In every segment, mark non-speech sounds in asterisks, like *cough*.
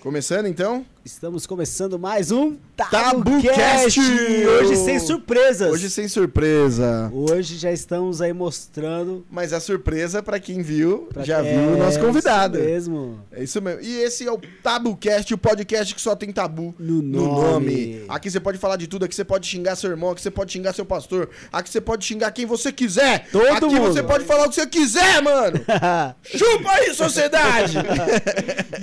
Começando então? Estamos começando mais um Tabucast! Tabucast! Hoje sem surpresas. Hoje sem surpresa. Hoje já estamos aí mostrando. Mas a surpresa pra quem viu, pra- já É, viu o nosso convidado. isso mesmo. É isso mesmo. E esse é o Tabucast, o podcast que só tem tabu No nome. *laughs* Aqui você pode falar de tudo, aqui você pode xingar seu irmão, aqui você pode xingar seu pastor, aqui você pode xingar quem você quiser. Todo aqui mundo. você pode falar o que você quiser, mano. Chupa aí, *laughs* sociedade.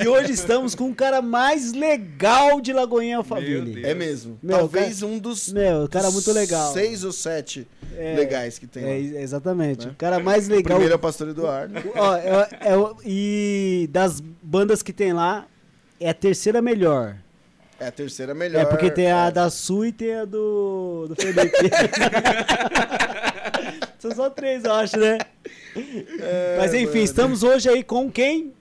e hoje estamos com o cara mais legal de Lagoinha Alphaville. é mesmo. Meu, Talvez um dos Meu, o cara é muito legal. Seis ou sete É, legais que tem. lá. Né? É, exatamente. O cara mais O legal. primeiro é o pastor Eduardo. Ó, é- é o- e das bandas que tem lá, é a terceira melhor. É a terceira melhor. É porque tem a É. da Su e tem a do, *laughs* do Felipe. São só três, eu acho, né? É, Mas enfim, mano. estamos hoje aí com quem?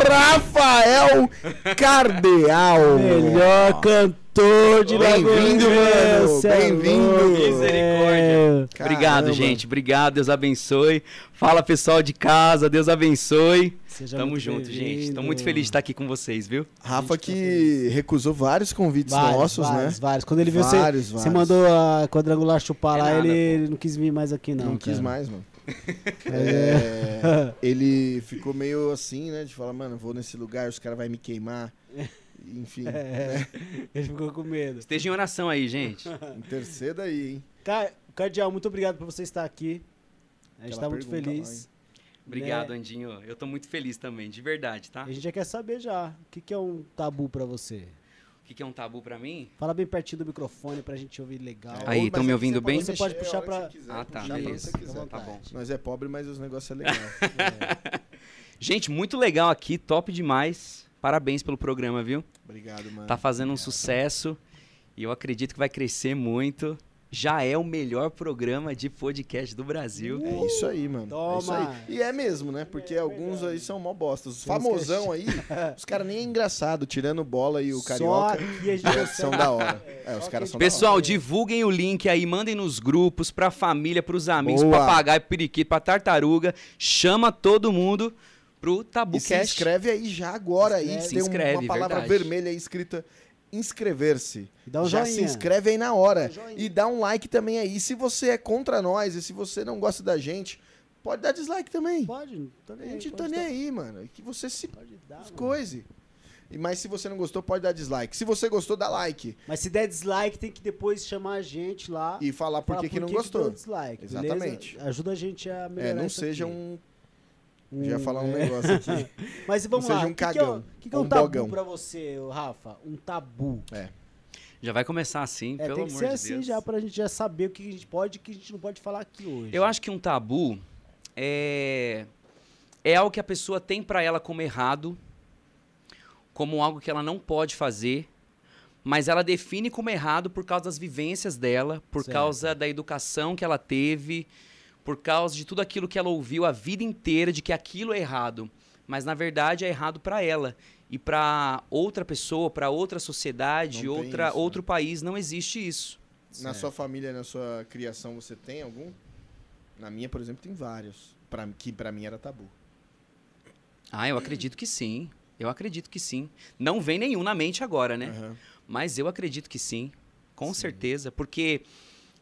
Rafael Cardeal. Melhor cantor de Bem-vindo, Lagoinha. mano. Cê é Bem-vindo. louco. Misericórdia. Caramba. Obrigado, gente. Obrigado. Deus abençoe. Fala, pessoal de casa. Deus abençoe. Seja Tamo muito junto, gente. Tô bem-vindo. muito feliz de estar aqui com vocês, viu? Rafa que recusou vários convites Vários, nossos, vários, né? vários. Quando ele viu Vários, você, vários. você mandou a quadrangular chupar É lá, nada, ele, pô. ele não quis vir mais aqui, não. Não, quis cara. mais, mano. É, ele ficou meio assim, né? De falar, mano, vou nesse lugar, os caras vão me queimar. Enfim, *laughs* É, ele ficou com medo. Esteja em oração aí, gente. interceda aí, hein? Ca- Cardial, muito obrigado por você estar aqui. A gente Aquela tá muito pergunta lá, feliz. Obrigado, Né? Andinho. Eu tô muito feliz também, de verdade, tá? A gente já quer saber já, o que, que é um tabu pra você? O que que é um tabu pra mim? Fala bem pertinho do microfone pra gente ouvir legal. Aí, Ou- mas é tão me você ouvindo pode bem? mexer Tá. Você pode a hora puxar que pra- você quiser, Ah, tá, puxar pra onde beleza. você Fica à quiser. vontade. Tá bom. Nós é pobre, mas os negócios é legal. *laughs* Gente, muito legal aqui, top demais. Parabéns pelo programa, viu? Ah, Obrigado, mano. Tá fazendo um sucesso e eu acredito que vai crescer muito. Já é o melhor programa de podcast do Brasil. É isso aí, mano. É isso Uh, Toma. aí. E é mesmo, né? Porque alguns aí são mó bostas. Os Tem uns famosão aí, *laughs* os caras nem é engraçado, tirando bola e o Só carioca. aqui a gente *laughs* São consegue- da *laughs* hora. É, só os que caras são da hora. Pessoal, divulguem o link aí, mandem nos grupos, pra família, pros amigos, Boa. pra papagaio, pro periquito, pra tartaruga. Chama todo mundo pro E se TabuCast. inscreve aí já agora aí. Inscreve. Se Tem um- uma inscreve, palavra verdade. vermelha aí escrita inscrever-se. Dá um já joinha. se inscreve aí na hora. Dá um joinha. e dá um like também aí. Se você é contra nós e se você não gosta da gente, pode dar dislike também. Pode, não tô A nem aí, gente não pode tá nem dar- aí, mano. Que você se pode dar, mano. coise. E mas se você não gostou, pode dar dislike. Se você gostou, dá like Mas se der dislike, tem que depois chamar a gente lá. e falar por falar que que não deu gostou. dislike, beleza? Exatamente. Ajuda a gente a melhorar. É, não isso seja aqui. um, Um- já ia falar um negócio aqui. *laughs* Mas vamos seja lá. um o que que é cagão, o- O que, que é ou um um tabu bogão. pra você, ô, Rafa? Um tabu. Já vai começar assim, É, pelo tem amor que de ser Deus. assim já pra gente já saber o que a gente pode e o que a gente não pode falar aqui hoje. Eu acho que um tabu é é algo que a pessoa tem pra ela como errado, como algo que ela não pode fazer, mas ela define como errado por causa das vivências dela, por Certo. causa da educação que ela teve, por causa de tudo aquilo que ela ouviu a vida inteira de que aquilo é errado, mas na verdade é errado pra ela e pra outra pessoa, pra outra Não sociedade, tem outra isso, né? outro país não existe isso. na sua família, na sua criação, você tem algum? Na minha, por exemplo, tem vários. Pra, que pra mim era tabu. Ah, eu acredito que sim. Eu acredito que sim. Não vem nenhum na mente agora, né? Aham. Mas eu acredito que sim, com certeza, porque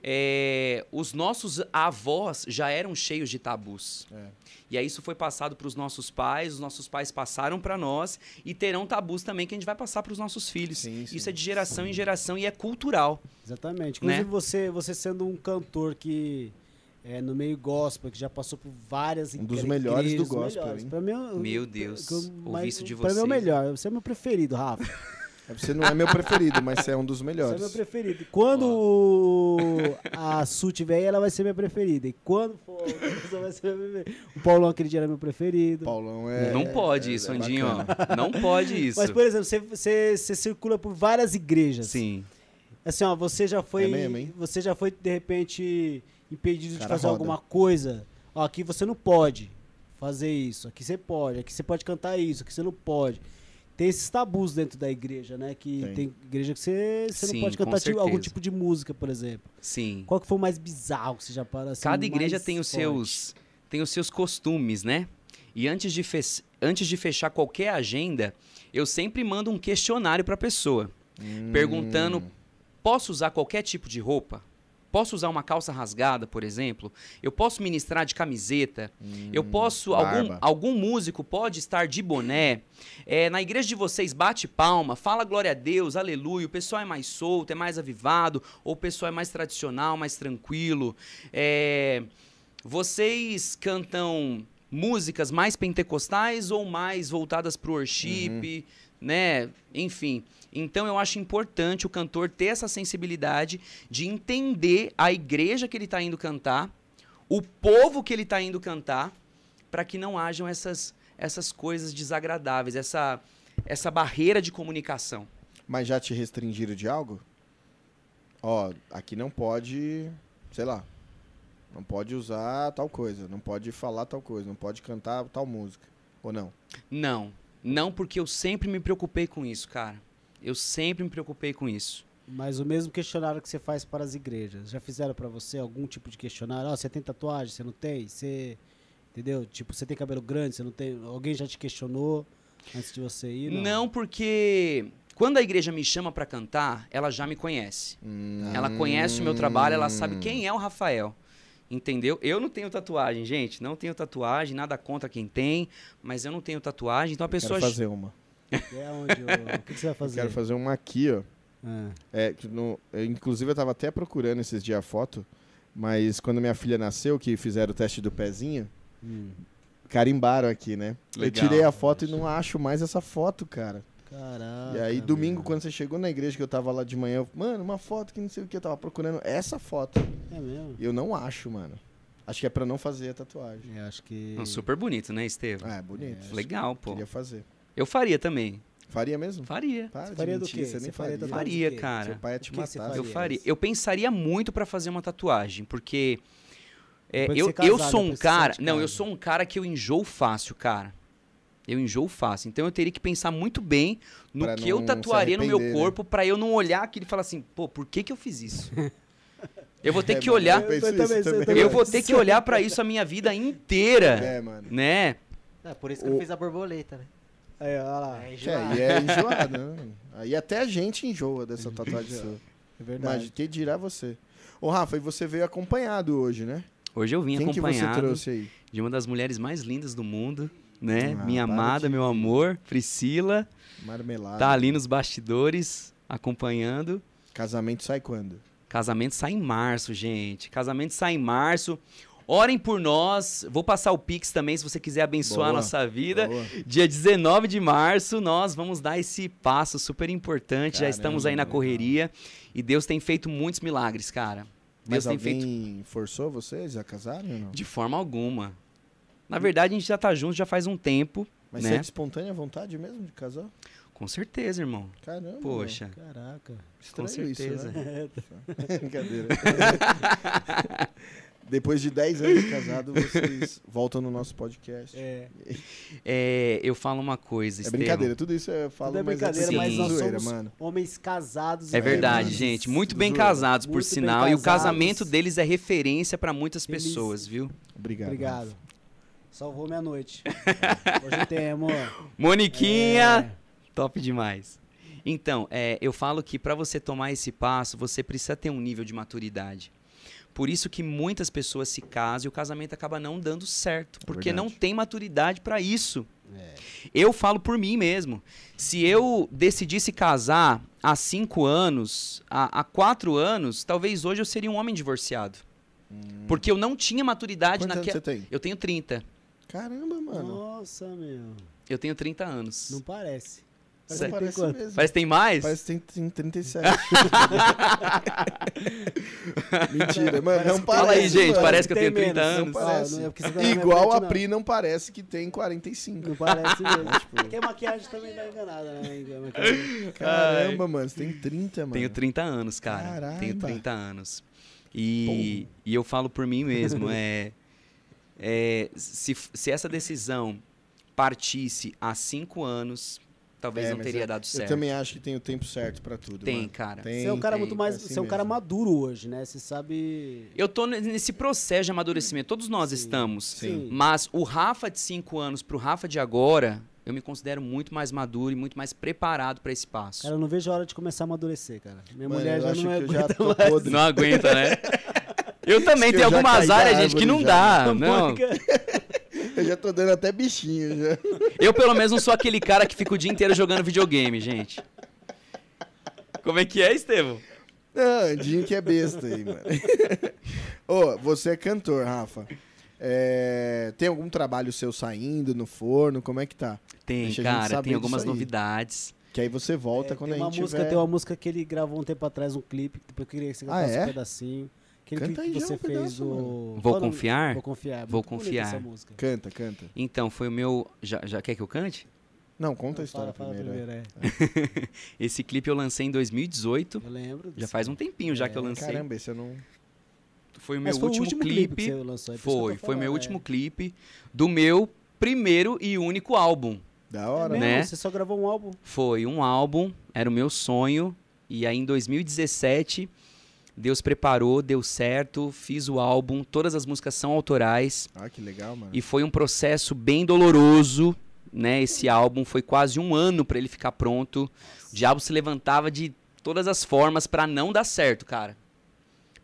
é, os nossos avós já eram cheios de tabus. É. E aí isso foi passado para os nossos pais, os nossos pais passaram para nós e terão tabus também que a gente vai passar para os nossos filhos. Sim, sim. Isso é de geração em geração e é cultural. Exatamente. Né? Inclusive, você, você sendo um cantor que é no meio gospel, que já passou por várias Um dos igre- melhores do igrejas, gospel, melhores. hein? Pra mim, eu- Meu eu- Deus, que eu ouvir mais- isso de Pra mim é o você. melhor. Você é meu preferido, Rafa. É, Você não é meu preferido, mas você é um dos Você é melhores. meu preferido. Quando o- *laughs* a Su tiver aí, ela vai ser minha preferida. E quando for, *laughs* outra pessoa vai ser minha preferida. O Paulão aquele dia era meu preferido. Paulão é. Não pode é- isso, é Andinho. bacana. *laughs* Não pode isso. Mas, por exemplo, você, você, você circula por várias igrejas. Sim. Assim, ó, você já foi. É mesmo, hein? Você já foi, de repente, impedido de Cara fazer roda. alguma coisa. Ó, aqui você não pode fazer isso. Aqui você pode. Aqui você pode cantar isso. Aqui você não pode. Tem esses tabus dentro da igreja, né? Que tem, Tem. igreja que você, você não Sim, pode com cantar tipo, algum certeza. tipo de música, por exemplo. Sim. Qual que foi o mais bizarro que você já parou assim? Cada igreja mais tem os forte? seus tem os seus costumes, né? E antes de, fe antes de fechar qualquer agenda, eu sempre mando um questionário para a pessoa, Hum, perguntando: posso usar qualquer tipo de roupa? Posso usar uma calça rasgada, por exemplo? Eu posso ministrar de camiseta? Eu posso. Algum, hum, barba. algum músico pode estar de boné. É, na igreja de vocês, bate palma, fala glória a Deus, aleluia. O pessoal é mais solto, é mais avivado. Ou o pessoal é mais tradicional, mais tranquilo. É, vocês cantam músicas mais pentecostais ou mais voltadas para o worship, né? Enfim. Então eu acho importante o cantor ter essa sensibilidade de entender a igreja que ele está indo cantar, o povo que ele está indo cantar, para que não hajam essas, essas coisas desagradáveis, essa, essa barreira de comunicação. Mas já te restringiram de algo? Ó, aqui não pode, sei lá, não pode usar tal coisa, não pode falar tal coisa, não pode cantar tal música, ou não? Não, não porque eu sempre me preocupei com isso, cara. Eu sempre me preocupei com isso. Mas o mesmo questionário que você faz para as igrejas, já fizeram para você algum tipo de questionário? Ó, você tem tatuagem, você não tem? Você entendeu? Tipo, você tem cabelo grande, você não tem? Alguém já te questionou antes de você ir? Não, porque quando a igreja me chama para cantar, ela já me conhece. Hum. Ela conhece o meu trabalho, ela Ah. sabe quem é o Rafael. Entendeu? Eu não tenho tatuagem, gente. Não tenho tatuagem, nada contra quem tem, mas eu não tenho tatuagem. Então a pessoa. Quero fazer uma. É onde? ô? O que que você vai fazer? Quero fazer uma aqui, ó. Ah, É, que no- eu, inclusive eu tava até procurando esses dias a foto, mas quando minha filha nasceu, que fizeram o teste do pezinho, hum. carimbaram aqui, né? Eu Legal. tirei a foto e não acho mais essa foto, cara. Caraca. e aí, meu. domingo, quando você chegou na igreja, que eu tava lá de manhã, eu, mano, uma foto que não sei o que, eu tava procurando essa foto. É mesmo? E eu não acho, mano. Acho que é pra não fazer a tatuagem. Eu É, acho que. Não, super bonito, né, Estevam? Ah, é bonito. Legal, pô. Queria fazer. Eu faria também. Faria mesmo? Faria. Para Você de faria do mentir, quê? Você nem Você faria faria. tatuagem? Faria, de quê? cara. Seu pai ia te O que você matar. faria? Eu seu- faria. isso. Eu pensaria muito pra fazer uma tatuagem, porque é, Depois que eu, você casar, eu sou um depois que você cara. sai de Não, eu casa. sou um cara que eu enjoo fácil, cara. Eu enjoo fácil. Então eu teria que pensar muito bem no Pra que não eu se tatuaria no arrepender, meu né? corpo pra eu não olhar aquilo e falar assim, pô, por que, que eu *laughs* fiz isso? Eu vou ter É, que mano, olhar. Eu penso Eu isso também, também. eu também. Eu vou ter que olhar pra isso a minha vida inteira. tá É, mano. Né? É, por isso que eu O- fiz a borboleta, né? Aí, olha lá. É, Que aí é enjoado, né? mano? Aí até a gente enjoa dessa tatuagem sua. É verdade. Mas que dirá você. Ô, Rafa, e você veio acompanhado hoje, né? Hoje eu vim Quem que você acompanhado trouxe aí? de uma das mulheres mais lindas do mundo, né? Ah, minha para amada, meu amor, Priscila. Marmelada. Tá ali nos bastidores, acompanhando. Casamento sai quando? Casamento sai em março, gente. Casamento sai em março. Orem por nós. Vou passar o Pix também, se você quiser Boa, abençoar a nossa vida. Boa. Dia 19 de março, nós vamos dar esse passo super importante. Já Caramba, estamos aí na legal. correria. E Deus tem feito muitos milagres, cara. Mas Deus tem feito alguém forçou vocês a casarem ou não? de forma alguma. Na verdade, a gente já tá junto já faz um tempo. Mas né? você é de espontânea vontade mesmo de casar? Com certeza, irmão. Caramba. Poxa, Caraca. mano. com Estranho isso, certeza. né? *laughs* Brincadeira. Depois de 10 anos de casado, vocês voltam no nosso podcast. É, É, É, eu falo uma coisa, Estevam. brincadeira, tudo isso eu falo, assim, tudo é brincadeira, Sim. mas nós zoeira, somos mano. homens casados. É e verdade, mano. felizes. gente. Muito bem Zoeira. casados, por Muito bem sinal. E o casados. casamento deles é referência pra muitas Feliz. pessoas, viu? Obrigado. Obrigado. Salvou minha *laughs* noite. Hoje tem, amor. É. Moniquinha, top demais. Então, é, eu falo que pra você tomar esse passo, você precisa ter um nível de maturidade. Por isso que muitas pessoas se casam e o casamento acaba não dando certo, porque É verdade. É. não tem maturidade pra isso. Eu falo por mim mesmo. Se eu decidisse casar há cinco anos, há, há quatro anos, talvez hoje eu seria um homem divorciado. Porque eu não tinha maturidade Hum. Quantos anos naquela. você tem? Eu tenho 30. Caramba, mano. Nossa, meu. Eu tenho 30 anos. Não parece. Não Você tem parece quanto? mesmo. Parece que tem mais? Parece que tem, tem *laughs* 37. Mentira, mano. Não parece. Fala aí, gente, mano. parece que eu Tem tenho 30 menos, não anos. parece. Parece. não é porque você tá na minha Igual frente, a É, não. Pri não parece que tem 45. Não *laughs* parece mesmo. tipo, Porque maquiagem também tá enganada, né? A maquiagem. Caramba, mano. Você tem 30, mano. Tenho 30 anos, cara. Caralho, Tenho bah. 30 anos. E, e eu falo por *laughs* mim mesmo, é, é, se, se essa decisão partisse há cinco anos, talvez É, não mas teria eu- dado Eu certo. também acho que tem o tempo certo pra tudo. Tem, mano. cara. Tem, Você é um cara tem, muito mais. é assim você é um cara mesmo. maduro hoje, né? Você sabe. Eu tô ne- nesse processo de amadurecimento, todos nós Sim. estamos. Sim. Mas o Rafa de 5 anos pro Rafa de agora, eu me considero muito mais maduro e muito mais preparado pra esse passo. Cara, eu não vejo a hora de começar a amadurecer, cara. Minha Mano, mulher eu já acho não é que eu já aguenta tô mais. podre. Não *laughs* aguenta, né? Acho que eu Eu também tenho já caí algumas da áreas, gente, que árvore não já. *laughs* Não dá. Ah, Não. pode, cara. Eu já tô dando até bichinho já. Eu, pelo menos, não sou aquele cara que fica o dia inteiro jogando videogame, gente. Como é que é, Estevão? Não, Andinho que é besta aí, *laughs* mano. Ô, você é cantor, Rafa. É, tem algum trabalho seu saindo no forno? Como é que tá? Tem, Deixa a gente cara, saber tem disso algumas aí. novidades. Que aí você volta É, quando tem a uma gente música, tiver... Tem uma música que ele gravou um tempo atrás, um clipe, que eu queria que você cantasse é? um pedacinho. Aquele Canta clipe aí que já você um fez pedaço, o... mano. Qual Vou o nome? confiar? Vou confiar. Vou Muito bonita Essa confiar. música. Canta, canta. Então, foi o meu. Já, já quer que eu cante? Não, conta a Não, história fala- fala primeiro. é. primeiro, Esse clipe eu lancei em 2018. é. Eu lembro. Já faz um tempinho já que eu lancei. É, Caramba, esse eu não... Foi o meu É, Mas foi último, o último clipe, clipe. que você lançou. é por isso que eu foi, tô foi meu falando, é. último clipe do meu primeiro e único álbum. Da É. hora, Mesmo, né? né? Você só gravou um álbum. Foi um álbum, era o meu sonho. E aí em 2017, Deus preparou, deu certo, fiz o álbum, todas as músicas são autorais. Ah, que legal, mano. E foi um processo bem doloroso, né? Esse álbum foi quase um ano pra ele ficar pronto. O diabo se levantava de todas as formas pra não dar certo, cara.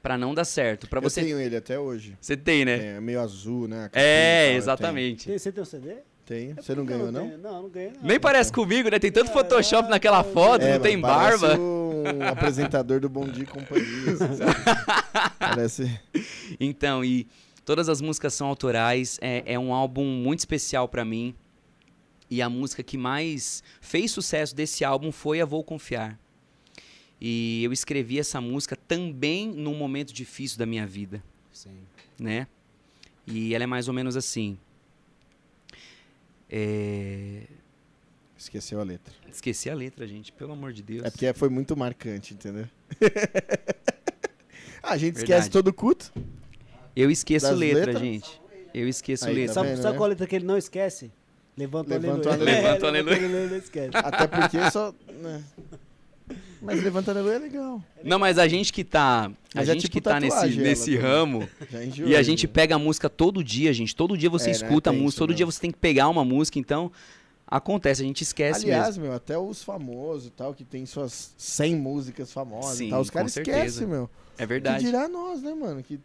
Pra não dar certo. Para Eu você. tenho ele até hoje. Você tem, né? É, meio azul, né? a capinha e É, tal, eu exatamente. Tem- Você tem um CD? tenho. Tem. É Você não porque eu ganhou, não? tenho. Não, eu não ganhei. não. Nem parece comigo, né? Tem tanto Photoshop naquela foto, É, não tem mano, parece barba. um apresentador do Bom Dia e Companhia. assim, sabe? *laughs* parece... Então, e todas as músicas são autorais, é, é um álbum muito especial pra mim. E a música que mais fez sucesso desse álbum foi a Vou Confiar. E eu escrevi essa música também num momento difícil da minha vida, Sim. né? E ela é mais ou menos assim. É, Esqueceu a letra. Esqueci a letra, gente, pelo amor de Deus. É porque foi muito marcante, entendeu? *laughs* Ah, a gente Verdade. esquece todo culto. Eu esqueço Das letra, letras? gente. Eu esqueço Aí, tá letra. Sabe, vendo, sabe né? qual letra que ele não esquece? Levanta o Levanta o aleluia. aleluia. Levanta o aleluia. não esquece. Até porque só. né? Mas levantando a lua é legal. Não, mas a gente que tá, a Mas é gente tipo que tá nesse, tatuagem ela nesse também. ramo, Já enjoei, E a gente né? pega a música todo dia, gente. Todo dia você É, né? escuta a Tem música, isso todo dia mesmo. você tem que pegar uma música, então acontece, a gente esquece Aliás, mesmo. meu, até os famosos e tal, que tem suas 100 músicas famosas Sim, e tal, os com caras certeza. esquecem, meu. É Que verdade. dirá nós, né, mano? Que,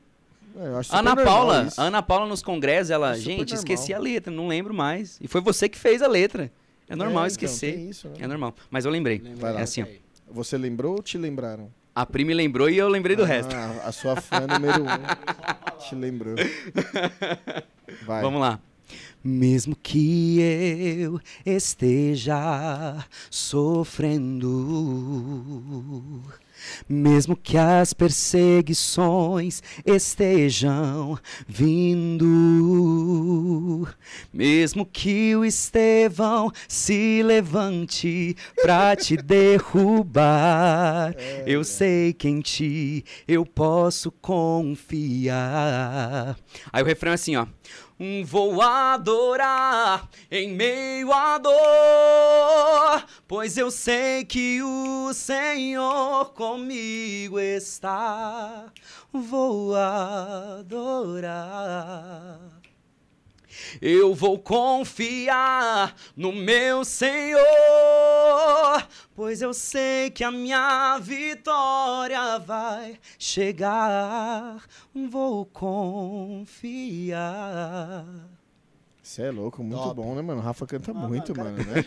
é, eu acho super Ana normal Paula, isso. Ana Paula nos congressos, ela, É super gente, esqueci a normal. letra, não lembro mais. E foi você que fez a letra. É normal então, esquecer. tem isso, né? É normal, mas eu lembrei. Vai lá. É assim, ó. Você lembrou ou te lembraram? A Pri me lembrou e eu lembrei do Ah, resto. A sua fã número um *laughs* te lembrou. Vai. Vamos lá. Mesmo que eu esteja sofrendo, mesmo que as perseguições estejam vindo, mesmo que o Estevão se levante pra *laughs* te derrubar, eu sei que em ti eu posso confiar. Aí o refrão é assim, ó. "Hum, Vou adorar em meio à dor, pois eu sei que o Senhor comigo está. Vou adorar. Eu vou confiar no meu Senhor, pois eu sei que a minha vitória vai chegar. Vou confiar. Você é louco, muito Top. bom, né, mano? O Rafa canta Ah, muito, cara. mano, né?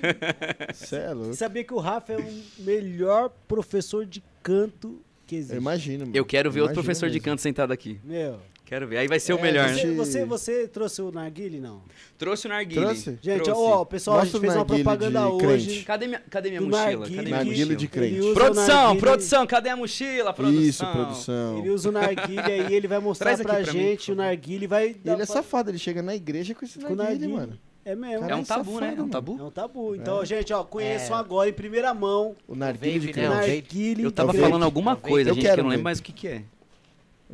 *laughs* Você é Você louco. sabia que o Rafa é o melhor professor de canto que existe? Eu imagino, mano. Eu quero ver outro Imagino professor de mesmo. canto sentado aqui. Meu. Quero ver. Aí vai ser o É, melhor, né? gente- Você, você, você trouxe o Narguile, não? Trouxe o narguilé. Trouxe? Gente, Trouxe. ó, pessoal, Mostra o a gente fez uma narguile de propaganda hoje. crente. Cadê minha, cadê minha do mochila? Cadê narguile. minha Narguile mochila? de crente. Ele usa o Produção, narguile- produção, cadê a mochila, produção? Isso, produção. Ele usa o narguile aí, ele vai mostrar Traz aqui pra, pra mim, por gente o favor. narguile, vai E dar Ele é pra- safado, ele chega na igreja com esse Com narguile, narguile. mano. É mesmo. É um Caralho, tabu, safado, né? É um mano. tabu? É um tabu. Então, gente, ó, É. conheçam agora em primeira mão. O narguile de Vape, crente. né? O vape. narguile Eu tava Vape. falando alguma Eu coisa, Eu gente, que quero eu não ver. lembro mais o que que é.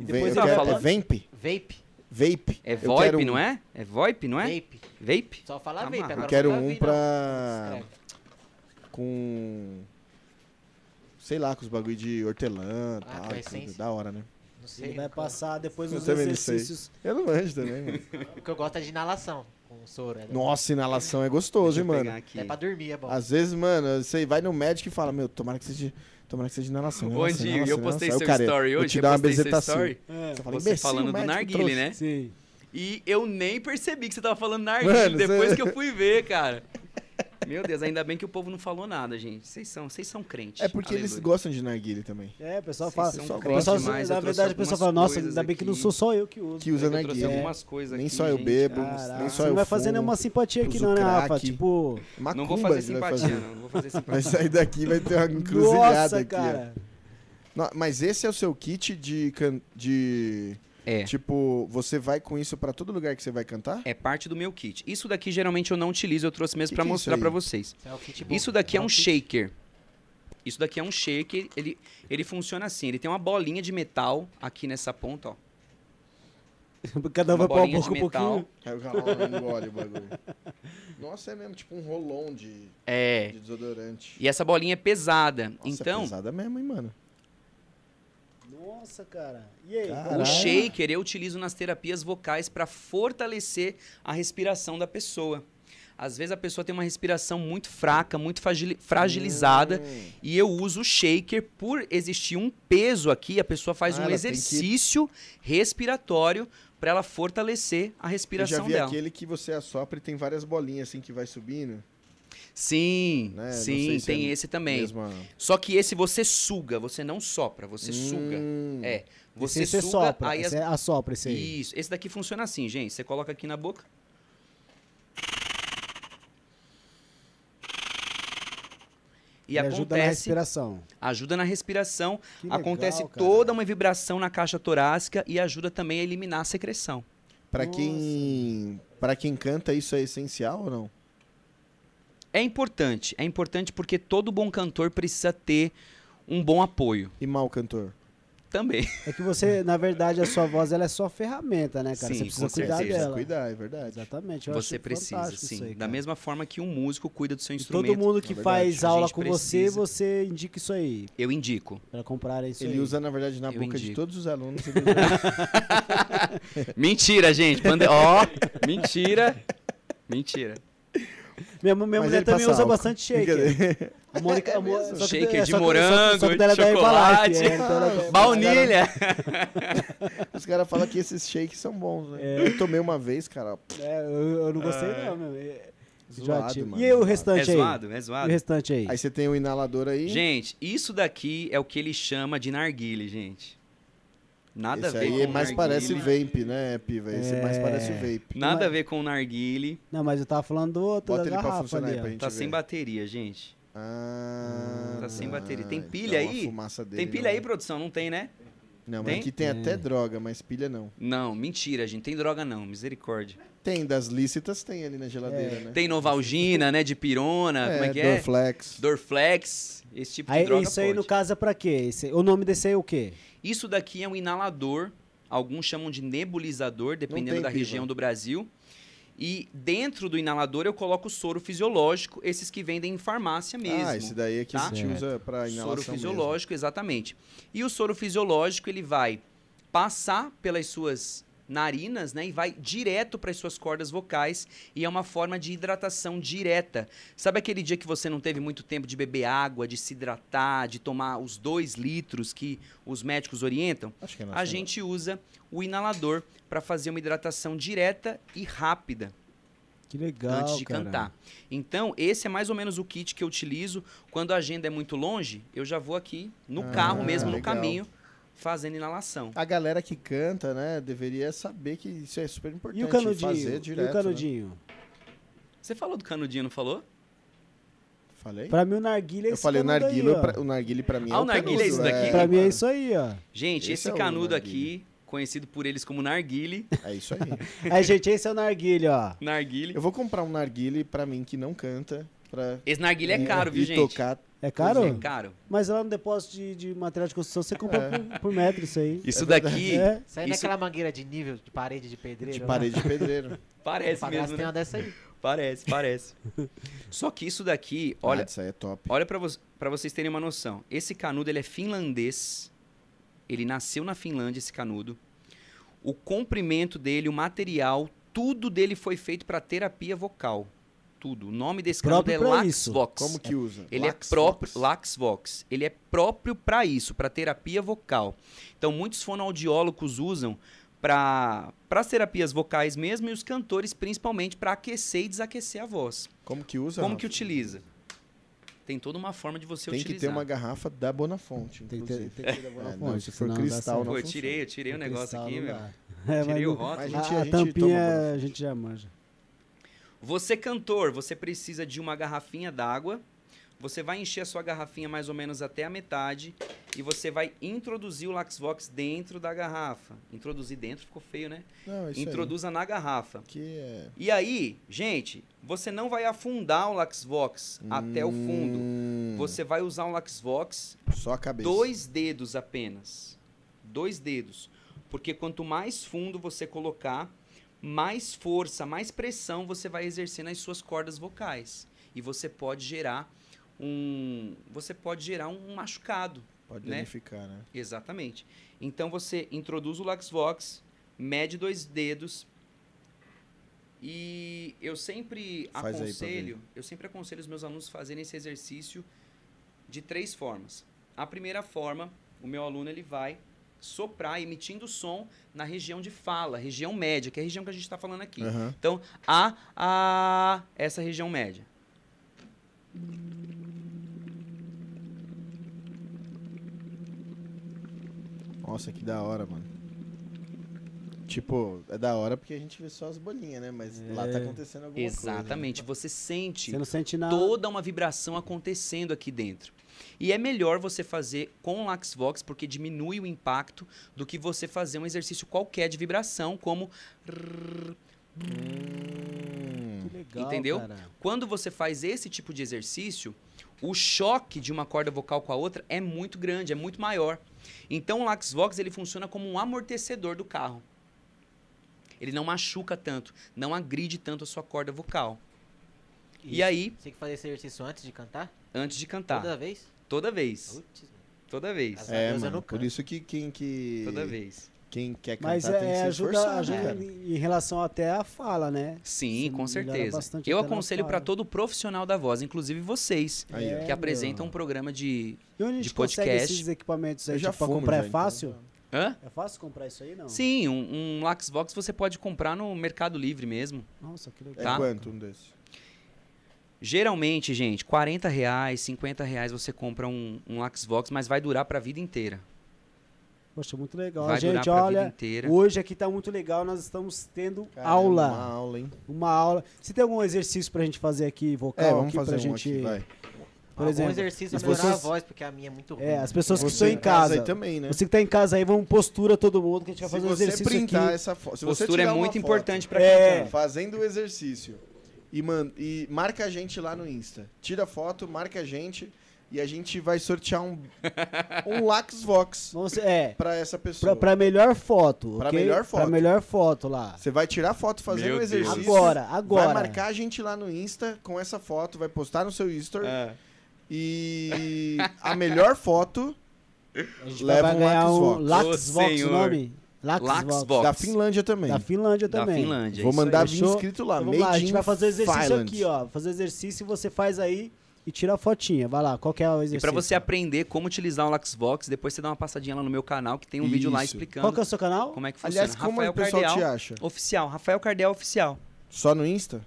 Depois eu eu quero, falo. é vape? Vape. Vape. É Eu VoIP, quero um- não é? É VoIP, não é? Vape. Vape? Só falar Tá vape. amarrado. Agora Eu quero não tá um vindo, pra... não. Escreve. com. Sei lá, com os bagulho de hortelã e Ah, tal. com e essência. tudo. Da hora, né? Não assim. sei. Ele vai nunca- passar depois Eu uns também não sei. exercícios. Eu não manjo também, *laughs* mano. O que eu gosto é de inalação com soro. É, Nossa, inalação é Deixa gostoso, eu hein, pegar mano. aqui. é pra dormir, é bom. Às vezes, mano, você vai no médico e fala, meu, tomara que seja, tomara que seja inalação. Ô, inalação, Andinho, inalação, eu inalação. postei Aí é o seu cara, story vou hoje. te eu dar uma postei seu bezetação. story. É, Você fala, Você "Imbecil, falando do médico, narguile, trouxa." né? sim. E eu nem percebi que você tava falando narguilha Mano, depois você- que eu fui ver, cara. *laughs* Meu Deus, ainda bem que o povo não falou nada, gente. Vocês são, vocês são crentes. É porque eles Aleluia. gostam de narguile também. É, o pessoal Vocês fala. são o crentes pessoal- demais, eu na trouxe verdade, o pessoal algumas fala, nossa, coisas ainda bem que não aqui. sou só eu que uso. Que usa É Eu trouxe narguile. algumas coisas Nem aqui, só eu gente, bebo, é pra nem Caraca, mostrar. só você eu não vai fazer fumo, nenhuma simpatia aqui uso não, né, crack. Rafa? Tipo, é Macumba Não vou fazer ele vai fazer. simpatia, não. Não vou fazer Vai simpatia. sair daqui, vai *laughs* ter uma encruzilhada nossa, aqui. ó. cara. *laughs* No- Mas esse é o seu kit de. can- de... É. Tipo, você vai com isso pra todo lugar que você vai cantar? É parte do meu kit. Isso daqui geralmente eu não utilizo, eu trouxe mesmo Que pra que é isso mostrar aí? pra vocês. Isso é o kit bom. Isso daqui é um Nossa, shaker. Isso daqui é um shaker, ele, ele funciona assim, ele tem uma bolinha de metal aqui nessa ponta, ó. Cada um vai uma pôr um bolinha de pouco, um metal. pouquinho. Aí o cara engole o bagulho. Nossa, é mesmo, tipo um rolão de, É. de desodorante. E essa bolinha é pesada. Nossa, é então, pesada mesmo, hein, mano. Nossa, cara. E aí? Cara. o Caralho. shaker eu utilizo nas terapias vocais pra fortalecer a respiração da pessoa. Às vezes a pessoa tem uma respiração muito fraca, muito fragili- fragilizada, Hum. E eu uso o shaker por existir um peso aqui, a pessoa faz Ah, um ela tem que- exercício respiratório para ela fortalecer Eu a já respiração vi dela. aquele que você assopra e tem várias bolinhas assim que vai subindo. Sim, Né? Não sim, sei se tem é esse também. Mesma... Só que esse você suga, você não sopra, você suga. Hum. É, você Esse aí suga, sopra, aí as... esse é assopra esse aí. Isso, esse daqui funciona assim, gente. Você coloca aqui na boca. E, Ele ajuda na acontece, respiração. ajuda na respiração, Que legal, Acontece cara. toda uma vibração na caixa torácica e ajuda também a eliminar a secreção. Pra quem, pra quem canta, isso é essencial ou não? É importante, é importante porque todo bom cantor precisa ter um bom apoio E mal cantor? também. É que você, na verdade, a sua voz ela é só ferramenta, né, cara? Sim, você precisa com cuidar certeza. dela. Cuidar, é verdade. Exatamente. eu você acho precisa, fantástico sim. Isso aí, da cara. mesma forma que um músico cuida do seu E instrumento, todo mundo que na verdade. faz A aula gente com você, precisa. você indica isso aí. eu indico. Pra comprarem isso Ele aí. usa, na verdade, na Eu boca de indico. todos os *laughs* alunos. ele usa- Mentira, gente. Pande... Ó, *laughs* mentira. Mentira. Minha, minha Mas mulher ele também passa usa álcool. bastante shaker. Brincadeira. A Mônica, a Mo- mesmo? só que- Shaker é, de só que- morango, só que- só que dela é da Herbalife, chocolate. é, então ela *laughs* é da- Baunilha. Os caras falam que esses shakes são bons, né? Eu tomei uma vez, cara. ó, É, eu, eu não gostei não, meu. É, Zoado, enjoativo. mano, E aí, o zoado. É restante aí? zoado, é E o zoado. restante aí? Aí você tem o inalador aí. Gente, isso daqui é o que ele chama de narguile, gente. Nada esse a ver aí é com mais narguile. parece é? vape, né, Piva? Esse mais É. parece vape. Nada a ver com o narguile. Não, mas eu tava falando do outro, Bota da ele pra garrafa funcionar aí pra ali, ó. gente Tá ver. sem bateria, gente. Ah, Tá sem bateria. Tem então pilha a aí? fumaça tem dele pilha não- é. aí, produção? Não tem, né? Não, Tem? mas aqui tem até droga, mas pilha não. Não, mentira, gente. Tem droga não, misericórdia. Tem, das lícitas tem ali na geladeira, É. né? Tem Novalgina, né? De pirona, como é que é? Dorflex. Dorflex, esse tipo de Aí, droga isso aí, pode. no caso, é pra quê? Esse- o nome desse aí é o quê? Isso daqui é um inalador, alguns chamam de nebulizador, dependendo tem da piva. região do Brasil. E dentro do inalador eu coloco soro fisiológico, esses que vendem em farmácia mesmo. Ah, esse daí é que tá? a gente usa pra inalação Soro mesmo. fisiológico, exatamente. E o soro fisiológico, ele vai passar pelas suas narinas, né, e vai direto para as suas cordas vocais, e é uma forma de hidratação direta. Sabe aquele dia que você não teve muito tempo de beber água, de se hidratar, de tomar os dois litros que os médicos orientam? Acho que é A gente usa o inalador para fazer uma hidratação direta e rápida Que legal, antes de cara. cantar. Então, esse é mais ou menos o kit que eu utilizo. Quando a agenda é muito longe, eu já vou aqui no Ah, carro mesmo, no legal. caminho, fazendo inalação. A galera que canta, né, deveria saber que isso é super importante. E o canudinho? Fazer direto, e o né? canudinho? Você falou do canudinho, não falou? Falei? Pra mim, o narguilha é eu esse falei o canudo narguilha, aí, ó. pra- o narguilha pra mim Ah, é o narguilha é isso canudo, daqui? Pra mim é mano. isso aí, ó. Gente, esse, Esse é o canudo narguile. aqui, conhecido por eles como *laughs* narguile, É isso aí. Aí, gente, esse é o narguilha, ó. narguile. Eu vou comprar um narguile pra mim que não canta, pra um Esse narguile é caro, viu, e gente? tocar. É caro? É caro. Mas lá no depósito de, de material de construção, você compra por, por metro isso aí. Isso É daqui É. Isso Isso- aí não é aquela mangueira de nível de parede de pedreiro? De não? *laughs* parede de pedreiro. parece Padrasto mesmo, tem né? uma dessa aí. Parece, *laughs* parece. Só que isso daqui, olha, Ah, isso aí é top. Olha para vocês terem uma noção. Esse canudo ele é finlandês. Ele nasceu na Finlândia, esse canudo. O comprimento dele, o material, tudo dele foi feito para terapia vocal. Tudo. O nome desse Próprio canudo é pra isso. Laxvox. Como que usa? Ele Lax é próprio Fox. Laxvox. Ele é próprio para isso, para terapia vocal. Então muitos fonoaudiólogos usam para as terapias vocais mesmo e os cantores principalmente para aquecer e desaquecer a voz. Como que usa? Como Rafa? que utiliza? Tem toda uma forma de você Tem utilizar. que ter uma garrafa da Bonafonte, Tem que inclusive. ter, tem *laughs* que ter É, boa não, fonte, se for senão dá cristal, certo. não Pô, eu funciona. tirei, eu tirei o um negócio Cristal aqui, não meu. dá. É, mas Tirei o não- A rótulo. gente- a, a a gente toma tampinha boa. a gente já manja. Você, cantor, você precisa de uma garrafinha d'água. Você vai encher a sua garrafinha mais ou menos até a metade. E você vai introduzir o Laxvox dentro da garrafa. Introduzir dentro ficou feio, né? Não, É isso aí. Introduza na garrafa. Que é... E aí, gente, você não vai afundar o Laxvox até o fundo. Hum, Você vai usar o Laxvox Só a cabeça. Dois dedos apenas. Dois dedos. Porque quanto mais fundo você colocar, mais força, mais pressão você vai exercer nas suas cordas vocais. E você pode gerar um. Você pode gerar um machucado. Pode né? danificar, né? Exatamente. Então você introduz o Laxvox, mede dois dedos. E eu sempre Faz aí pra ver. aconselho, eu sempre aconselho os meus alunos fazerem esse exercício de três formas. A primeira forma, o meu aluno ele vai soprar emitindo som na região de fala, região média, que é a região que a gente está falando aqui. Aham. Então, a, a, essa região média. Nossa, que da hora, mano. Tipo, é da hora porque a gente vê só as bolinhas, né? Mas lá É. tá acontecendo alguma Exatamente. Você sente Você não sente nada. toda uma vibração acontecendo aqui dentro. E é melhor você fazer com o Laxvox, porque diminui o impacto, do que você fazer um exercício qualquer de vibração, como. coisa. Hum, Que legal, Entendeu? cara. Quando você faz esse tipo de exercício, o choque de uma corda vocal com a outra é muito grande, é muito maior. Então o Laxvox ele funciona como um amortecedor do carro. Ele não machuca tanto, não agride tanto a sua corda vocal. E aí, Tá. Você tem que fazer esse exercício antes de cantar? antes de cantar, Toda vez? toda vez, Putz, mano. toda vez, Azar. é, Deus, eu mano. não Por canto. isso que quem que toda vez. quem quer cantar Mas tem que é, se ajuda, esforçar, ajuda né, cara? em em relação até a fala, né? Você Sim, com melhora certeza. bastante Eu até na aconselho para fala. todo profissional da voz, inclusive vocês, Aí, ó. É, que meu. apresentam um programa de. E onde a gente de consegue podcast. esses equipamentos aí Eu já tipo, pra fumo comprar? já, é então. fácil? Hã? É fácil comprar isso aí, não? Sim, um, um Laxvox você pode comprar no Mercado Livre mesmo. Nossa, que legal. É Tá. quanto um desse? Geralmente, gente, 40 reais, 50 reais você compra um, um Laxvox, mas vai durar para a vida inteira. Poxa, muito legal. vai durar gente, para a vida olha, inteira. hoje aqui tá muito legal. Nós estamos tendo Caramba, aula. Uma aula, hein? Uma aula. Se tem algum exercício pra gente fazer aqui, vocal, É, vamos aqui fazer pra um gente. aqui, vai. Por Algum exemplo, exercício as pra melhorar pessoas- a voz, porque a minha é muito ruim. É, as pessoas que Você estão em casa. aí também, né? Você que tá em casa aí, vamos postura todo mundo, que a gente vai se fazer um você exercício printar aqui. essa foto, se você Postura é tirar uma muito foto importante para É. quem canta. Tá fazendo o exercício e man, e marca a gente lá no Insta. Tira a foto, marca a gente e a gente vai sortear *laughs* um um Laxvox Vamos- é, pra essa pessoa. pra, pra melhor foto. Pra ok? melhor Pra foto. melhor foto lá. Você vai tirar foto fazendo Meu o exercício. Deus. Agora, agora. Vai marcar a gente lá no Insta com essa foto, vai postar no seu Story É. e a melhor foto A gente Leva vai um ganhar Laxvox. um Ô, Laxvox, o senhor. nome? Laxvox. da Finlândia também. Da Finlândia Da também. Finlândia. Vou isso aí. mandar vir Fechou? inscrito lá, Então vamos lá, a Made gente in vai fazer o exercício Finland. aqui, Tá ó. Fazer o exercício, você faz aí e tira a fotinha. Vai lá, qual que é o E exercício? para você aprender como utilizar o Laxvox, depois você dá uma passadinha lá no meu canal, que tem um vídeo lá Isso. Qual explicando que é o seu canal? como é que funciona. Aliás, como o pessoal te acha? Oficial, Rafael Cardeal Oficial. Só no Insta?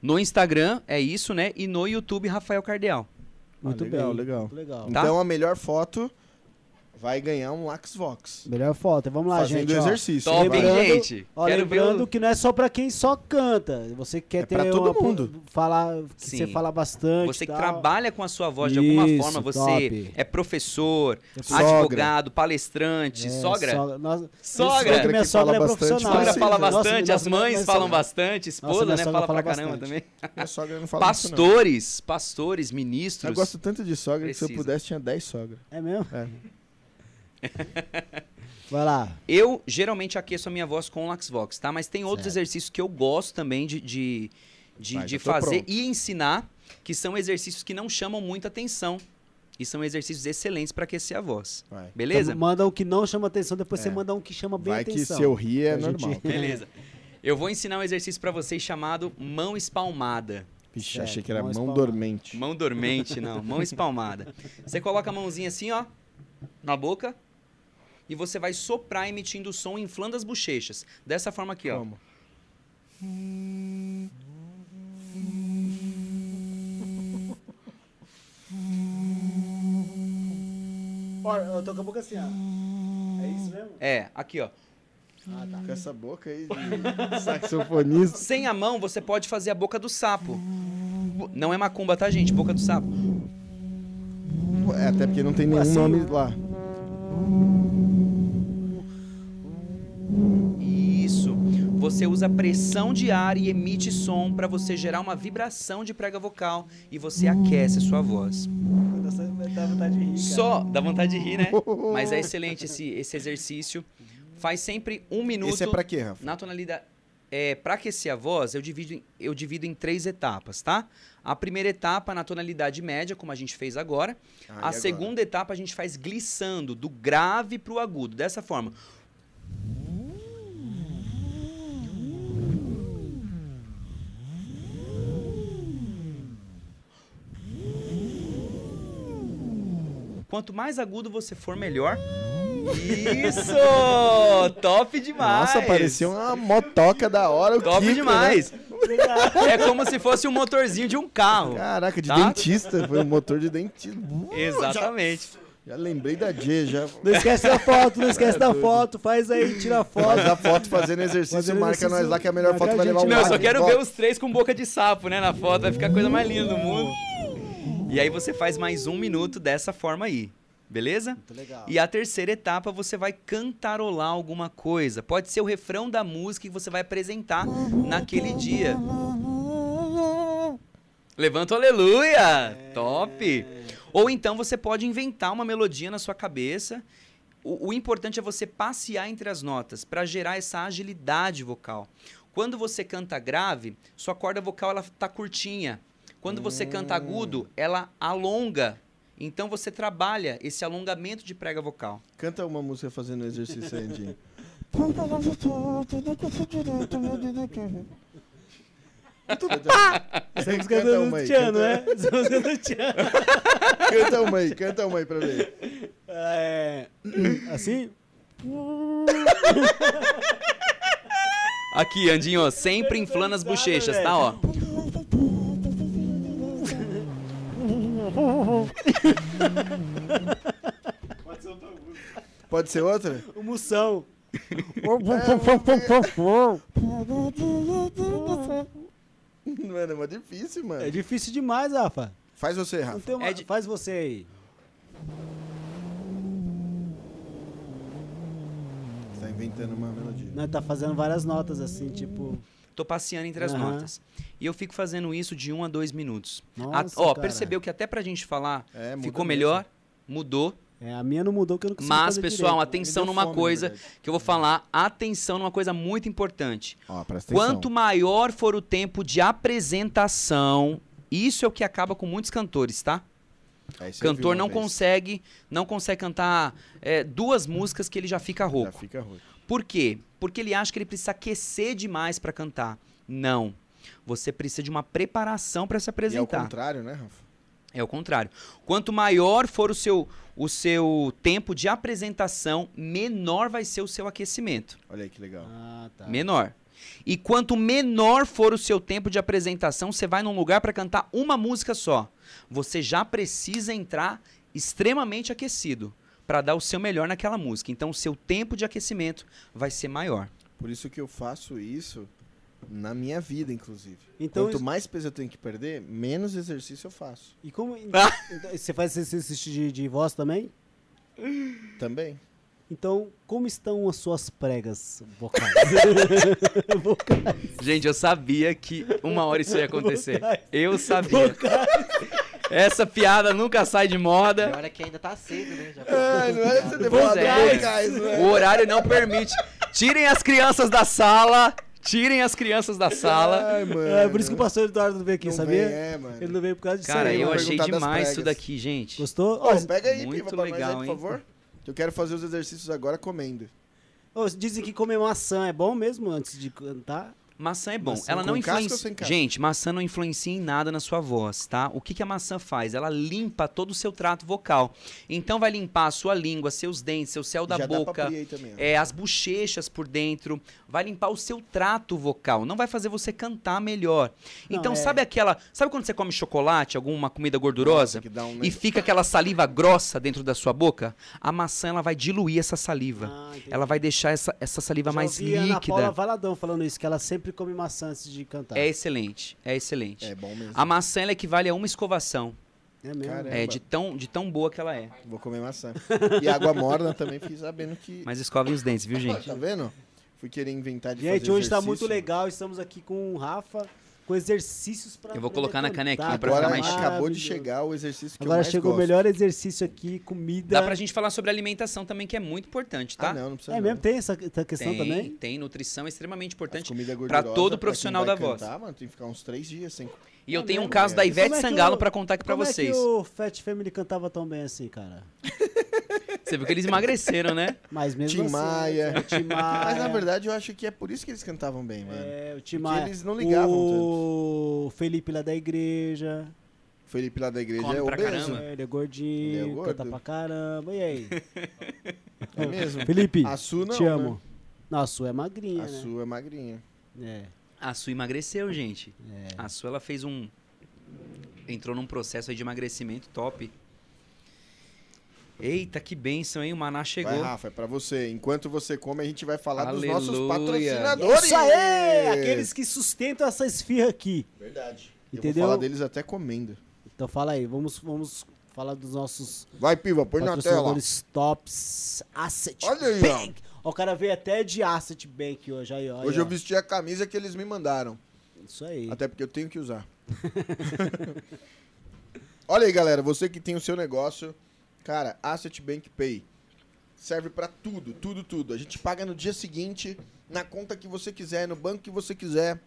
No Instagram é isso, né? E no YouTube, Rafael Cardeal. Muito Ah, legal, bem. legal. Muito legal. Tá. Então a melhor foto vai ganhar um Laxvox. Melhor foto. Vamos lá, fazendo gente. ó. exercício. Top, vai. hein, Lembrando- gente? Ó, Quero ver lembrando o... que não é só pra quem só canta. Você que quer É ter pra todo uma- mundo. Falar, que Sim. você fala bastante. Você que tal. trabalha com a sua voz de alguma Isso, forma, você top. é professor, Sogra. advogado, palestrante, É, sogra. Sogra, Nós, Sogra. Minha Sogra que sogra é fala bastante, profissional. Nossa, fala Nossa, bastante, minha as sogra- é mães minha falam sogra- bastante, esposa, minha né? sogra Fala, fala pra caramba bastante. também. Minha sogra não fala isso, não. Pastores, pastores, ministros. Eu gosto tanto de sogra que se eu Precisa. pudesse tinha 10 sogras. É mesmo? É. *laughs* Vai lá. Eu geralmente aqueço a minha voz com o Laxvox, tá? Mas tem outros exercícios que eu gosto também de, de, de, Mas de eu tô fazer pronto. e ensinar, que são exercícios que não chamam muita atenção. E são exercícios excelentes para aquecer a voz. Vai. *laughs* Beleza? Então, manda um que não chama atenção, depois você manda um que chama bem É. Vai que atenção. se eu rir é A gente- normal. *laughs* Beleza. Eu vou ensinar um exercício para vocês chamado mão espalmada. Vixe, Certo, achei que era mão mão espalmada. dormente. Mão dormente, não. Mão espalmada. Você coloca a mãozinha assim, ó, na boca. E você vai soprar emitindo o som, inflando as bochechas. Dessa forma aqui, ó. Como? Ó, Eu tô com a boca assim, ó. É isso mesmo? É, aqui, ó. Ah, tá. Com essa boca aí *laughs* de saxofonista. Sem a mão, você pode fazer a boca do sapo. Não é macumba, tá, gente? Boca do sapo. É, até porque não tem nenhum Assim, nome ó. lá. um Isso. Você usa pressão de ar e emite som para você gerar uma vibração de prega vocal e você aquece a sua voz. Dá vontade de rir. Só dá vontade de rir, né? Mas é excelente esse, esse exercício. Faz sempre um minuto. Esse é pra quê, Rafa? Na tonalidade. É, para aquecer a voz, eu divido, em- eu divido em três etapas, tá? A primeira etapa na tonalidade média, como a gente fez agora. Ah, e a agora? segunda etapa a gente faz glissando, do grave pro agudo, dessa forma. Quanto mais agudo você for, melhor. *laughs* Isso! Top demais! Nossa, parecia um uma motoca da hora. O Top Kiko, né? demais! É como se fosse um motorzinho de um carro. Caraca, de Tá? dentista. Foi um motor de *laughs* dentista. Exatamente. Já lembrei da G, já. Não esquece da foto, não *laughs* esquece É da foto. Faz aí, tira a Faz foto. a foto fazendo exercício, Fazendo marca exercício, nós lá que a melhor marca foto a vai gente levar um lá. Meu, eu like. só quero Ó, ver os três com boca de sapo, né? Na foto, vai ficar a coisa mais linda do mundo. E aí você faz mais um minuto dessa forma aí, beleza? Muito legal. E a terceira etapa você vai cantarolar alguma coisa. Pode ser o refrão da música que você vai apresentar naquele dia. Levanta o aleluia! É. Top! Ou então você pode inventar uma melodia na sua cabeça. O, o importante é você passear entre as notas para gerar essa agilidade vocal. Quando você canta grave, sua corda vocal ela tá curtinha. Quando você canta agudo, ela alonga. Então você trabalha esse alongamento de prega vocal. Canta uma música fazendo exercício aí, Andinho. né, é. Essa música é Canta do uma aí, canta- Tiano, né? *laughs* Essa música é do Tiano. Canta uma aí, canta uma aí pra ver. É. Assim? Aqui, Andinho, ó, sempre inflando as bochechas, tá? Ó. Pode ser outra? O Moção. Mano, é mó difícil, mano. É difícil demais, Rafa. Faz você, Não Rafa. tem uma... É de- Faz você aí. Você tá inventando uma melodia. Não, tá fazendo várias notas assim, tipo. Tô passeando entre as Aham. notas. E eu fico fazendo isso de um a dois minutos. A- Nossa, ó, cara. percebeu que até pra gente falar É, muda ficou mesmo. melhor, mudou. É, a minha não mudou Assim que eu não consegui Mas, fazer pessoal, direito. atenção né? Me deu numa fome, na coisa verdade. que eu vou falar. Atenção numa coisa muito importante. Ó, presta atenção. Quanto maior for o tempo de apresentação, isso é o que acaba com muitos cantores, tá? Aí você ouviu uma Cantor não vez, consegue, não consegue cantar é, duas músicas que ele já fica Já rouco. fica é rouco. Por quê? Porque ele acha que ele precisa aquecer demais pra cantar. Não. Você precisa de uma preparação pra se E é o apresentar. contrário, né, Rafa? É o contrário. Quanto maior for o seu, o seu tempo de apresentação, menor vai ser o seu aquecimento. Olha aí que legal. Ah, tá. Menor. E quanto menor for o seu tempo de apresentação, você vai num lugar para cantar uma música só. Você já precisa entrar extremamente aquecido para dar o seu melhor naquela música. Então, o seu tempo de aquecimento vai ser maior. Por isso que eu faço isso na minha vida, inclusive. Então Quanto isso- mais peso eu tenho que perder, menos exercício eu faço. E *laughs* como. Então, Você faz esse exercício de, de voz também? Também. Então, como estão as suas pregas vocais? Gente, eu sabia que uma hora isso ia acontecer. Vocais. Eu sabia. Essa piada nunca sai de moda. Pior é que ainda tá cedo, né? Já Ah, não assim- é você ter Pois falado é. vocais, né? O horário não permite. Tirem as crianças da sala. Tirem as crianças da sala. Ai, mano. É, por isso que o pastor Eduardo não veio aqui, Não sabia? vem, é, mano. Ele não veio por causa disso Cara, aí. eu vou mano. achei perguntar das demais isso pregas. daqui, gente. Gostou? Ó, Ô, pega aí, muito Piva, pra nós aí, legal, por hein? favor. Que eu quero fazer os exercícios agora comendo. ó, dizem que comer maçã é bom mesmo antes de cantar. Maçã é bom. Maçã ela com não casca ou influencia. sem casca? Gente, maçã não influencia em nada na sua voz, tá? O que, que a maçã faz? Ela limpa todo o seu trato vocal. Então vai limpar a sua língua, seus dentes, seu céu da Já dá pra boca. abrir aí também, ó. é, as bochechas por dentro, vai limpar o seu trato vocal, não vai fazer você cantar melhor. Não, Então, é- sabe aquela. Sabe quando você come chocolate, alguma comida Nossa, gordurosa? que dá um E fica aquela saliva grossa dentro da sua boca? A maçã ela vai diluir essa saliva. ela vai deixar essa, essa saliva Ah, mais Já ouvi a Ana Paula líquida. Valadão falando isso, que ela sempre come maçã antes de cantar. É É, excelente, é excelente. É bom mesmo. A maçã ela equivale a uma escovação. mesmo. Cara, É, Caramba. de tão, de tão boa que ela é. Vou comer *laughs* maçã. E água morna também, fiquei sabendo que... Mas escovem os *laughs* dentes, viu, gente? Tá vendo? Fui querer inventar de fazer Gente, hoje tá muito exercício. legal. Estamos aqui com o Rafa com exercícios pra. Eu aprender vou a colocar na cantar. canequinha pra Agora ficar mais acabou de Maravilhoso. chegar o exercício que eu Agora mais chegou o gosto. melhor exercício aqui, comida. Dá pra gente falar sobre alimentação também, que é muito importante, tá? Ah, não, não precisa É não. mesmo? Tem essa essa questão tem, também? tem. Nutrição é extremamente As importante. comida pra gordurosa, todo quem profissional vai da voz. cantar, mano, tem que ficar uns três dias sem... E eu É tenho um mesmo, caso é. da Ivete Como é que Sangalo o- pra contar aqui pra Como é vocês. que o Fat Family cantava tão bem assim, cara? Você viu que eles *laughs* emagreceram, né? Mas mesmo Tim assim... Maia. O Tim *laughs* Maia. Mas na verdade eu acho que é por isso que eles cantavam bem, mano. Ah, É, o Tim Porque Maia. eles não ligavam O Felipe lá da igreja. Felipe lá da igreja Come é pra obeso. caramba. É, ele é gordinho, Ele é gordo? canta pra caramba. *laughs* E aí? É *laughs* mesmo? Felipe, A Su não, te né? amo. Não, a sua é magrinha, A né? sua é magrinha. É. A Su emagreceu, gente. A Su, ela fez um... Entrou num processo aí de emagrecimento top. Eita, que bênção, hein? O Maná Vai, chegou. Rafa, é pra você. Enquanto você come, a gente vai falar dos nossos Aleluia. É patrocinadores. Isso aí! Aqueles que sustentam essa esfirra aqui. Verdade. Eu vou Entendeu? falar deles até comendo. Então fala aí, vamos, vamos falar dos nossos Vai, Piva, põe na tela. Patrocinadores tops, Asset Olha aí, ó. Bank. Ó, o cara veio até de Asset Bank hoje, aí, ó. aí, Hoje eu ó. vesti a camisa que eles me mandaram. Isso aí. Até porque eu tenho que usar. *laughs* Olha aí, galera, você que tem o seu negócio, cara, Asset Bank Pay serve pra tudo, tudo, tudo. A gente paga no dia seguinte, na conta que você quiser, no banco que você quiser.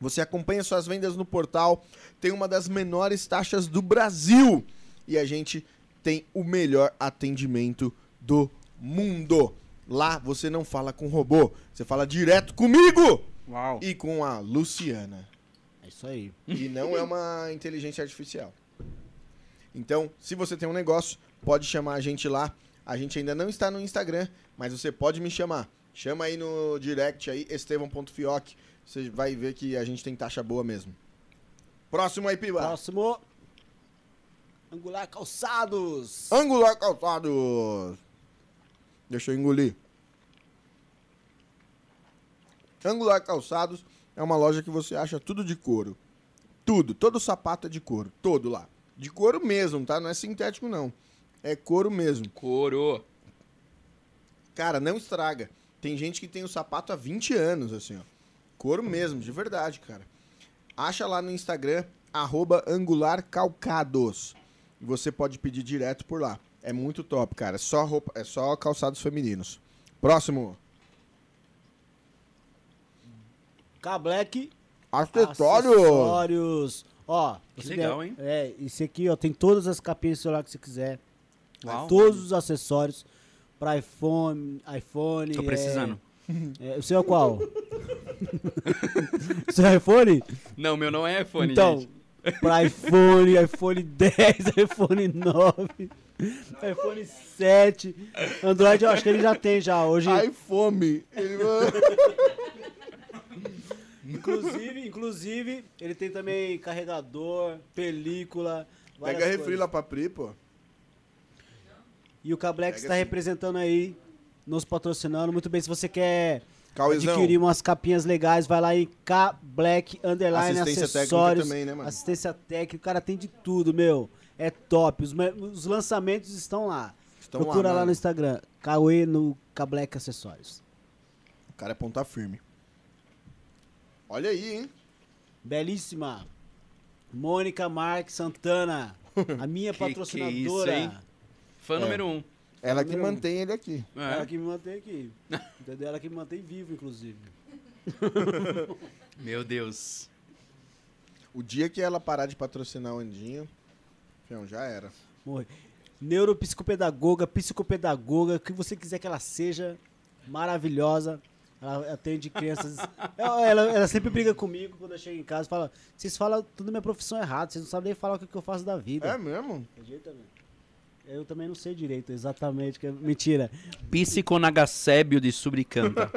Você acompanha suas vendas no portal, tem uma das menores taxas do Brasil e a gente tem o melhor atendimento do mundo. Lá você não fala com robô, você fala direto comigo Uau. e com a Luciana. É isso aí. E não é uma inteligência artificial. Então, se você tem um negócio, pode chamar a gente lá. A gente ainda não está no Instagram, mas você pode me chamar. Chama aí no direct aí, estevão.fioc. Você vai ver que a gente tem taxa boa mesmo. Próximo aí, Piba. Próximo. Angular Calçados. Angular Calçados. Deixa eu engolir. Angular Calçados é uma loja que você acha tudo de couro. Tudo, todo sapato é de couro, todo lá. De couro mesmo, tá? Não é sintético não. É couro mesmo. Coro. Cara, não estraga. Tem gente que tem o sapato há 20 anos, assim, ó. Couro mesmo, de verdade, cara. Acha lá no Instagram, arroba angularcalcados. E você pode pedir direto por lá. É muito top, cara. É só, roupa, é só calçados femininos. Próximo. K-Black. Acessório. Acessórios. Ó. Que você legal, der- hein? É, esse aqui, ó, tem todas as capinhas do celular que você quiser. Né, Uau. Todos os acessórios. Pra iPhone, iPhone. Tô é- precisando. É, o seu é qual? *laughs* o seu é iPhone? Não, meu não é iPhone, então, gente. pra iPhone, iPhone *laughs* 10, iPhone 9, iPhone 7, Android eu acho que ele já tem já hoje. Ai, fome. Ele- Inclusive, inclusive, ele tem também carregador, película, várias Pega refri coisas. lá pra Pri, pô. E o Pega Cablex assim. está sim. representando aí, nos patrocinando. Muito bem, se você quer Cauezão. adquirir umas capinhas legais, vai lá em K Black Underline Assistência técnica Acessórios. também, né, mano? Assistência técnica, o cara tem de tudo, meu. É top. Os, me- os lançamentos estão lá. Estão lá, Procura lá, mano. no Instagram, Cauê no K Black Acessórios. O cara é ponta firme. Olha aí, hein? Belíssima. Mônica Marques Santana, a minha *laughs* Que que é isso, patrocinadora. hein? Fã É. número um. Ela que Número um. mantém ele aqui. É. Ela que me mantém aqui. Entendeu? Ela que me mantém vivo, inclusive. É. Meu Deus. O dia que ela parar de patrocinar o Andinho, fião, já era. Morre. Neuropsicopedagoga, psicopedagoga, o que você quiser que ela seja, maravilhosa. Ela atende *laughs* crianças. ela, ela- ela sempre briga comigo quando eu chego em casa e fala: vocês falam tudo minha profissão errado, vocês não sabem nem falar o que, que eu faço da vida. É mesmo? Tem jeito, né? Eu também não sei direito exatamente. que é- Mentira. Psiconagasébio de *laughs* Subricanta.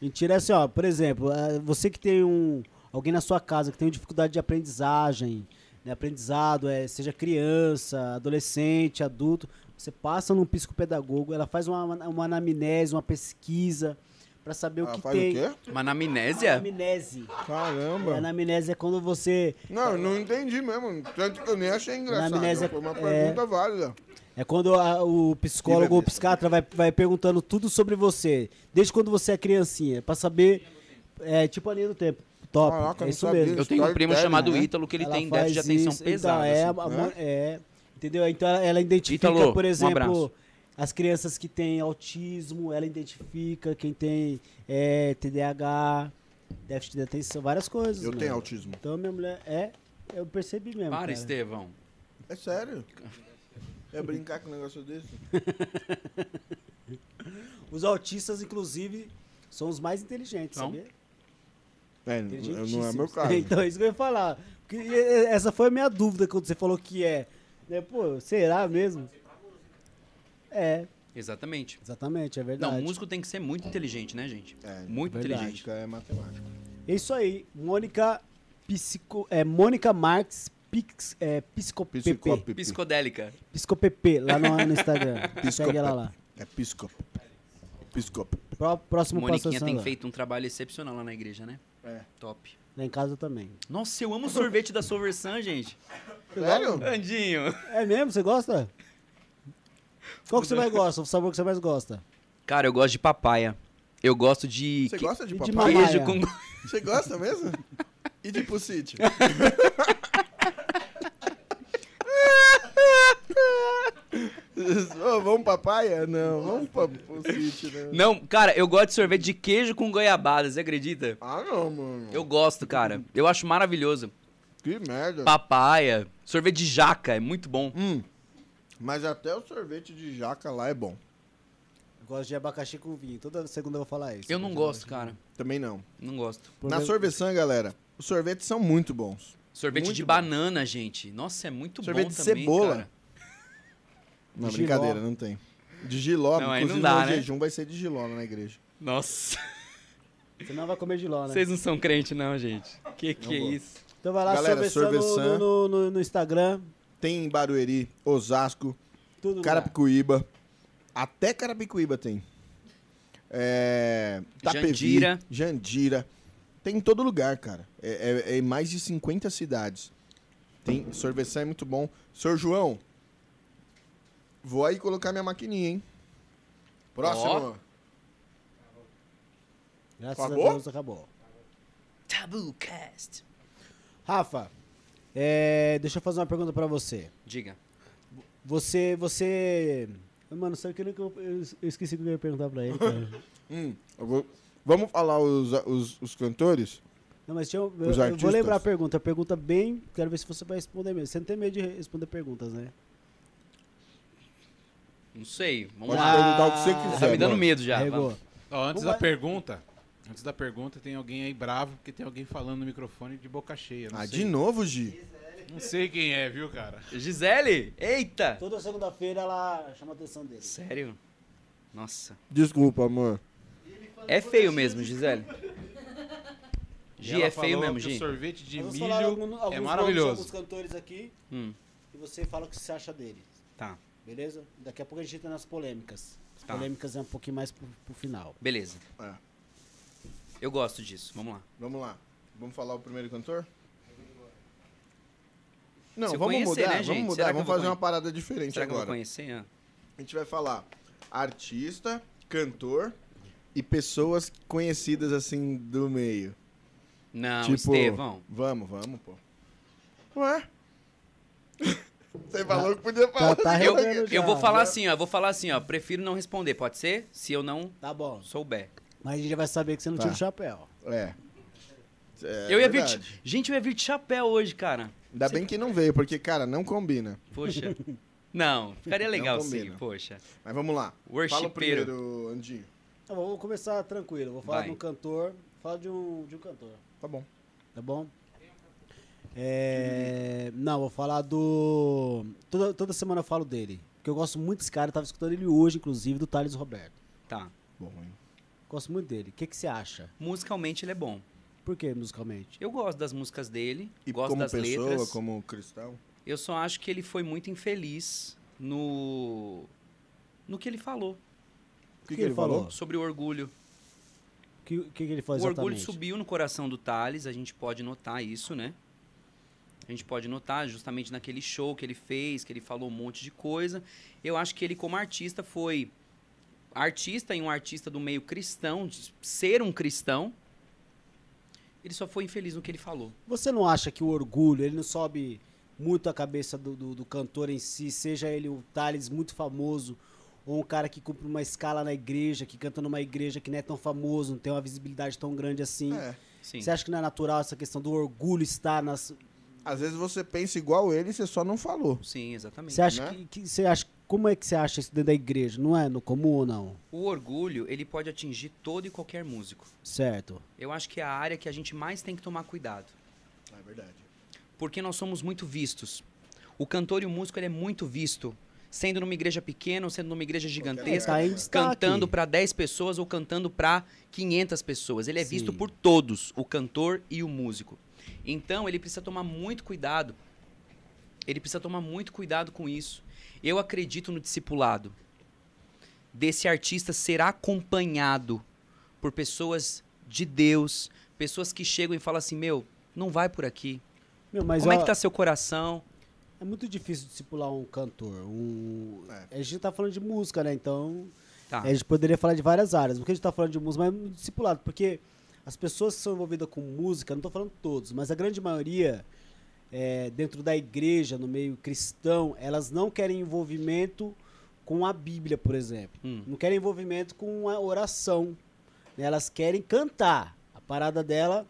Mentira é assim, ó. Por exemplo, eh, você que tem um. Alguém na sua casa que tem dificuldade de aprendizagem, né, aprendizado, eh, seja criança, adolescente, adulto, você passa num psicopedagogo, ela faz uma, uma anamnese, uma pesquisa, pra saber o Ah, que faz tem. o quê? Ah, Uma anamnésia? Anamnese. Caramba. Anamnese é quando você. Não, eu não entendi mesmo. Tanto que eu nem achei engraçado. amnésia- Foi uma é. pergunta válida. É quando a- o psicólogo Viva ou a besta. psiquiatra vai, vai perguntando tudo sobre você, desde quando você é criancinha, pra saber. É tipo a linha do tempo. Top. Caraca, é não isso sabia. mesmo. Eu tenho um primo Storytelling, chamado né? Ítalo que ele Ela tem déficit de faz atenção isso, Então, pesada. é, assim. a- né? a- é, entendeu? Então ela, ela identifica, Ítalo, por um exemplo, abraço. as crianças que têm autismo, ela identifica quem tem é, TDAH, déficit de atenção, várias coisas. Eu né? tenho autismo. Então minha mulher é, eu percebi mesmo. né, Para, cara. Estevão. É sério? É brincar com um negócio desse? Os autistas, inclusive, são os mais inteligentes, Não. sabia? É, eu- não é meu Inteligentíssimos. caso. *laughs* Então, é isso que eu ia falar. Porque e- e- essa foi a minha dúvida quando você falou que é. Né, Pô, será mesmo? É, Exatamente. exatamente, é verdade. Não, músico tem que ser muito inteligente, né, gente? É, Muito Verdade. inteligente. É matemática. É isso aí, Mônica Psico, é Mônica Marques Pix, é, Psicopepe, Psicopipi. Psicodélica. Psicopepe, lá no, no Instagram. *laughs* Segue ela lá. É piscop. Piscop. Pró- próximo passo Moniquinha é tem lá. feito um trabalho excepcional lá na igreja, né? É. Top. Lá em casa também. Nossa, eu amo o sorvete da Soversan, gente. Sério? Andinho. É mesmo? Você gosta? Qual que você mais gosta? O sabor que você mais gosta? Cara, eu gosto de papaya. Eu gosto de Você que- gosta de e de papai? mamãe? queijo Papaya. com Você gosta mesmo? E de pussite? Ô, vamos papaia? Não, vamos pra pussite, né? Não, cara, eu gosto de sorvete de queijo com goiabada, você acredita? Ah, não, mano. Eu gosto, cara. Eu acho maravilhoso. Que merda. Ah. Papaya, sorvete de jaca, é muito bom. Hum. Mas até o sorvete de jaca lá é bom. Eu gosto de abacaxi com vinho. Toda segunda eu vou falar isso. Eu não gosto, cara. Também não. Não gosto. Por Na ver- sorveção, galera, os sorvetes são muito bons. Sorvete Muito de bom. banana, gente. Nossa, é muito Sorvete bom de também, cebola. cara. Não, De brincadeira, giló. não tem. De giló, Não, aí inclusive não dá, meu né? jejum vai ser de giló lá na igreja. Nossa, Você não vai comer de ló, né? vocês não são crente não, gente. Que que é vou. isso? Então vai lá, Galera, Sorvesan no- Sorvesan. no, no- no Instagram. Tem em Barueri, Osasco, Tudo lá. Carapicuíba. Até Carapicuíba tem. É, Tapevi, Jandira. Jandira. Tem em todo lugar, cara. É, é- é em mais de 50 cidades. Tem sorveção é muito bom. Senhor João, vou aí colocar minha maquininha, hein? Próximo. Graças Acabou? a Deus acabou. Tabucast. Rafa, é, deixa eu fazer uma pergunta pra você. Diga. Você, você... Mano, sabe que eu, nunca- eu, eu esqueci do que eu ia perguntar pra *laughs* ele, cara. Hum, eu vou- Vamos falar os, os, os cantores? Não, mas tinha, eu, Os eu vou artistas. lembrar a pergunta. A pergunta bem... Quero ver se você vai responder mesmo. Você não tem medo de responder perguntas, né? Não sei, vamos Pode lá. perguntar o que você Tá quiser. me dando mano. medo já. Arregou. vamos. Ó, antes Não da vai- pergunta, antes da pergunta, tem alguém aí bravo, porque tem alguém falando no microfone de boca cheia. Não, Ah, sei, de novo, Gi? não sei quem é, viu, cara? Gisele, eita. Toda segunda-feira ela chama a atenção dele. Sério? Nossa. Desculpa, amor. É feio mesmo, Gisele. E Gi, ela é feio falou mesmo, que o Gi. sorvete de Nós vamos milho falar algum- alguns é nomes, maravilhoso. alguns cantores aqui Hum, e você fala o que você acha dele. tá, Beleza? Daqui a pouco a gente entra nas polêmicas. As Tá. polêmicas é um pouquinho mais pro, pro final. beleza. É, Eu gosto disso, vamos lá. vamos lá. Vamos falar o primeiro cantor? Não, Se eu vamos conhecer, mudar, né, vamos gente? mudar, Será que vamos eu vou fazer uma conhe- parada diferente Será que eu vou agora. conhecer? Ah, a gente vai falar artista, cantor e pessoas conhecidas assim do meio. Não, Ah, Tipo, Estevão. Vamos, vamos, pô. Ué? *laughs* Você falou que podia Tá, falar. tá Eu, arregando já. eu vou falar assim, ó. Eu vou falar assim, ó. Prefiro não responder, pode ser? Se eu não Tá bom. souber. Mas a gente já vai saber que você não Tá. tira o chapéu. *laughs* É. É eu ia vir. verdade. de- Gente, eu ia vir de chapéu hoje, cara. Ainda bem que não veio, porque, cara, não combina. Poxa. Não, ficaria Não legal combina. sim, poxa. Mas vamos lá. Fala o Worshipeiro. primeiro, Andinho. Tá bom, vou começar tranquilo. Vou falar Vai. de um cantor. Falar de um, de um cantor, Tá bom. tá bom? É, Não, vou falar do. Toda, toda semana eu falo dele. Porque eu gosto muito desse cara. Eu tava escutando ele hoje, inclusive, do Thales Roberto. Tá. Bom, hein? Gosto muito dele. O que, que você acha? Musicalmente ele é bom. Por que musicalmente? Eu gosto das músicas dele, E gosto como das pessoa, letras. como cristão? Eu só acho que ele foi muito infeliz no no que ele falou O que, que ele falou? sobre o orgulho. O que, que, que ele falou O orgulho exatamente? subiu no coração do Thales, a gente pode notar isso, né? A gente pode notar justamente naquele show que ele fez, que ele falou um monte de coisa. Eu acho que ele, como artista, foi artista e um artista do meio cristão, de ser um cristão. Ele só foi infeliz no que ele falou. Você não acha que o orgulho, ele não sobe muito a cabeça do, do- do cantor em si, seja ele o Thales muito famoso, ou um cara que cumpre uma escala na igreja, que canta numa igreja que não é tão famoso, não tem uma visibilidade tão grande assim. É. Sim. Você acha que não é natural essa questão do orgulho estar nas. Às vezes você pensa igual ele e você só não falou. Sim, exatamente. Você acha Né? que, que- você acha como é que você acha isso dentro da igreja? Não é no comum ou não? O orgulho, ele pode atingir todo e qualquer músico. Certo. Eu acho que é a área que a gente mais tem que tomar cuidado. É verdade. porque nós somos muito vistos. O cantor e o músico ele é muito visto, sendo numa igreja pequena ou sendo numa igreja gigantesca, Tá em destaque. cantando para 10 pessoas ou cantando para 500 pessoas. Ele é visto Sim. por todos, o cantor e o músico. Então ele precisa tomar muito cuidado. Ele precisa tomar muito cuidado com isso. Eu acredito no discipulado desse artista ser acompanhado por pessoas de Deus, pessoas que chegam e falam assim: "Meu, não vai por aqui. Meu, mas Como é ó, que tá seu coração? É muito difícil discipular um cantor. Um... É. A gente tá falando de música, né? Então, Tá. a gente poderia falar de várias áreas. Porque a gente tá falando de música, mas é muito discipulado. Porque as pessoas que são envolvidas com música, não tô falando todos, mas a grande maioria, é, dentro da igreja, no meio cristão, elas não querem envolvimento com a Bíblia, por exemplo. Hum. Não querem envolvimento com a oração. né? Elas querem cantar. A parada dela.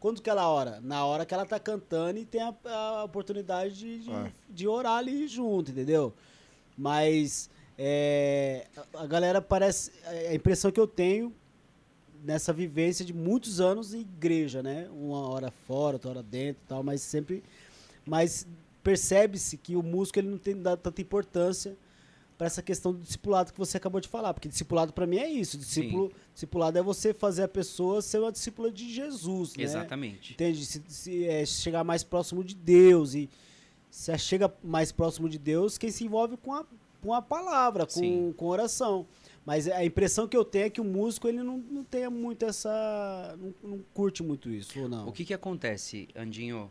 Quando que ela ora? Na hora que ela tá cantando e tem a, a oportunidade de, de, É. de orar ali junto, entendeu? Mas é, a- a galera parece. é, A impressão que eu tenho nessa vivência de muitos anos em igreja, né? Uma hora fora, outra hora dentro e tal, mas sempre. Mas percebe-se que o músico ele não tem dado tanta importância para essa questão do discipulado que você acabou de falar, porque discipulado para mim é isso. Discípulo, discipulado é você fazer a pessoa ser uma discípula de Jesus, né? Exatamente. Entende? Se, se, é, chegar mais próximo de Deus e se a- chega mais próximo de Deus, quem se envolve com a, com a palavra, com, Sim. com oração. Mas a impressão que eu tenho é que o músico ele não, não tenha muito essa. Não, não curte muito isso, ou não? O que que acontece, Andinho?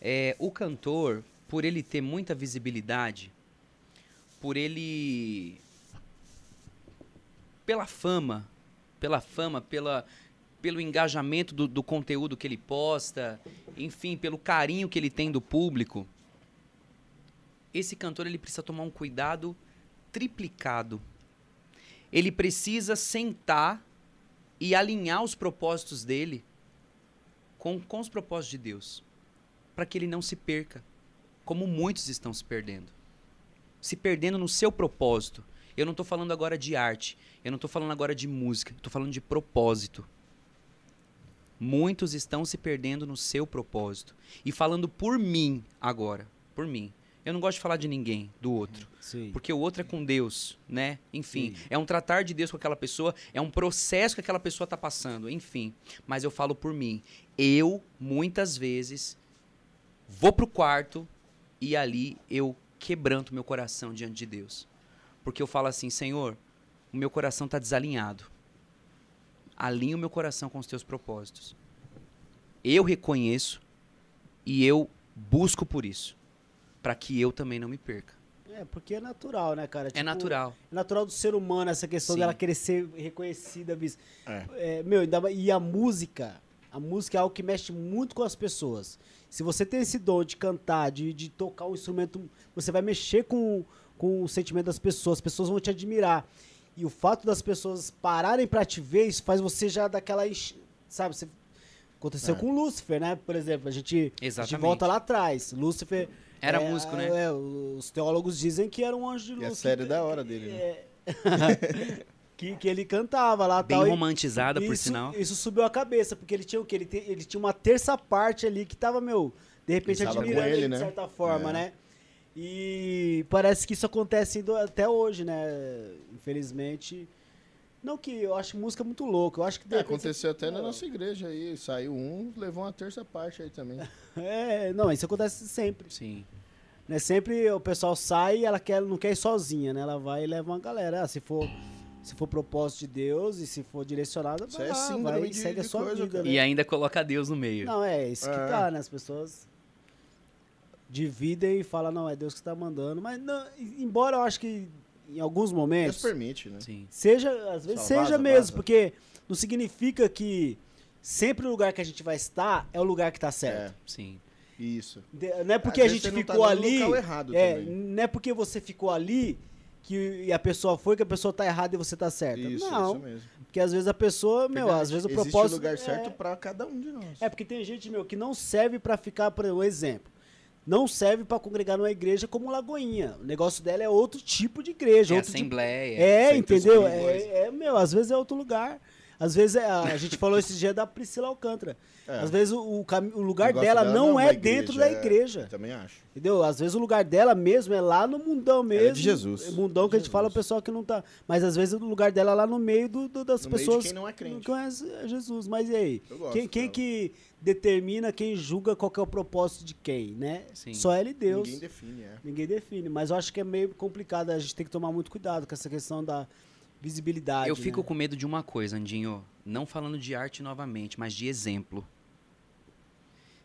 É, o cantor, por ele ter muita visibilidade, por ele pela fama, pela fama, pela pelo engajamento do, do conteúdo que ele posta, enfim, pelo carinho que ele tem do público, esse cantor ele precisa tomar um cuidado triplicado. Ele precisa sentar e alinhar os propósitos dele com, com os propósitos de Deus, para que ele não se perca, como muitos estão se perdendo. Se perdendo no seu propósito. Eu não estou falando agora de arte, eu não estou falando agora de música, estou falando de propósito. Muitos estão se perdendo no seu propósito. E falando por mim agora, por mim. Eu não gosto de falar de ninguém, do outro. Sim. Porque o outro é com Deus, né? Enfim, é um tratar de Deus com aquela pessoa, é um processo que aquela pessoa tá passando, enfim. Mas eu falo por mim. Eu, muitas vezes, vou pro quarto e ali eu quebranto meu coração diante de Deus. Porque eu falo assim, Senhor, o meu coração tá desalinhado. Alinha o meu coração com os teus propósitos. Eu reconheço e eu busco por isso, para que eu também não me perca. É, porque é natural, né, cara? É Tipo, natural. É natural do ser humano essa questão Sim. dela querer ser reconhecida, vis- É. É, meu, ainda mais- e a música, a música é algo que mexe muito com as pessoas. Se você tem esse dom de cantar, de, de tocar um instrumento, você vai mexer com, com o sentimento das pessoas, as pessoas vão te admirar. E o fato das pessoas pararem pra te ver, isso faz você já daquela. enx- Sabe, você- Aconteceu É. com o Lúcifer, né? Por exemplo, a gente, a gente Exatamente. volta lá atrás. Lúcifer. Era é, músico, né? é, os teólogos dizem que era um anjo de E luz. a que- série da hora dele, né? é. que, que ele cantava lá Bem tal. e- romantizada, por isso, sinal. Isso subiu a cabeça, porque ele tinha o quê? Ele, te- ele tinha uma terça parte ali que tava, meu, de repente Ele tava admirando com ele, ele, de né? certa forma, É. né? E parece que isso acontece do- até hoje, né? Infelizmente. Não que eu acho música muito louca, eu acho que... de É, repente você- aconteceu até na nossa igreja aí. Saiu um, levou uma terça parte aí também. *laughs* É, não, isso acontece sempre. Sim. Né? Sempre o pessoal sai e ela quer, não quer ir sozinha, né? Ela vai e leva uma galera. Ah, se for, se for propósito de Deus e se for direcionada, Isso vai é lá, síndrome vai e de- segue a de sua coisa, vida, cara. né? E ainda coloca Deus no meio. Não, é isso que É. tá, né? As pessoas dividem e falam, não, é Deus que tá mandando. Mas, não, e- embora eu acho que em alguns Deus momentos, permite, né? Sim. seja, às vezes Só seja vaza, mesmo, vaza. porque não significa que sempre o lugar que a gente vai estar é o lugar que tá certo. Sim. Isso. De- Não é porque Às a vezes você gente não ficou tá no ali. local errado é, também. não é porque você ficou ali que e a pessoa foi que a pessoa tá errada e você tá certa. É, Isso, não, isso mesmo. porque às vezes a pessoa, meu, às vezes o Existe propósito lugar é- certo pra cada um de nós. É porque tem gente, meu, que não serve pra ficar, por exemplo, um exemplo. Não serve pra congregar numa igreja como Lagoinha. O negócio dela é outro tipo de igreja. É outro tipo- assembleia. É, centro entendeu? espírita. É, é, meu, às vezes é outro lugar. Às vezes é- a, a gente falou esse dia da Priscila Alcântara. É. Às vezes o, o cami- o lugar negócio dela, não uma é dentro da É, igreja. eu também acho. Entendeu? Às vezes o lugar dela mesmo é lá no mundão mesmo. É de Jesus. Mundão que a gente Jesus. fala o pessoal que não tá. Mas às vezes o lugar dela é lá no meio do- do- das No meio de pessoas. quem não é crente. Não conhece a Jesus. Mas e aí? Eu gosto quem quem dela. que determina, quem julga qual que é o propósito de quem, né? Sim. Só ele e Deus. Ninguém define, é. Ninguém define. Mas eu acho que é meio complicado. A gente tem que tomar muito cuidado com essa questão da visibilidade. Eu fico né? com medo de uma coisa, Andinho. Não falando de arte novamente, mas de exemplo.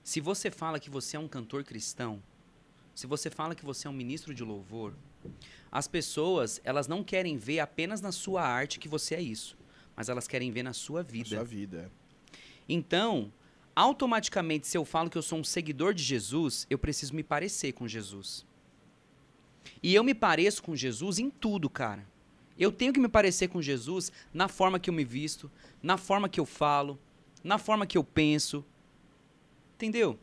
Se você fala que você é um cantor cristão, se você fala que você é um ministro de louvor, as pessoas, elas não querem ver apenas na sua arte que você é isso, mas elas querem ver na sua A vida. sua vida. é. Então, automaticamente, se eu falo que eu sou um seguidor de Jesus, eu preciso me parecer com Jesus. E eu me pareço com Jesus em tudo, cara. Eu tenho que me parecer com Jesus na forma que eu me visto, na forma que eu falo, na forma que eu penso. Entendeu?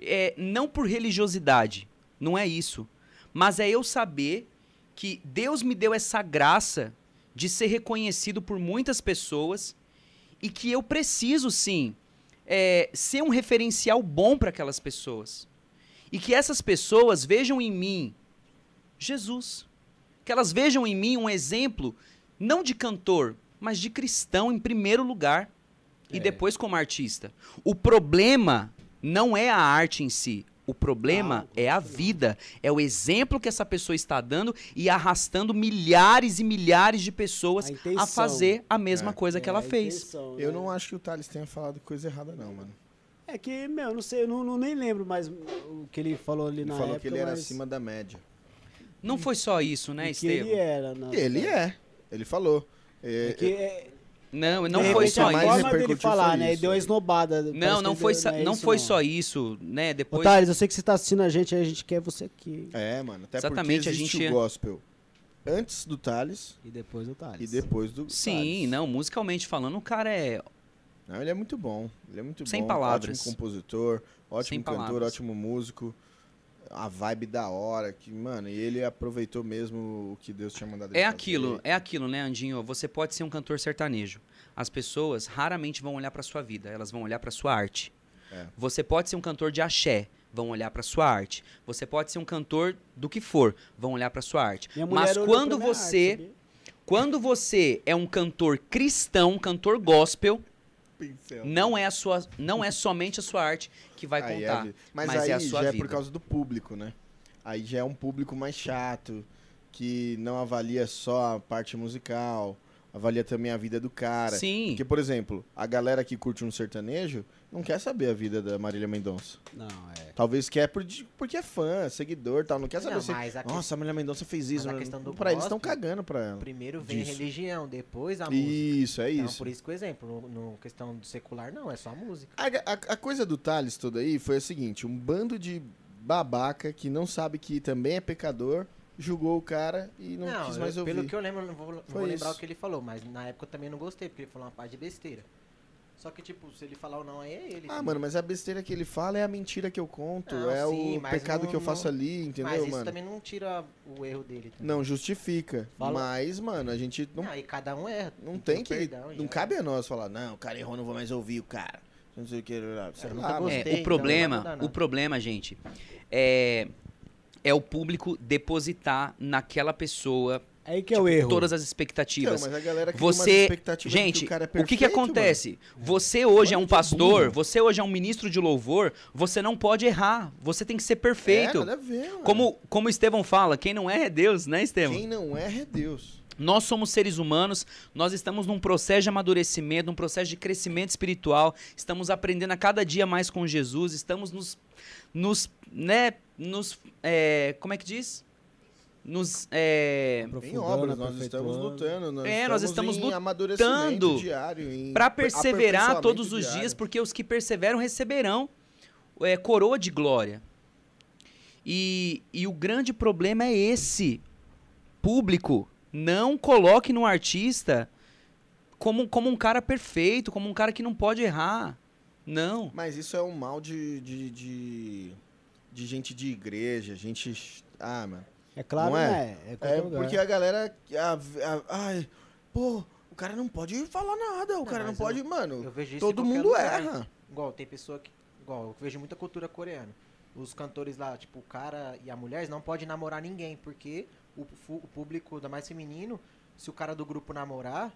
É, não por religiosidade, não é isso. Mas é eu saber que Deus me deu essa graça de ser reconhecido por muitas pessoas e que eu preciso sim é, ser um referencial bom para aquelas pessoas e que essas pessoas vejam em mim Jesus, que elas vejam em mim um exemplo não de cantor, mas de cristão em primeiro lugar e É. depois como artista. O problema não é a arte em si. O problema Não, é a vida, é o exemplo que essa pessoa está dando e arrastando milhares e milhares de pessoas a, intenção. fazer a mesma É. coisa que ela É, a fez. intenção, Eu né? não acho que o Thales tenha falado coisa errada, não, mano. É que, meu, eu não sei, eu não, não nem lembro mais o que ele falou ali Ele na falou época, que ele era mas acima da média. Não foi só isso, o né, que ele é. Estevam? era. na Ele verdade. é. Ele falou. É, É que, é, Não, não de foi repente, é só a mais isso. forma dele repercutiu falar, foi né? Ele isso. deu uma esnobada. parece Não, que não ele foi, deu- só- é não isso, foi só isso, né? Ô, Depois Thales, eu sei que você tá assistindo a gente, aí a gente quer você aqui. é, mano. Até Exatamente, porque a existe gente- é- o gospel antes do Thales E depois o Thales. e depois do Sim, Thales. não, musicalmente falando, o cara é Não, ele é muito bom. Ele é muito Sem bom. palavras. Ótimo compositor, Sem ótimo cantor, palavras. ótimo músico. A vibe da hora, que, mano, e ele aproveitou mesmo o que Deus tinha mandado ele é fazer. aquilo, é aquilo, né, Andinho? Você pode ser um cantor sertanejo. As pessoas raramente vão olhar pra sua vida, elas vão olhar pra sua arte. É. Você pode ser um cantor de axé, vão olhar pra sua arte. Você pode ser um cantor do que for, vão olhar pra sua arte. Minha mulher Mas olhou pra quando minha arte, você sabia? Quando você é um cantor cristão, um cantor gospel, Pincel. não é a sua, não é somente a sua arte que vai Aí é contar. a vi- mas, mas aí é a sua já é vida. por causa do público, né? Aí já é um público mais chato, que não avalia só a parte musical, avalia também a vida do cara. Sim. Porque, por exemplo, a galera que curte um sertanejo não quer saber a vida da Marília Mendonça. Não, é. Talvez quer por, de- porque é fã, seguidor e tal. Não quer saber Não, se. mas a que- Nossa, a Marília Mendonça fez isso. mas a né? questão do pra eles estão gospel- cagando pra ela. primeiro vem Disso. a religião, depois a música. Isso, é Então, isso. por isso que o exemplo, no, no questão do secular, não, é só a música. A, a- a coisa do Thales toda aí foi a seguinte: um bando de babaca que não sabe que também é pecador julgou o cara e não, Não, quis eu- mais ouvir. pelo que eu lembro, eu não vou, não vou Foi lembrar isso. o que ele falou, mas na época eu também não gostei, porque ele falou uma parte de besteira. Só que, tipo, se ele falar ou não, aí é ele. Ah, mano, mas a besteira que ele fala é a mentira que eu conto, Não, é sim, o mas pecado não- que eu faço não- ali, mas entendeu, isso mano? também não tira o erro dele. Tá? Não justifica. Fala- Mas, mano, a gente não, Não, e cada um erra. não Então, tem que. perdão, não já. cabe a nós falar, não, o cara errou, não vou mais ouvir o cara. Não sei o que. lá, Sei Eu lá, nunca mano. É, gostei, então o não vai mudar problema, nada. o problema, gente, é é o público depositar naquela pessoa Aí que é o erro. Tipo, todas as Então, expectativas. mas a galera cria umas Você, expectativas de gente, que o cara é o que que perfeito, mano. acontece? Você hoje é um Olha que pastor, burro. você hoje é um ministro de louvor, você não pode errar, você tem que ser perfeito. É, nada a ver, mano. Como, como o Estevão fala, quem não é é Deus, né, Estevão? Quem não erra é Deus. Nós somos seres humanos, nós estamos num processo de amadurecimento, num processo de crescimento espiritual, estamos aprendendo a cada dia mais com Jesus, estamos nos. nos né, nos. é, como é que diz? Nos. é, Em Aprofundando, obras, nós aperfeiçando. estamos lutando. Nós É, nós estamos em lutando amadurecimento diário. em para perseverar aperfeiçoamento todos os diário. dias, porque os que perseveram receberão é, coroa de glória. E, e o grande problema é esse. Público, não coloque no artista como, como um cara perfeito, como um cara que não pode errar. Não. Mas isso é um mal de, de, de, de gente de igreja, gente. Ah, mano. É claro, Não é? né? É, qualquer É lugar. porque a galera. a- a- ai, pô, o cara não pode falar nada, o cara não mas pode. mano, Eu vejo isso em todo qualquer mundo lugar. erra. Igual, tem pessoa que. Igual, eu vejo muita cultura coreana. Os cantores lá, tipo, o cara e a mulher, eles não podem namorar ninguém, porque o, fu- o público, ainda mais feminino, se o cara do grupo namorar,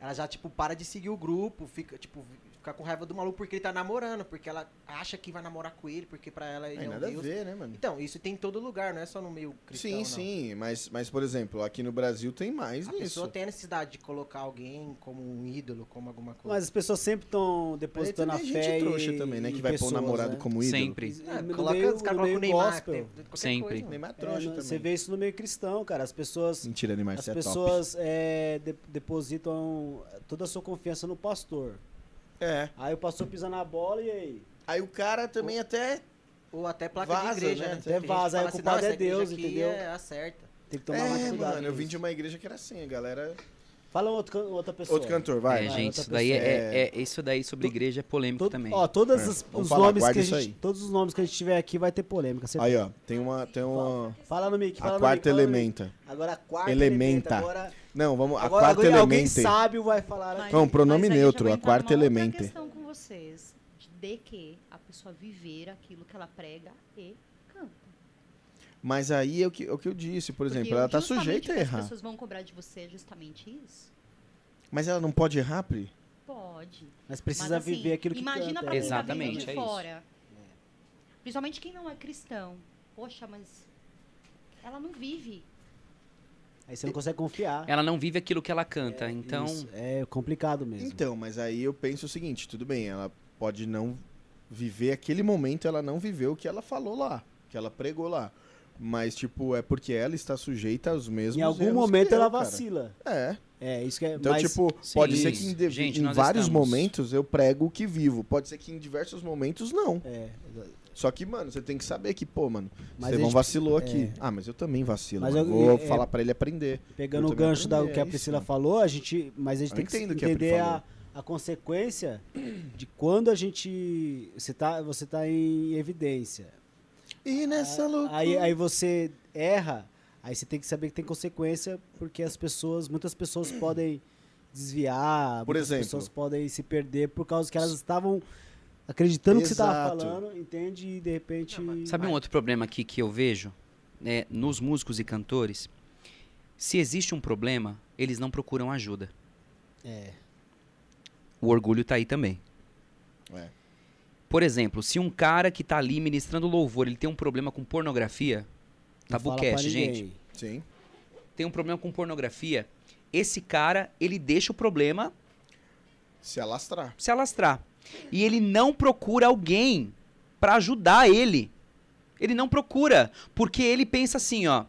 ela já, tipo, para de seguir o grupo, fica, tipo, fica com raiva do maluco porque ele tá namorando, porque ela acha que vai namorar com ele, porque pra ela ele Tem é um nada a deus. ver, né, mano? Então, isso tem em todo lugar, não é só no meio cristão. Sim, não. sim, mas, mas, por exemplo, aqui no Brasil tem mais A nisso. pessoa tem a necessidade de colocar alguém como um ídolo, como alguma Mas coisa. as pessoas sempre estão Mas depositando também a é fé gente trouxa e, também, né? em Que vai pôr o pessoas, namorado né? como um ídolo. Sempre. Ah, no É, coloca, meio- os caras no colocam o meio Neymar, gospel. tem, qualquer Sempre. coisa, mano. Neymar é É, trouxa né? também. Você vê isso no meio cristão, cara. As pessoas Mentira, Neymar, As você é top. pessoas é, de- depositam toda a sua confiança no pastor. É. Aí o pastor pisa na bola e aí? Aí o cara também até. Ou até placa Vaza, de igreja, né? né? Até Tem gente que vaza, fala aí o culpado "Não, é essa igreja Deus", aqui entendeu? É, acerta. Tem que tomar mais É, cuidado. mano, eu com vim isso. de uma igreja que era assim, a galera. Fala outra, outra pessoa. Outro cantor, vai. É, vai, gente, outra isso daí é, pessoa. é- é- isso daí sobre igreja é polêmico Todo, também. ó, todas É, as- vamos os falar, nomes que guarda a isso gente, aí. todos os nomes que a gente tiver aqui vai ter polêmica. certeza. Aí, ó, tem uma. Tem uma... Fala no mic, A fala no quarta mic, fala no mic. elementa. Agora a quarta Elementa. elementa. Agora, Não, vamos. A agora, quarta agora alguém elementa. sábio vai falar. aqui. Não, um pronome Mas aí eu já neutro, vou a entrar quarta numa outra elemento. questão com vocês, de que a pessoa viver aquilo que ela prega e canta. Mas aí é o que, é o que eu disse, por exemplo, Porque ela tá justamente sujeita o a que errar. As pessoas vão cobrar de você é justamente isso? Mas ela não pode errar, Pri? Pode. Mas precisa Mas, assim, viver aquilo que Imagina canta. né? pra quem tá vindo Exatamente, de é isso. fora. Principalmente quem não é cristão. Poxa, mas ela não vive. Aí você não consegue É, confiar. Ela não vive aquilo que ela canta, então Isso, tá. é complicado mesmo. Então, mas aí eu penso o seguinte, tudo bem, ela pode não viver aquele momento, ela não viveu o que ela falou lá, que ela pregou lá. Mas, tipo, é porque ela está sujeita aos mesmos em algum erros que momento eu, ela cara. vacila. É. É, isso que é Então, mas- tipo, sim, pode ser que em, isso. de- Gente, em nós vários estamos- momentos eu prego o que vivo. Pode ser que em diversos momentos não. É, Só que, mano, você tem que saber que, pô, mano, Estevão Mas a gente- é. vacilou aqui. Ah, mas eu também vacilo. Mas mano. eu- Vou é- falar pra ele aprender. Pegando Eu o também gancho da aprendi, que é a isso, Priscila mano. falou, a gente, mas a gente Eu tem que entendo o que a Pri entender a, falou. a consequência de quando a gente você tá, você tá em evidência. E nessa loucura... Ah, Aí, aí você erra, aí você tem que saber que tem consequência, porque as pessoas, muitas pessoas podem desviar, Por muitas exemplo. pessoas podem se perder por causa que elas estavam acreditando que você estava Exato. falando, entende? E de repente Sabe um outro problema aqui que eu vejo né, nos músicos e cantores? Se existe um problema, eles não procuram ajuda. É. O orgulho tá aí também. É. Por exemplo, se um cara que tá ali ministrando louvor, ele tem um problema com pornografia, não fala pra tabucast, ninguém. gente, Sim. tem um problema com pornografia, esse cara, ele deixa o problema Se alastrar. se alastrar. E ele não procura alguém pra ajudar ele. Ele não procura, porque ele pensa assim, ó,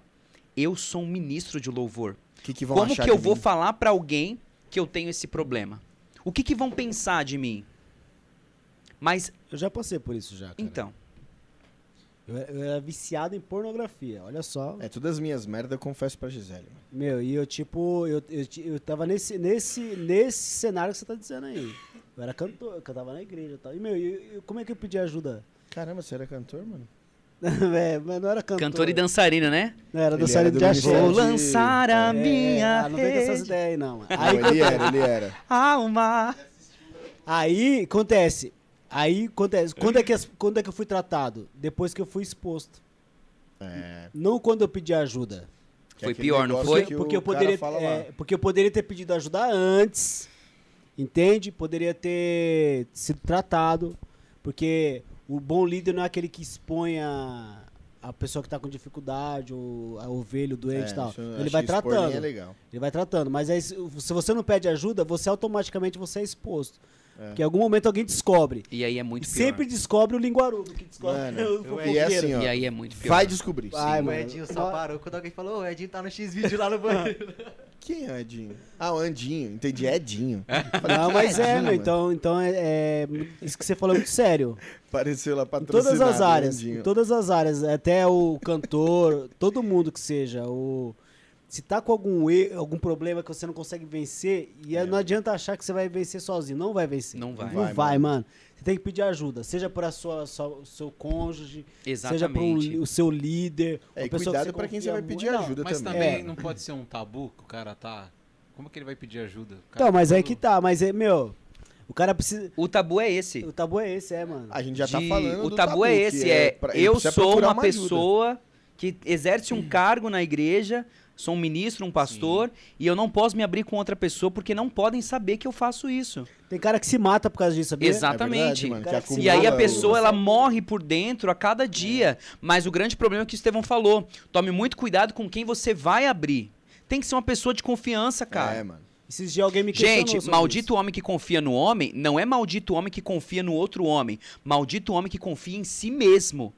eu sou um ministro de louvor. O que, que vão Como achar que eu de vou mim? falar pra alguém que eu tenho esse problema? O que que vão pensar de mim? Mas Eu já passei por isso já, cara. então, Eu, eu era viciado em pornografia, olha só. É, todas as minhas merdas eu confesso pra Gisele. mano. Meu, e eu, tipo, eu, eu, ti- eu tava nesse, nesse, nesse cenário que você tá dizendo aí. Eu era cantor, eu cantava na igreja e tal. E, meu, e, e como é que eu pedi ajuda? Caramba, você era cantor, mano? *laughs* Velho, É, mas não era cantor. Cantor e dançarina, né? Não, era Ele dançarino era de do axé. Ministério Vou de- lançar a É, minha ah, não vem com essas rede, ideias aí, não. mano. Não, ele era, ele *laughs* era. alma. Aí acontece. Aí acontece. Quando é, que as- quando é que eu fui tratado? Depois que eu fui exposto. É, Não quando eu pedi ajuda. que é Foi aquele pior, não negócio foi? que Porque, o porque eu cara poderia, fala é, lá. porque eu poderia ter pedido ajuda antes, entende? Poderia ter sido tratado, porque o bom líder não é aquele que expõe a, a pessoa que está com dificuldade, ou a ovelha, o doente É, e tal. isso eu Ele acho vai que expor nem tratando. É legal. Ele vai tratando, mas aí, se se você não pede ajuda, você automaticamente você é exposto. É. Porque em algum momento alguém descobre. E aí é E muito pior. sempre descobre o linguarudo, que descobre Mano, *laughs* o eu- E é fofoqueiro. assim, ó. E aí é muito pior. vai descobrir. Vai. o mano. Edinho só parou quando alguém falou, ô, o Edinho tá no X-Vídeo lá *laughs* no banheiro. Quem é Edinho? Ah, o Andinho. Entendi, É Edinho. *laughs* Não, mas Tadinho, é, meu, mano. então, então é, é, isso que você falou é muito sério. Apareceu lá Em patrocinado. todas as áreas, Andinho. em todas as áreas, até o cantor, *laughs* todo mundo que seja, o se tá com algum e- algum problema que você não consegue vencer, e não adianta achar que você vai vencer sozinho, não vai vencer. Não vai. Não vai, É. Vai, mano. Você tem que pedir ajuda, seja para sua, sua seu cônjuge, um seja para Exatamente. o seu líder, É, uma e pessoa que cuidado pra quem você confia vai muito. pedir Não, ajuda Mas também. também É. não pode ser um tabu que o cara tá. Como que ele vai pedir ajuda? O cara Então, mas tá aí que todo- tá, mas é, meu, o cara precisa O tabu é esse. o tabu é esse, é, mano. A gente já tá de- falando O do tabu, é que esse, é, pra- ele eu precisa sou procurar uma, ajuda. pessoa que exerce um cargo na igreja, sou um ministro, um pastor, e eu não posso me abrir com outra pessoa porque não podem saber que eu faço isso. Tem cara que se mata por causa disso, É sabia? Exato. Exatamente. verdade, mano, que Cara, se- acumula E aí a o- pessoa ela morre por dentro a cada dia. Mas o grande problema é que o Estevão falou: tome muito cuidado com quem você vai abrir. Tem que ser uma pessoa de confiança, cara. É, mano. Esses dias alguém me questionou Gente, sobre maldito homem que confia no homem não é maldito homem que confia no outro homem. Maldito homem que confia em si mesmo.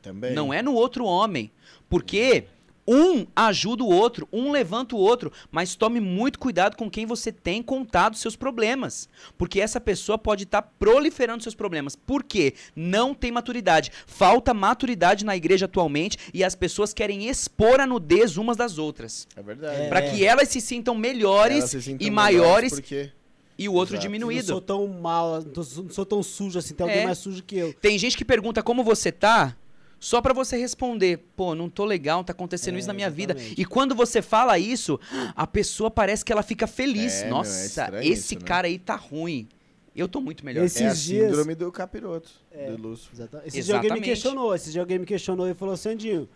Também. Não é no outro homem. Porque um ajuda o outro, um levanta o outro. Mas tome muito cuidado com quem você tem contado seus problemas. Porque essa pessoa pode estar proliferando seus problemas. Por quê? Não tem maturidade. Falta maturidade na igreja atualmente e as pessoas querem expor a nudez umas das outras. É verdade. É. Pra que elas se sintam melhores Elas se sintam e melhores maiores Porque... e o Exato. outro Eu Não diminuído. sou tão mal, não sou- não sou tão sujo assim, tem alguém É. mais sujo que eu. Tem gente que pergunta como você tá, só pra você responder, pô, não tô legal, tá acontecendo É, isso na minha vida. exatamente. E quando você fala isso, a pessoa parece que ela fica feliz. É, meu, é Nossa, estranho esse isso, né? cara aí tá ruim. Eu tô muito melhor. Esse- é a Esses dias- síndrome do capiroto, do Lúcio. Exata- Esse dia alguém me Exatamente. questionou, esse dia alguém me questionou e falou, Sandinho,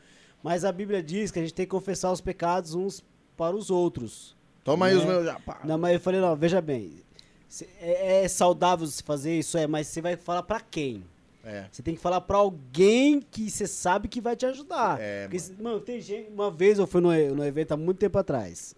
mas a Bíblia diz que a gente tem que confessar os pecados uns para os outros. Toma aí É. os meus... já, pá. Não, mas eu falei, não, veja bem, cê- é, é saudável se fazer isso, é, mas você vai falar pra quem? É. Você tem que falar pra alguém que você sabe que vai te ajudar. É, Porque, mano. tem gente. Uma vez eu fui no, no evento há muito tempo atrás.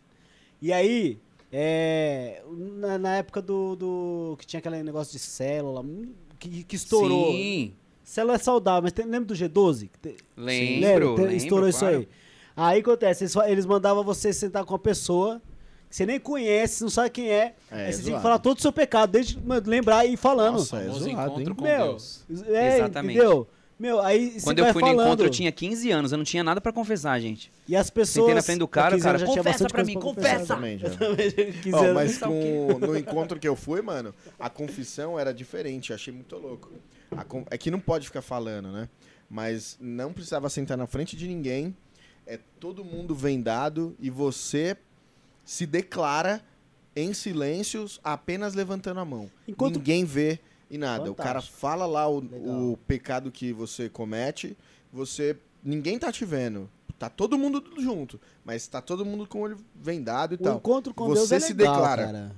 E aí, é, na, na época do, do- que tinha aquele negócio de célula, hum, que, que estourou. Sim, Célula é saudável, mas tem- lembra do G12? Que te- lembro. Tem- lembro, estourou isso claro. aí. Aí acontece, eles, fa- eles mandavam você sentar com uma pessoa que você nem conhece, não sabe quem é. É, aí você tinha zoado. que falar todo o seu pecado, desde mano, lembrar e ir falando. Nossa, é Famoso zoado, encontro hein? com Deus. É, Exatamente. entendeu? Meu, aí você Quando eu vai fui falando, no encontro, eu tinha 15 anos, eu não tinha nada pra confessar, gente. E as pessoas. Sentei na frente do com cara, o 15 anos cara, já tinha confessa bastante pra coisa mim, confessar. confessa! Exatamente, já. *laughs* Exatamente, 15 Ó, anos. mas Sabe o com, no encontro que eu fui, mano, a confissão era diferente, eu achei muito louco. A con- é que não pode ficar falando, né? Mas não precisava sentar na frente de ninguém, é todo mundo vendado e você se declara em silêncios, apenas levantando a mão. Enquanto- Ninguém vê e nada. O cara Fantástico. fala lá o, Legal. o pecado que você comete, você. Ninguém tá te vendo. Tá todo mundo junto, mas tá todo mundo com o olho vendado e o tal. encontro com então, você Deus é se legal, declara. cara.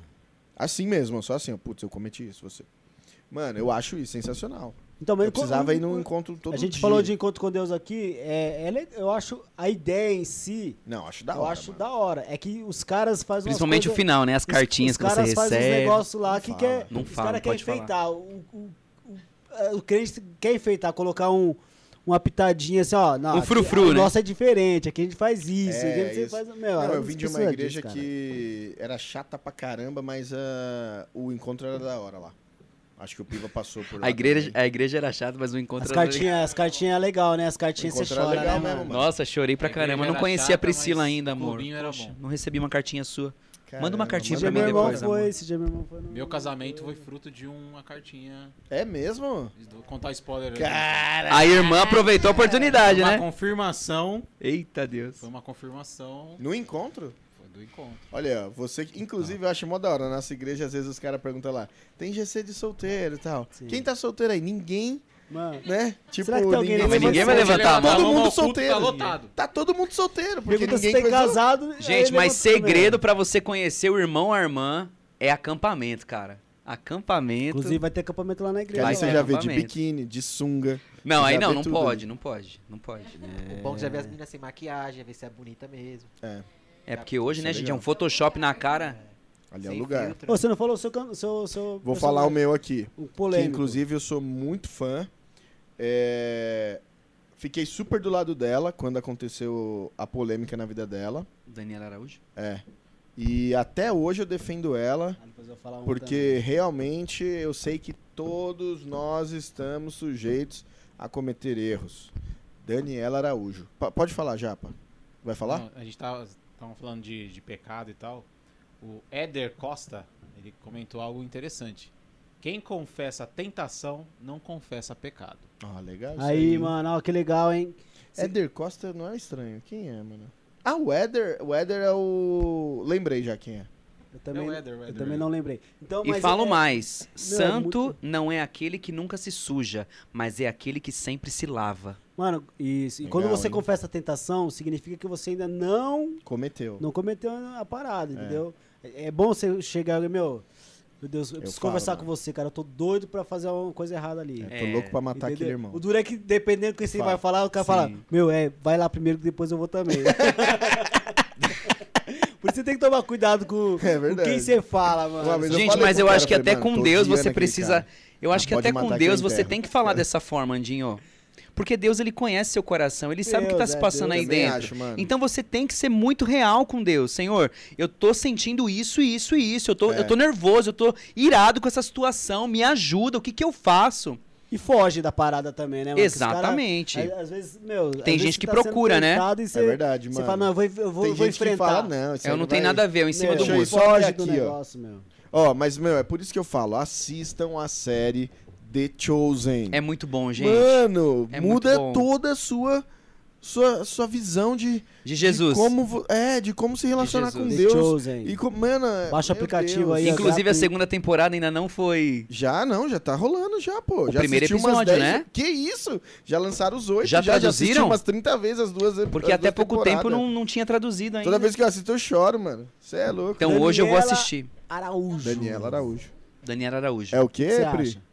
Assim mesmo, só assim, ó, putz, eu cometi isso, você. Mano, eu acho isso sensacional. Então, mas Eu precisava ir num encontro. encontro todo A gente dia. falou de encontro com Deus aqui. É, é le- eu acho a ideia em si. Não, acho da eu hora. acho mano. da hora. É que os caras fazem umas Principalmente o coisas- final, né? As os- cartinhas os que você caras fazem uns recebe. negócios lá Não que fala. quer. Não os fala, caras não querem pode falar. enfeitar. O, o, o, é, o crente quer enfeitar, colocar um. Uma pitadinha assim, ó. Não, Um aqui- frufru, a né? Nossa, é diferente. Aqui a gente faz isso. É, aqui a gente isso. faz. Meu, Não, eu eu vim de uma precisa igreja disso, cara. que era chata pra caramba, mas ah, o encontro era da hora lá. Acho que o Piva passou por lá. A igreja, também. a igreja era chata, mas o encontro As era- cartinhas, as cartinhas é legal, né? As cartinhas você Encontrar é chora, legal né, mesmo, mano? mano. Nossa, chorei pra A igreja caramba. Eu Não era conhecia a chata, Priscila mas ainda, o amor. clubinho era Poxa, bom. não recebi uma cartinha sua. Caramba, uma cartinha Esse manda pra dia mim meu irmão depois, foi, amor. esse dia meu irmão foi. no- Meu casamento foi fruto de uma cartinha. É mesmo? Vou Contar spoiler ali. Cara, A irmã aproveitou a Foi oportunidade, uma né? confirmação. Eita Deus. Foi uma confirmação no encontro? foi do encontro. Olha, você, que- inclusive, eu acho mó da hora. Na nossa igreja, às vezes os caras perguntam lá: tem GC de solteiro e tal. Sim. Quem tá solteiro aí? Ninguém, Mano, né? Tipo, Será que tem alguém ninguém, Não, mas ninguém vai levantar. levantar a mão. Todo Mão mundo ao culto solteiro. Tá lotado. Tá todo mundo solteiro, porque pergunta se ninguém tem coisou. casado. aí Gente, ele mas levantou também, segredo né? pra você conhecer o irmão ou a irmã é acampamento, cara. Acampamento. Inclusive vai ter acampamento lá na Que igreja. ali Vai você ter já vê de acampamento. biquíni, de sunga. não, aí já não, vê não tudo pode, não pode, não pode. O bom é que É. já vê as meninas sem maquiagem, ver se é bonita mesmo. É porque hoje, né, Isso é gente, é legal. um Photoshop na cara. Ali é o Sem lugar. filtro. Ô, você não falou o seu... can- seu, seu Vou personagem, falar o meu aqui. o Que, polêmico. inclusive, eu sou muito fã. É, Fiquei super do lado dela quando aconteceu a polêmica na vida dela. Daniela Araújo. E até hoje eu defendo ela. Ah, depois eu vou falar um também. Porque realmente eu sei que todos nós estamos sujeitos a cometer erros. Daniela Araújo. Pa- pode falar, Japa. Vai falar? Não, a gente tava, tava falando de, de pecado e tal. O Éder Costa, ele comentou algo interessante. Quem confessa tentação, não confessa pecado. Ah, legal. isso Aí, hein? mano, ó, que legal, hein? Éder Costa não é estranho. Quem é, mano? Ah, o Éder. O Éder é o. Lembrei já quem é. Eu também, É o Éder, o eu Éder. também não lembrei. Então, E mas falo é- mais, santo muito- não é aquele que nunca se suja, mas é aquele que sempre se lava. Mano, isso. E Legal, quando você hein? confessa a tentação, significa que você ainda não Cometeu. não cometeu a parada, entendeu? É é bom você chegar e, meu, meu Deus, eu Eu preciso falo, conversar mano. com você, cara, eu tô doido pra fazer uma coisa errada ali. É, É. tô É, louco pra matar aquele irmão. O duro é que, dependendo do que você Fala. vai falar, o cara Sim. fala, meu, é, vai lá primeiro que depois eu *laughs* vou também. Por isso você tem que tomar cuidado com, É com verdade. quem você fala, mano. Uma vez eu Gente, falei mas pro eu cara, acho que falei, até "Mano, com tô Deus odiando você aquele precisa. cara." Eu acho que Pode até com matar Deus quem É. você enterra. tem que falar dessa forma, Andinho. Porque Deus ele conhece seu coração, ele sabe o que tá Deus, se é, passando Deus aí Também dentro. acho, mano. Então você tem que ser muito real com Deus. Senhor, eu tô sentindo isso, isso e isso. Eu tô, É. eu tô nervoso, eu tô irado com essa situação. Me ajuda, o que que eu faço? E foge da parada também, É, né? mano? Que os cara- Exatamente. Às, às vezes, meu, às Tem vezes gente você que tá sendo procura, né? tentado e É Você, verdade, mano. Você fala, não, eu vou, eu vou, Tem vou gente que enfrentar. fala, não. isso aí eu não tenho vai- nada a ver, eu em cima Meu, do deixa eu ir muro. só- foge Olha do aqui, ó. negócio, meu. Ó, mas, meu, é por isso que eu falo, assistam a série The Chosen. É muito bom, gente. Mano, é muito muda bom. toda a sua, sua, sua visão de, De de Jesus. como, vo- é, de como se relacionar Jesus. com The Deus. Chosen. E como, mano, é- Baixa o meu aplicativo Deus. aí, ó. Inclusive, a Exato. segunda temporada ainda não foi. Já não, já tá rolando já, pô. O já primeiro assisti umas episódio, 10 né? Que isso? Já lançaram os oito. Já já assisti traduziram? umas 30 vezes as duas Porque as até duas pouco temporadas. tempo não, não tinha traduzido ainda. Toda vez que eu assisto, eu choro, mano. Você é louco. né? Então hoje eu vou Daniela- assistir. Araújo. Daniela Araújo. Daniela Araújo. É o quê, Você Pri? acha?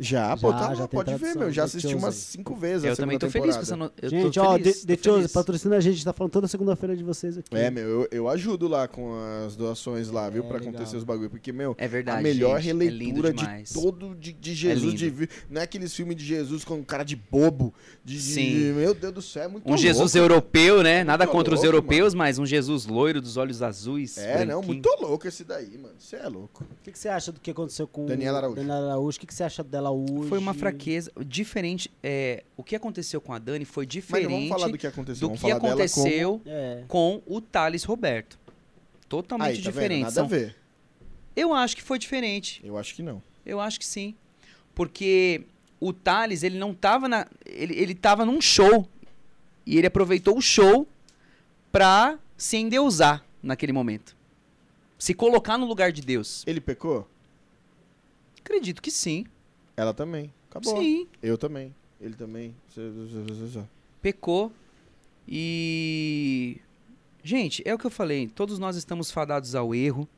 Já, pô, Já, tá lá, já tem pode ver, tradução, meu. Já The assisti Chosen. umas cinco vezes. a Eu também segunda tô feliz temporada. com essa no... eu Gente, tô ó, feliz, The, tô The Chosen, feliz. patrocina a gente, tá falando toda segunda-feira de vocês aqui. É, meu, eu, eu ajudo lá com as doações lá, viu? É, pra legal. acontecer os bagulho. Porque, meu, É verdade. a melhor gente, é lindo releitura demais. É de todo de, de Jesus. lindo. de vi- não é aqueles filmes de Jesus com cara de bobo. De, de- Sim. meu Deus do céu, é muito Um Jesus louco. europeu, né? Nada Muito contra os louco, europeus, mas um Jesus loiro, dos olhos azuis. É, não, branquinho. muito louco esse daí, mano. Você é louco. O que, que você acha do que aconteceu com Daniela Araújo. Daniela Araújo? O que, que você acha dela hoje? Foi uma fraqueza diferente. É, o que aconteceu com a Dani foi Mas não vamos diferente falar do do que aconteceu. que, vamos falar dela aconteceu É. com o Thales Roberto. como... Totalmente Aí, tá vendo? diferente. Nada São- tipo a ver. Eu acho que foi diferente. Eu acho que não. Eu acho que sim. Porque o Thales, ele não tava na. Ele, ele tava num show. E ele aproveitou o show pra se endeusar naquele momento. Se colocar no lugar de Deus. Ele pecou? Acredito que sim. Ela também. Acabou. Sim. Eu também. Ele também. Pecou. E. Gente, é o que eu falei. Todos nós estamos fadados ao erro.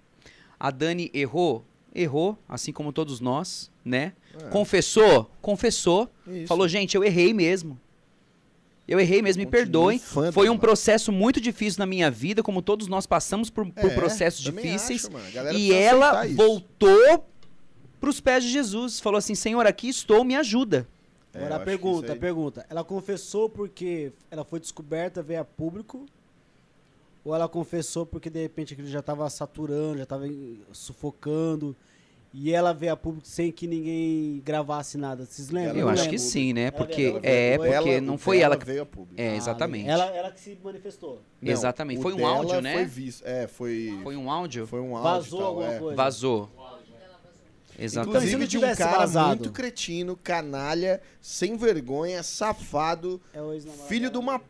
A Dani errou. Errou, assim como todos nós, né? É, Confessou? Confessou. isso. Falou, gente, eu errei mesmo. Eu errei mesmo, me Continuo perdoem. fã Foi dela. um processo muito difícil na minha vida, como todos nós passamos por, por É, processos também difíceis. acho, mano. A galera e precisa ela aceitar isso. voltou para os pés de Jesus. Falou assim: Senhor, aqui estou, me ajuda. É, eu Agora a acho que pergunta, isso a aí- pergunta. Ela confessou porque ela foi descoberta, veio a público? Ou ela confessou porque de repente aquilo já tava saturando, já tava eh, sufocando? E ela veio a público sem que ninguém gravasse nada. Vocês lembram? Ela Eu não acho lembro. que sim, né? Ela- Porque ela- é, ela- porque não foi ela que veio a público. É, Ah, exatamente. Ela, ela que se manifestou. Não, exatamente. o Foi um dela áudio, né? Foi visto. É, foi. Foi um áudio? Foi um áudio. Vazou e tal, alguma é. coisa. Vazou. Inclusive Exatamente. Então, se de não um tivesse cara vazado? muito cretino, canalha, sem vergonha, safado, É o ex-namorado filho dela. de uma.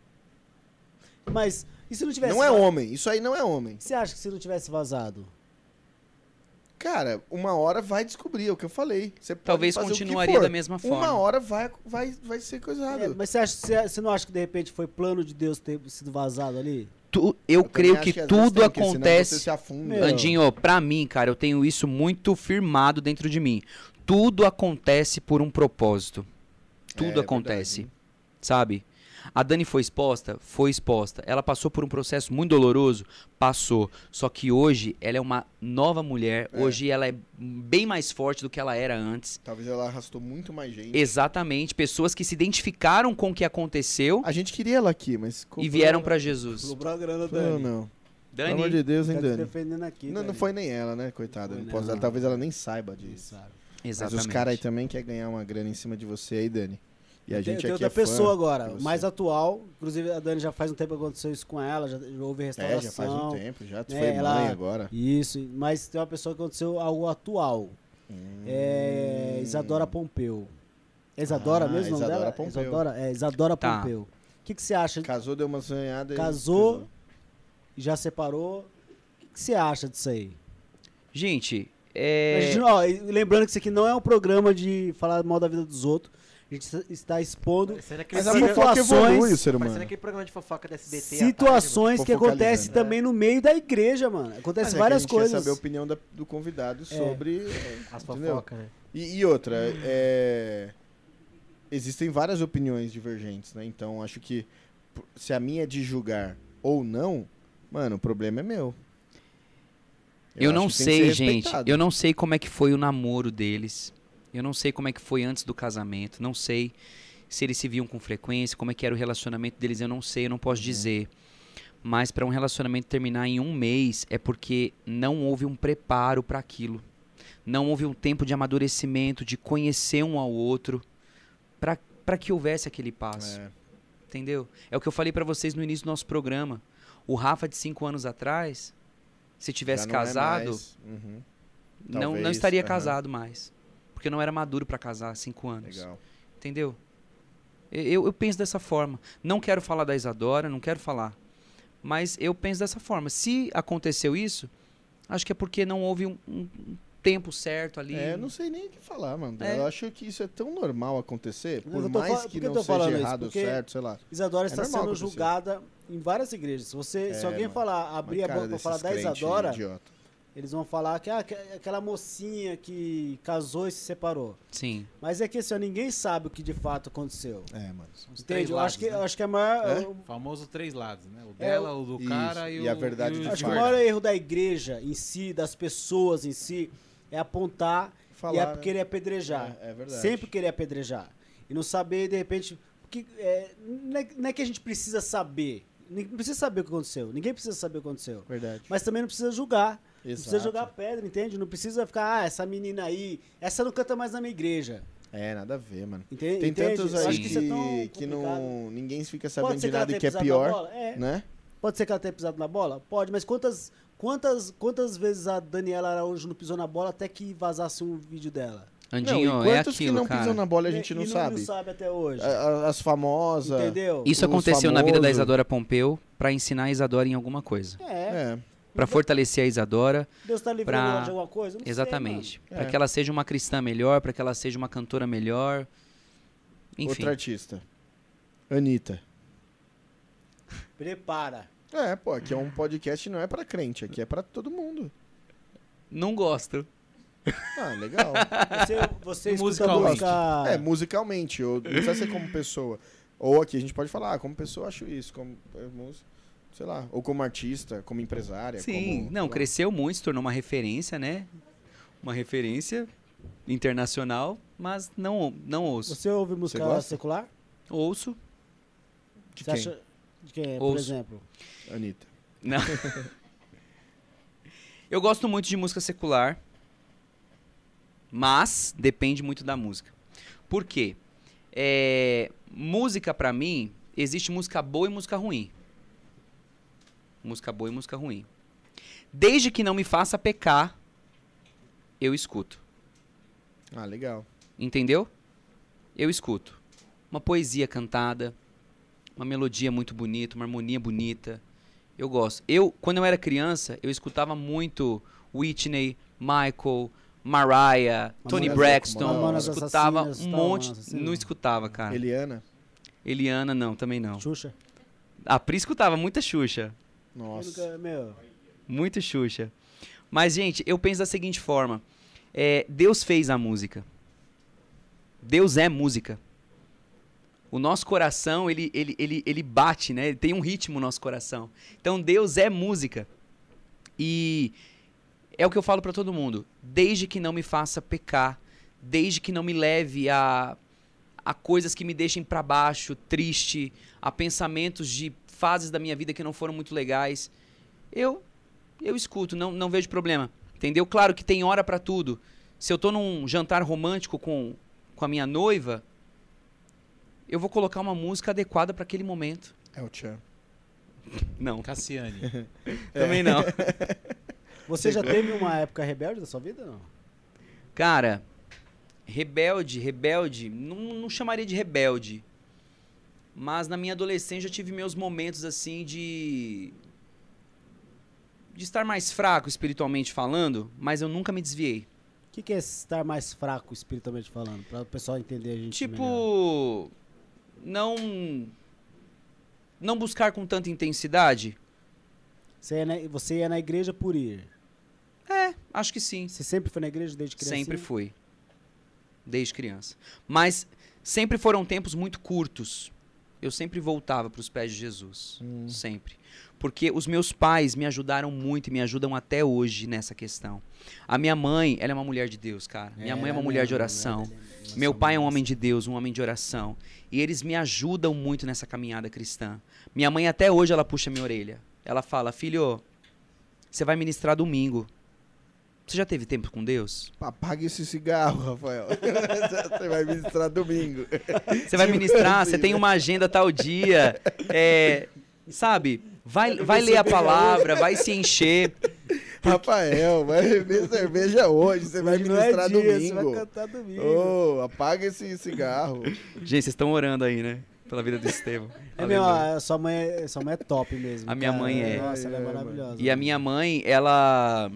Mas e se não tivesse Não é vazado? homem. Isso aí não é homem. Você acha que se não tivesse vazado? Cara, uma hora vai descobrir, é o que eu falei. Você pode Talvez fazer o que continuaria for. da mesma forma. Uma hora vai, vai, vai ser É, coisado. mas você, acha, você, você não acha que de repente foi plano de Deus ter sido vazado ali? Tu- eu, também creio acho que, às vezes tudo tem, porque senão Você acontece. se afunda. Meu. Andinho, pra mim, cara, eu tenho isso muito firmado dentro de mim. Tudo acontece por um propósito. É, é Tudo verdade, acontece. hein? Sabe? A Dani foi exposta? Foi exposta. Ela passou por um processo muito doloroso? Passou. Só que hoje ela é uma nova mulher. É. Hoje ela é bem mais forte do que ela era antes. Talvez ela arrastou muito mais gente. Exatamente. Pessoas que se identificaram com o que aconteceu A gente queria ela aqui, mas. e vieram pra Jesus. Sobrou a grana, Não, Dani. não. Pelo amor Dani. de Deus, hein, Tá te Dani? defendendo aqui. Não, não Dani. foi nem ela, né, coitada? Não foi Não posso- não. Talvez ela nem saiba Não disso. sabe. Exatamente. Mas os caras aí tá- também querem ganhar uma grana em cima de você aí, Dani. E a Tem- gente tem aqui outra é fã pessoa de agora, você. mais atual. Inclusive, a Dani já faz um tempo que aconteceu isso com ela, já houve restauração. É, já faz um tempo, já. Tu né, foi mãe ela- agora. Isso, mas tem uma pessoa que aconteceu algo atual. É Isadora Pompeu. É Isadora Hum. Ah, mesmo o nome Isadora dela? Pompeu. Isadora, é, Isadora Tá. Pompeu. O que, que você acha? Casou, deu uma sonhada. e- Casou, já separou. O que, que você acha disso aí? Gente, A é. gente- ó, e lembrando que isso aqui não é um programa de falar mal da vida dos outros. A gente está- está expondo Parecendo aquele, Mas a Essas programa, fofoca situações- evolui, o ser parecendo humano. aquele programa de fofoca da SBT. à tarde, mano. situações que fofocalizando, acontecem né? também no meio da igreja, mano. Mas é Acontecem que a várias gente Quer coisas. saber a opinião da- do convidado sobre. é, As entendeu? fofocas, né? E, e outra, é, existem várias opiniões divergentes, né? Então acho que p- se a minha é de julgar ou não, mano, o problema é meu. Eu, não acho que tem que sei, ser gente. respeitado. Eu não sei como é que foi o namoro deles. Eu não sei como é que foi antes do casamento. Não sei se eles se viam com frequência, como é que era o relacionamento deles. Eu não sei, eu não Uhum. posso dizer. Mas para um relacionamento terminar em um mês é porque não houve um preparo para aquilo. Não houve um tempo de amadurecimento, de conhecer um ao outro, para que houvesse aquele passo. É. Entendeu? É o que eu falei pra vocês no início do nosso programa. O Rafa de cinco anos atrás, se tivesse Já não é casado, mais. Uhum, não, não Talvez, estaria aham. casado mais. Porque não era maduro pra casar há cinco anos. legal. Entendeu? E- Eu, eu penso dessa forma. Não quero falar da Isadora, não quero falar. Mas eu penso dessa forma. Se aconteceu isso, acho que é porque não houve um, um- um tempo certo ali. É, eu não sei nem o que falar, mano. É. Eu acho que isso é tão normal acontecer, Mas por eu tô mais fal- por que que eu não tô seja falando isso? errado ou Porque- certo, sei lá. Isadora É está normal sendo acontecer. julgada em várias igrejas. Se, você, se É, alguém mano. falar, abrir Uma a cara boca para desses falar da crente Isadora, Idiota. eles vão falar que ah, aque- aquela mocinha que casou e se separou. Sim. Mas é que assim, ó, ninguém sabe o que de fato aconteceu. É, mano. Os três Entende? Eu lados, acho que, né? eu acho que é maior. É? o- O famoso três lados, né? O dela, o do Isso, cara e e, o... a verdade e de o... Acho que o fato. maior erro da igreja em si, das pessoas em si, é apontar Falar, e é né? querer apedrejar. É, é verdade. Sempre querer apedrejar. E não saber, de repente. Porque, é, não, é, não é que a gente precisa saber. Ninguém precisa saber o que aconteceu. Ninguém precisa saber o que aconteceu. Verdade. Mas também não precisa julgar. Não precisa Exato. jogar pedra, entende? Não precisa ficar, ah, essa menina aí, essa não canta mais na minha igreja. É, nada a ver, mano. Ente- Entende? Tem tantos Eu aí acho que, que, isso é tão que complicado. não, ninguém fica Pode sabendo ser de que ela nada e tenha que é pisado na pior, bola? É. né? Pode ser que ela tenha pisado na bola? Pode, mas quantas, quantas, quantas vezes a Daniela Araújo não pisou na bola até que vazasse um vídeo dela? Andinho, não, e é quantos aquilo, que não cara. pisam na bola a gente Né, E não sabe? É, não sabe até hoje. A- a- As famosas. entendeu? Isso Os aconteceu na vida da famosos. Isadora Pompeu pra ensinar a Isadora em alguma coisa. É, É. Pra fortalecer a Isadora, Deus tá livrando Pra- ela de alguma coisa? Não sei, exatamente. mano. Pra É. que ela seja uma cristã melhor, pra que ela seja uma cantora melhor. Enfim. Outra artista. Anitta. mano. *laughs* Prepara. É, pô, aqui é um podcast, não é pra crente, aqui é pra todo mundo. Não gosto. Ah, legal. Você, você escuta a Musicalmente. música... é, musicalmente, ou não precisa ser como pessoa. Ou aqui a gente pode falar, ah, como pessoa eu acho isso, como é, música, sei lá, ou como artista, É como empresária, Sim, como- sei não, lá. cresceu muito, se tornou uma referência, né? Uma referência internacional, mas não, não ouço. Você ouve música Você gosta? secular? Ouço. De você quem? acha... De quem, por Ouço. exemplo? Anitta. Não. *laughs* Eu gosto muito de música secular. Mas depende muito da música. Por quê? É, música, pra mim, existe música boa e música ruim. Música boa e música ruim. Desde que não me faça pecar, eu escuto. Ah, legal. Entendeu? Eu escuto. Uma poesia cantada, uma melodia muito bonita, uma harmonia bonita. Eu gosto. Eu, quando eu era criança, eu escutava muito Whitney, Michael, Mariah, Tony Mamonas- Braxton. Eu Mamonas escutava Assassinas, um tal, monte. Mamonas Assassinas. Não escutava, cara. Eliana? Eliana, não, também não. Xuxa. A Pri escutava muita Xuxa. Nossa. Nunca- Meu, Muito Xuxa. Mas, gente, eu penso da seguinte forma: é, Deus fez a música. Deus é música. O nosso coração, ele, ele, ele, ele bate, né? Ele tem um ritmo no nosso coração. Então, Deus é música. E é o que eu falo pra todo mundo. Desde que não me faça pecar, desde que não me leve a, a coisas que me deixem pra baixo, triste, a pensamentos de fases da minha vida que não foram muito legais, eu eu escuto, não, não vejo problema. Entendeu? Claro que tem hora pra tudo. Se eu tô num jantar romântico com, com a minha noiva, eu vou colocar uma música adequada pra aquele momento. É o Chan. *laughs* Não, *laughs* Cassiane. também não. você já teve uma época rebelde da sua vida? Não. Cara, rebelde, rebelde, não, não chamaria de rebelde. Mas na minha adolescência eu tive meus momentos assim de. de estar mais fraco espiritualmente falando, mas eu nunca me desviei. O que, que é estar mais fraco espiritualmente falando? Pra o pessoal entender a gente. melhor. Tipo. Não. Não buscar com tanta intensidade? Você ia, na, você ia na igreja por ir. Acho que sim. Você sempre foi na igreja desde criança? Sempre fui. Desde criança. Mas sempre foram tempos muito curtos. Eu sempre voltava para os pés de Jesus. Hum. Sempre. Porque os meus pais me ajudaram muito e me ajudam até hoje nessa questão. A minha mãe, ela é uma mulher de Deus, cara. Minha mãe é uma né, mulher de oração. Meu pai é um homem de Deus, um homem de oração. E eles me ajudam muito nessa caminhada cristã. Minha mãe até hoje ela puxa minha orelha. Ela fala: "Filho, você vai ministrar domingo. Você já teve tempo com Deus? Apaga esse cigarro, Rafael. *laughs* Você vai ministrar domingo. *laughs* Você vai Tipo ministrar, assim, você tem né? uma agenda tal dia. é, sabe? Vai, vai ler a palavra, vai se encher. Rafael, vai beber cerveja hoje. Você vai Hoje não é ministrar dia, Você vai domingo. cantar domingo. Ô, apaga esse cigarro. Gente, vocês estão orando aí, né? Pela vida do Estevam. É, meu, Aleluia. a sua mãe, é- sua mãe é top mesmo. A minha cara. mãe é. Nossa, ela é É, mano. maravilhosa. E a minha mãe, ela.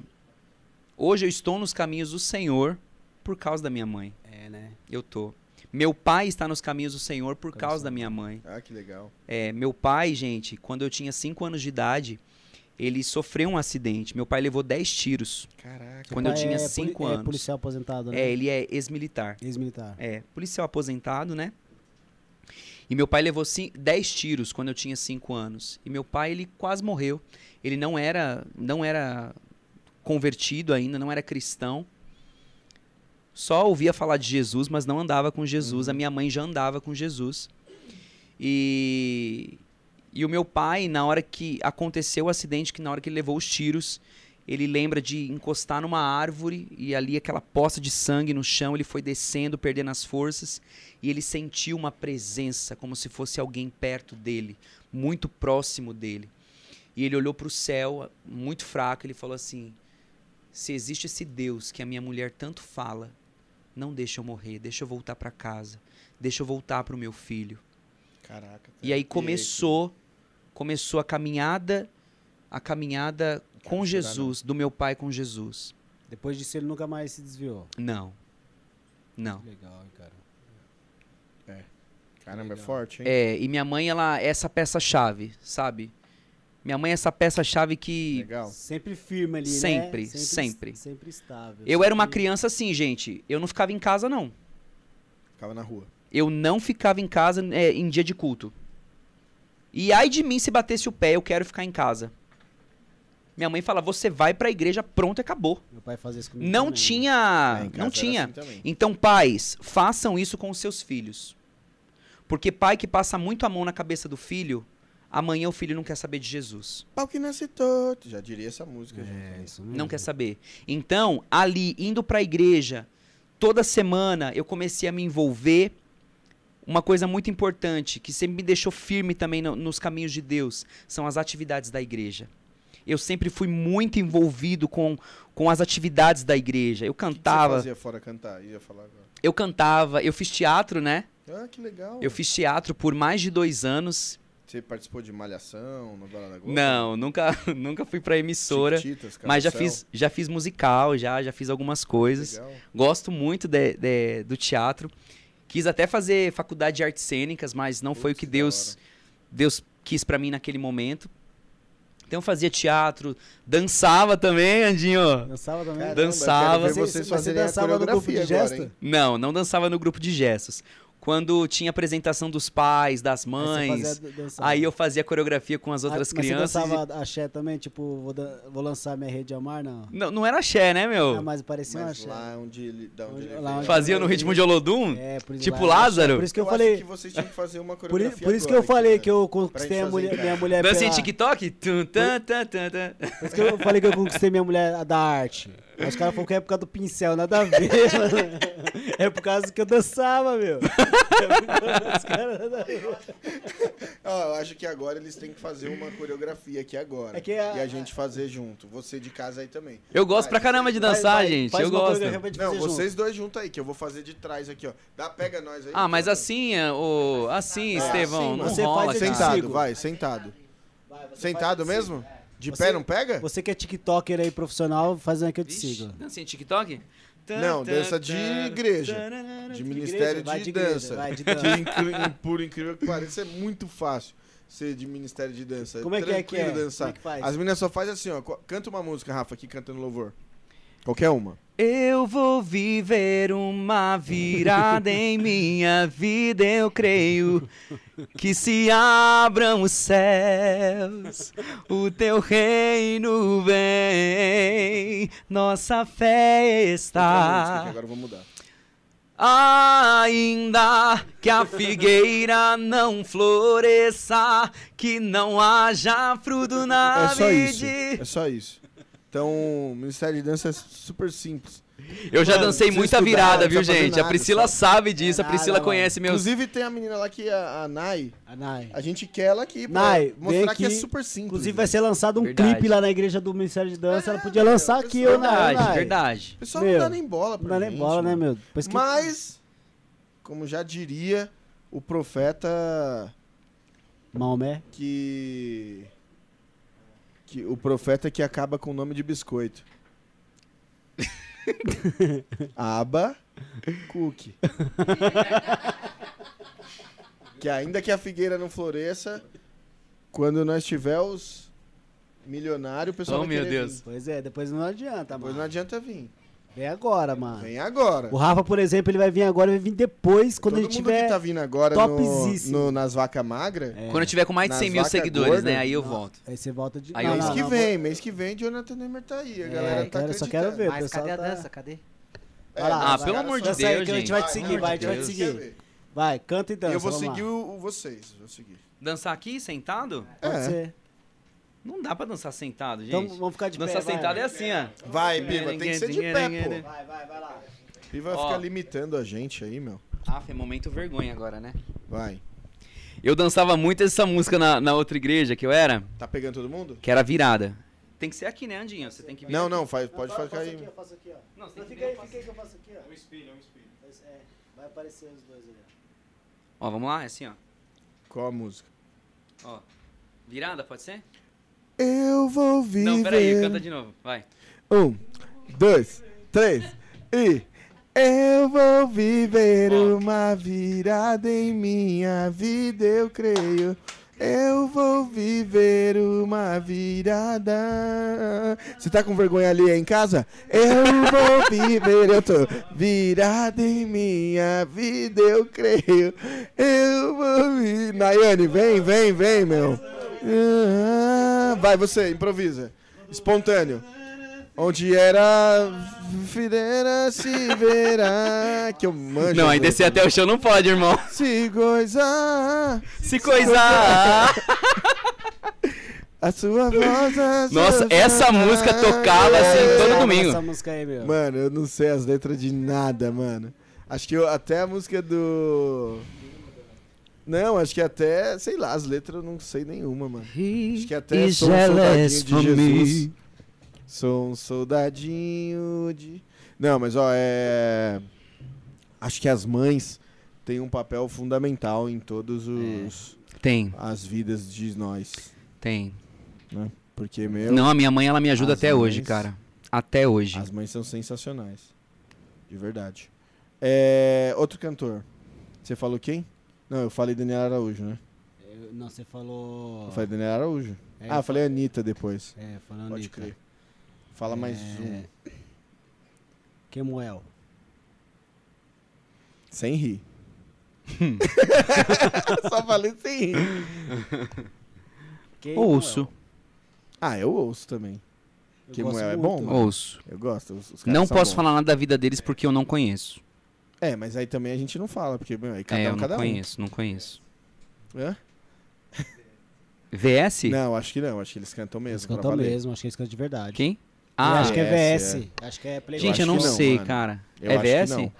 Hoje eu estou nos caminhos do Senhor por causa da minha mãe. É, né? Eu tô. Meu pai está nos caminhos do Senhor por causa da minha mãe. Ah, que legal. É, meu pai, gente, quando eu tinha 5 anos de idade, ele sofreu um acidente. Meu pai levou 10 tiros Caraca. quando eu Pai tinha é poli- 5 É anos. policial aposentado, né? É, ele é ex-militar. Ex-militar. É, policial aposentado, né? E meu pai levou 10 tiros quando eu tinha 5 anos. E meu pai, ele quase morreu. Ele não era, não era convertido ainda, não era cristão. Só ouvia falar de Jesus, mas não andava com Jesus. A minha mãe já andava com Jesus. E e o meu pai, na hora que aconteceu o acidente, que na hora que ele levou os tiros, ele lembra de encostar numa árvore e ali aquela poça de sangue no chão, ele foi descendo, perdendo as forças, e ele sentiu uma presença, como se fosse alguém perto dele, muito próximo dele. E ele olhou para o céu, muito fraco, ele falou assim: Se existe esse Deus que a minha mulher tanto fala, não deixa eu morrer, deixa eu voltar para casa, deixa eu voltar para o meu filho. Caraca. E aí que- começou, começou a caminhada, a caminhada com chorar, não. Jesus, do meu pai com Jesus. Depois disso ele nunca mais se desviou. Não. Não. Legal, hein, cara. Caramba, é forte, hein? É, e minha mãe ela é essa peça chave, sabe? Minha mãe é essa peça chave que Legal. Sempre firme ali, Sempre, né? sempre. Sempre estável. eu era uma sempre- criança assim, gente. Eu não ficava em casa não. Ficava na rua. Eu não ficava em casa é, em dia de culto. E ai de mim se batesse o pé, eu quero ficar em casa. Minha mãe fala: "Você vai pra igreja, pronto, acabou". Meu pai fazia isso comigo Não também. É, tinha, em casa Ah, não era tinha. assim também. Então, pais, façam isso com os seus filhos. Porque pai que passa muito a mão na cabeça do filho, amanhã o filho não quer saber de Jesus. Pau que nasce torto. Já diria essa música, É, gente. isso Não mesmo. quer saber. Então, ali, indo pra igreja, toda semana eu comecei a me envolver. Uma coisa muito importante que sempre me deixou firme também no- nos caminhos de Deus são as atividades da igreja. Eu sempre fui muito envolvido com, com as atividades da igreja. Eu O que que cantava, você fazia fora cantar? Ia falar agora. eu cantava, eu fiz teatro, né? Ah, que legal. Eu fiz teatro por mais de dois anos. Você participou de Malhação, Novela da Globo? Não, nunca, *laughs* nunca fui pra emissora. Chiquititas, Mas já Carrossel? fiz, já fiz musical, já, já fiz algumas coisas. Legal. Gosto muito de- de- do teatro. Quis até fazer faculdade de artes cênicas, mas não foi o Putz, que da Deus, Deus quis pra mim naquele momento. Então eu fazia teatro, dançava também, Andinho. Dançava também? Caramba, dançava. Eu quero ver Mas vocês você fazerem a dançava no grupo de coreografia agora, hein? gesto? Não, não dançava no grupo de gestos. Quando tinha apresentação dos pais, das Aí você mães, fazia dança. né? aí eu fazia coreografia com as Ah, mas outras crianças. Você e- dançava axé também? Tipo, vou, dan- vou lançar minha rede ao mar? Não. Não, não era axé, né, meu? Ah, mas é parecia um Mas axé. lá onde ele, da onde Onde- ele lá veio. onde- Fazia no ritmo de Olodum? É, por isso- Tipo lá- Lázaro? Por isso que eu, acho falei. que vocês tinham que fazer uma Por, i- coreografia por isso que eu agora falei aqui, que eu Pra conquistei gente a fazer mulher, em casa. minha mulher Dança em É, pela- TikTok? Tum, tan, tan, tan, tan. Por isso que eu falei que eu conquistei minha mulher da arte. Aí os caras falaram que é por causa do pincel, nada a ver. *laughs* mano. É por causa que eu dançava, *laughs* meu. É por causa dos caras, nada a ver. né? Ah, eu acho que agora eles têm que fazer uma coreografia aqui agora. É que a- E a gente fazer junto. Você de casa aí também. Eu gosto Vai, pra caramba de vai, dançar, Vai, gente. faz eu uma gosto. coreografia pra gente Não, fazer junto. vocês dois juntos aí, que eu vou fazer de trás aqui, ó. Dá, pega nós aí. Ah, mas Tá. assim, é, ô, assim, É, Estevão, assim, não você rola, faz cara. exercício. Sentado, vai, sentado. Vai, você Sentado faz- assim. mesmo? De Você- pé não pega? Você que é tiktoker aí, profissional, faz uma que eu te Vixe, sigo. dança em TikTok? Tan, Não, tan, dança de tan, igreja. tan, De tan. Ministério vai de, de igreja, Dança. vai de Que dança. incri- por incrível *laughs* que pareça, é muito fácil ser de Ministério de Dança. Como é que é que tranquilo é? dançar. Como é que faz? As meninas só fazem assim, ó. co- Canta uma música, Rafa, aqui cantando louvor. Qualquer uma. Eu vou viver uma *laughs* virada em minha vida, eu creio. Que se abram os céus, o teu reino vem, nossa fé Outra música está. que agora eu vou mudar. Ainda que a figueira não floresça, que não haja fruto na É só isso. vide. É só isso. Então, Ministério de Dança é super simples. Eu já Mano, dancei precisa muita estudar, virada, não viu, precisa fazer gente? a nada, Priscila só. sabe disso, É a Priscila nada, conhece meus. Inclusive, tem a menina lá que é a, a Nai. A Nai. A gente quer ela aqui pra Nai, vem mostrar que é aqui. super simples. Inclusive vai ser lançado um Verdade. clipe lá na igreja do Ministério de Dança. Ela podia meu, lançar aqui, isso é eu na Verdade, Nai. verdade. O pessoal Meu, não dá nem bola Não pra dá nem gente, bola, né, mano. meu? Depois que- Mas, como já diria o profeta Maomé. que. que o profeta que acaba com o nome de *laughs* biscoito. Aba Cook. que ainda que a figueira não floresça, quando nós tiver os milionários, o pessoal Oh, vai meu querer Deus. vir. Pois é, depois não adianta, Depois mano. não adianta vir. Vem agora, mano. Vem agora. O Rafa, por exemplo, ele vai vir agora, vai vir depois, quando Todo ele mundo tiver. que tá vindo agora no, topzíssimo. no- nas vacas magras, É. Quando eu tiver com mais de Nas 100 mil vaca seguidores, gorda? né? Aí eu volto. Aí você volta de. Aí é Não, eu mês não, que não, vem, mês que vem, Jonathan Neymar tá aí. A É, galera não tá quero- acreditando. só quero ver. Mas pessoal cadê a tá- dança? Cadê? É, Vai lá, mas Ah, os pelo caras amor de são- Dança aí, Deus, que a gente gente. vai te Ai, seguir, pelo vai, a amor de gente vai te Deus. seguir. Quero ver. Vai, canta e dança. eu vou vamos lá. seguir o, o vocês, vou seguir. Dançar aqui, sentado? Pode É. ser. Não dá pra dançar sentado, gente. Então vamos ficar de pé. dançar vai. sentado é assim, ó. Vai, Biva, tem que ser de pé, pô. Vai, vai, vai lá. Biva vai Ó. ficar limitando a gente aí, meu. Ah, foi momento vergonha agora, né? Vai. Eu dançava muito essa música na, na outra igreja que eu era, Tá pegando todo mundo? que era virada. Tem que ser aqui, né, Andinho? Você tem que vir. Não, aqui. não, faz, pode ficar aí. eu faço aqui, ó. Não, você tem que fica aí, vir. fica aí que eu faço aqui, ó. É um espelho, é um espelho. vai aparecer os dois ali, Ó, vamos lá, é assim, ó. Qual a música? Ó. Virada, pode ser? Eu vou viver. Não, peraí, canta de novo. Vai. Um, dois, três e. Eu vou viver Ó. uma virada em minha vida, eu creio. Eu vou viver uma virada. Você tá com vergonha ali em casa? Eu vou viver, eu tô virada em minha vida, eu creio. Eu vou viver. Nayane, vem, vem, vem, meu. Ah, Vai você, improvisa. Espontâneo. Onde era Fideira se verá. Que eu manjo. Não, aí meu. descer até o chão não pode, irmão. *laughs* Se coisa. Se coisar. A sua voz. é a sua *laughs* Nossa, essa voz. música tocava assim todo domingo. Essa música aí, meu. Mano, eu não sei as letras de nada, mano. Acho que eu, até a música do. Não, acho que até, sei lá, as letras eu não sei nenhuma, mano. Acho que até is sou um soldadinho jealous de for me. Jesus. Sou um soldadinho de. Não, mas ó, é. Acho que as mães têm um papel fundamental em todos os Tem, as vidas de nós, tem. né? Porque meu, Não, a minha mãe, ela me ajuda As até hoje, mães- cara. Até hoje. as mães são sensacionais. De verdade. É, outro cantor. Você falou quem? Não, eu falei Daniel Araújo, né? Eu- Não, você falou. Eu falei Daniel Araújo. É, ah, eu falei Anitta depois. É, falando Pode Pode crer. Fala mais um. Kemuel. Sem rir. *laughs* Só falei sem rir. Kemuel. Ouço, Ah, eu ouço também. Eu Kemuel gosto é muito, bom, mano. mano? ouço. Eu gosto. os- os caras Não são posso bons. falar nada da vida deles porque eu não conheço. É, mas aí também a gente não fala, porque meu, aí cada É, um, eu não cada conheço, não conheço. um. Hã? VS? Não, acho que não. Acho que eles cantam mesmo. Eles pra cantam valer. mesmo, acho que eles cantam de verdade. Quem? Ah, Ah, acho que é VS, VS. Acho que é Playboy. gente, eu, acho não que não, sei, mano. cara. Eu é acho que VS? não.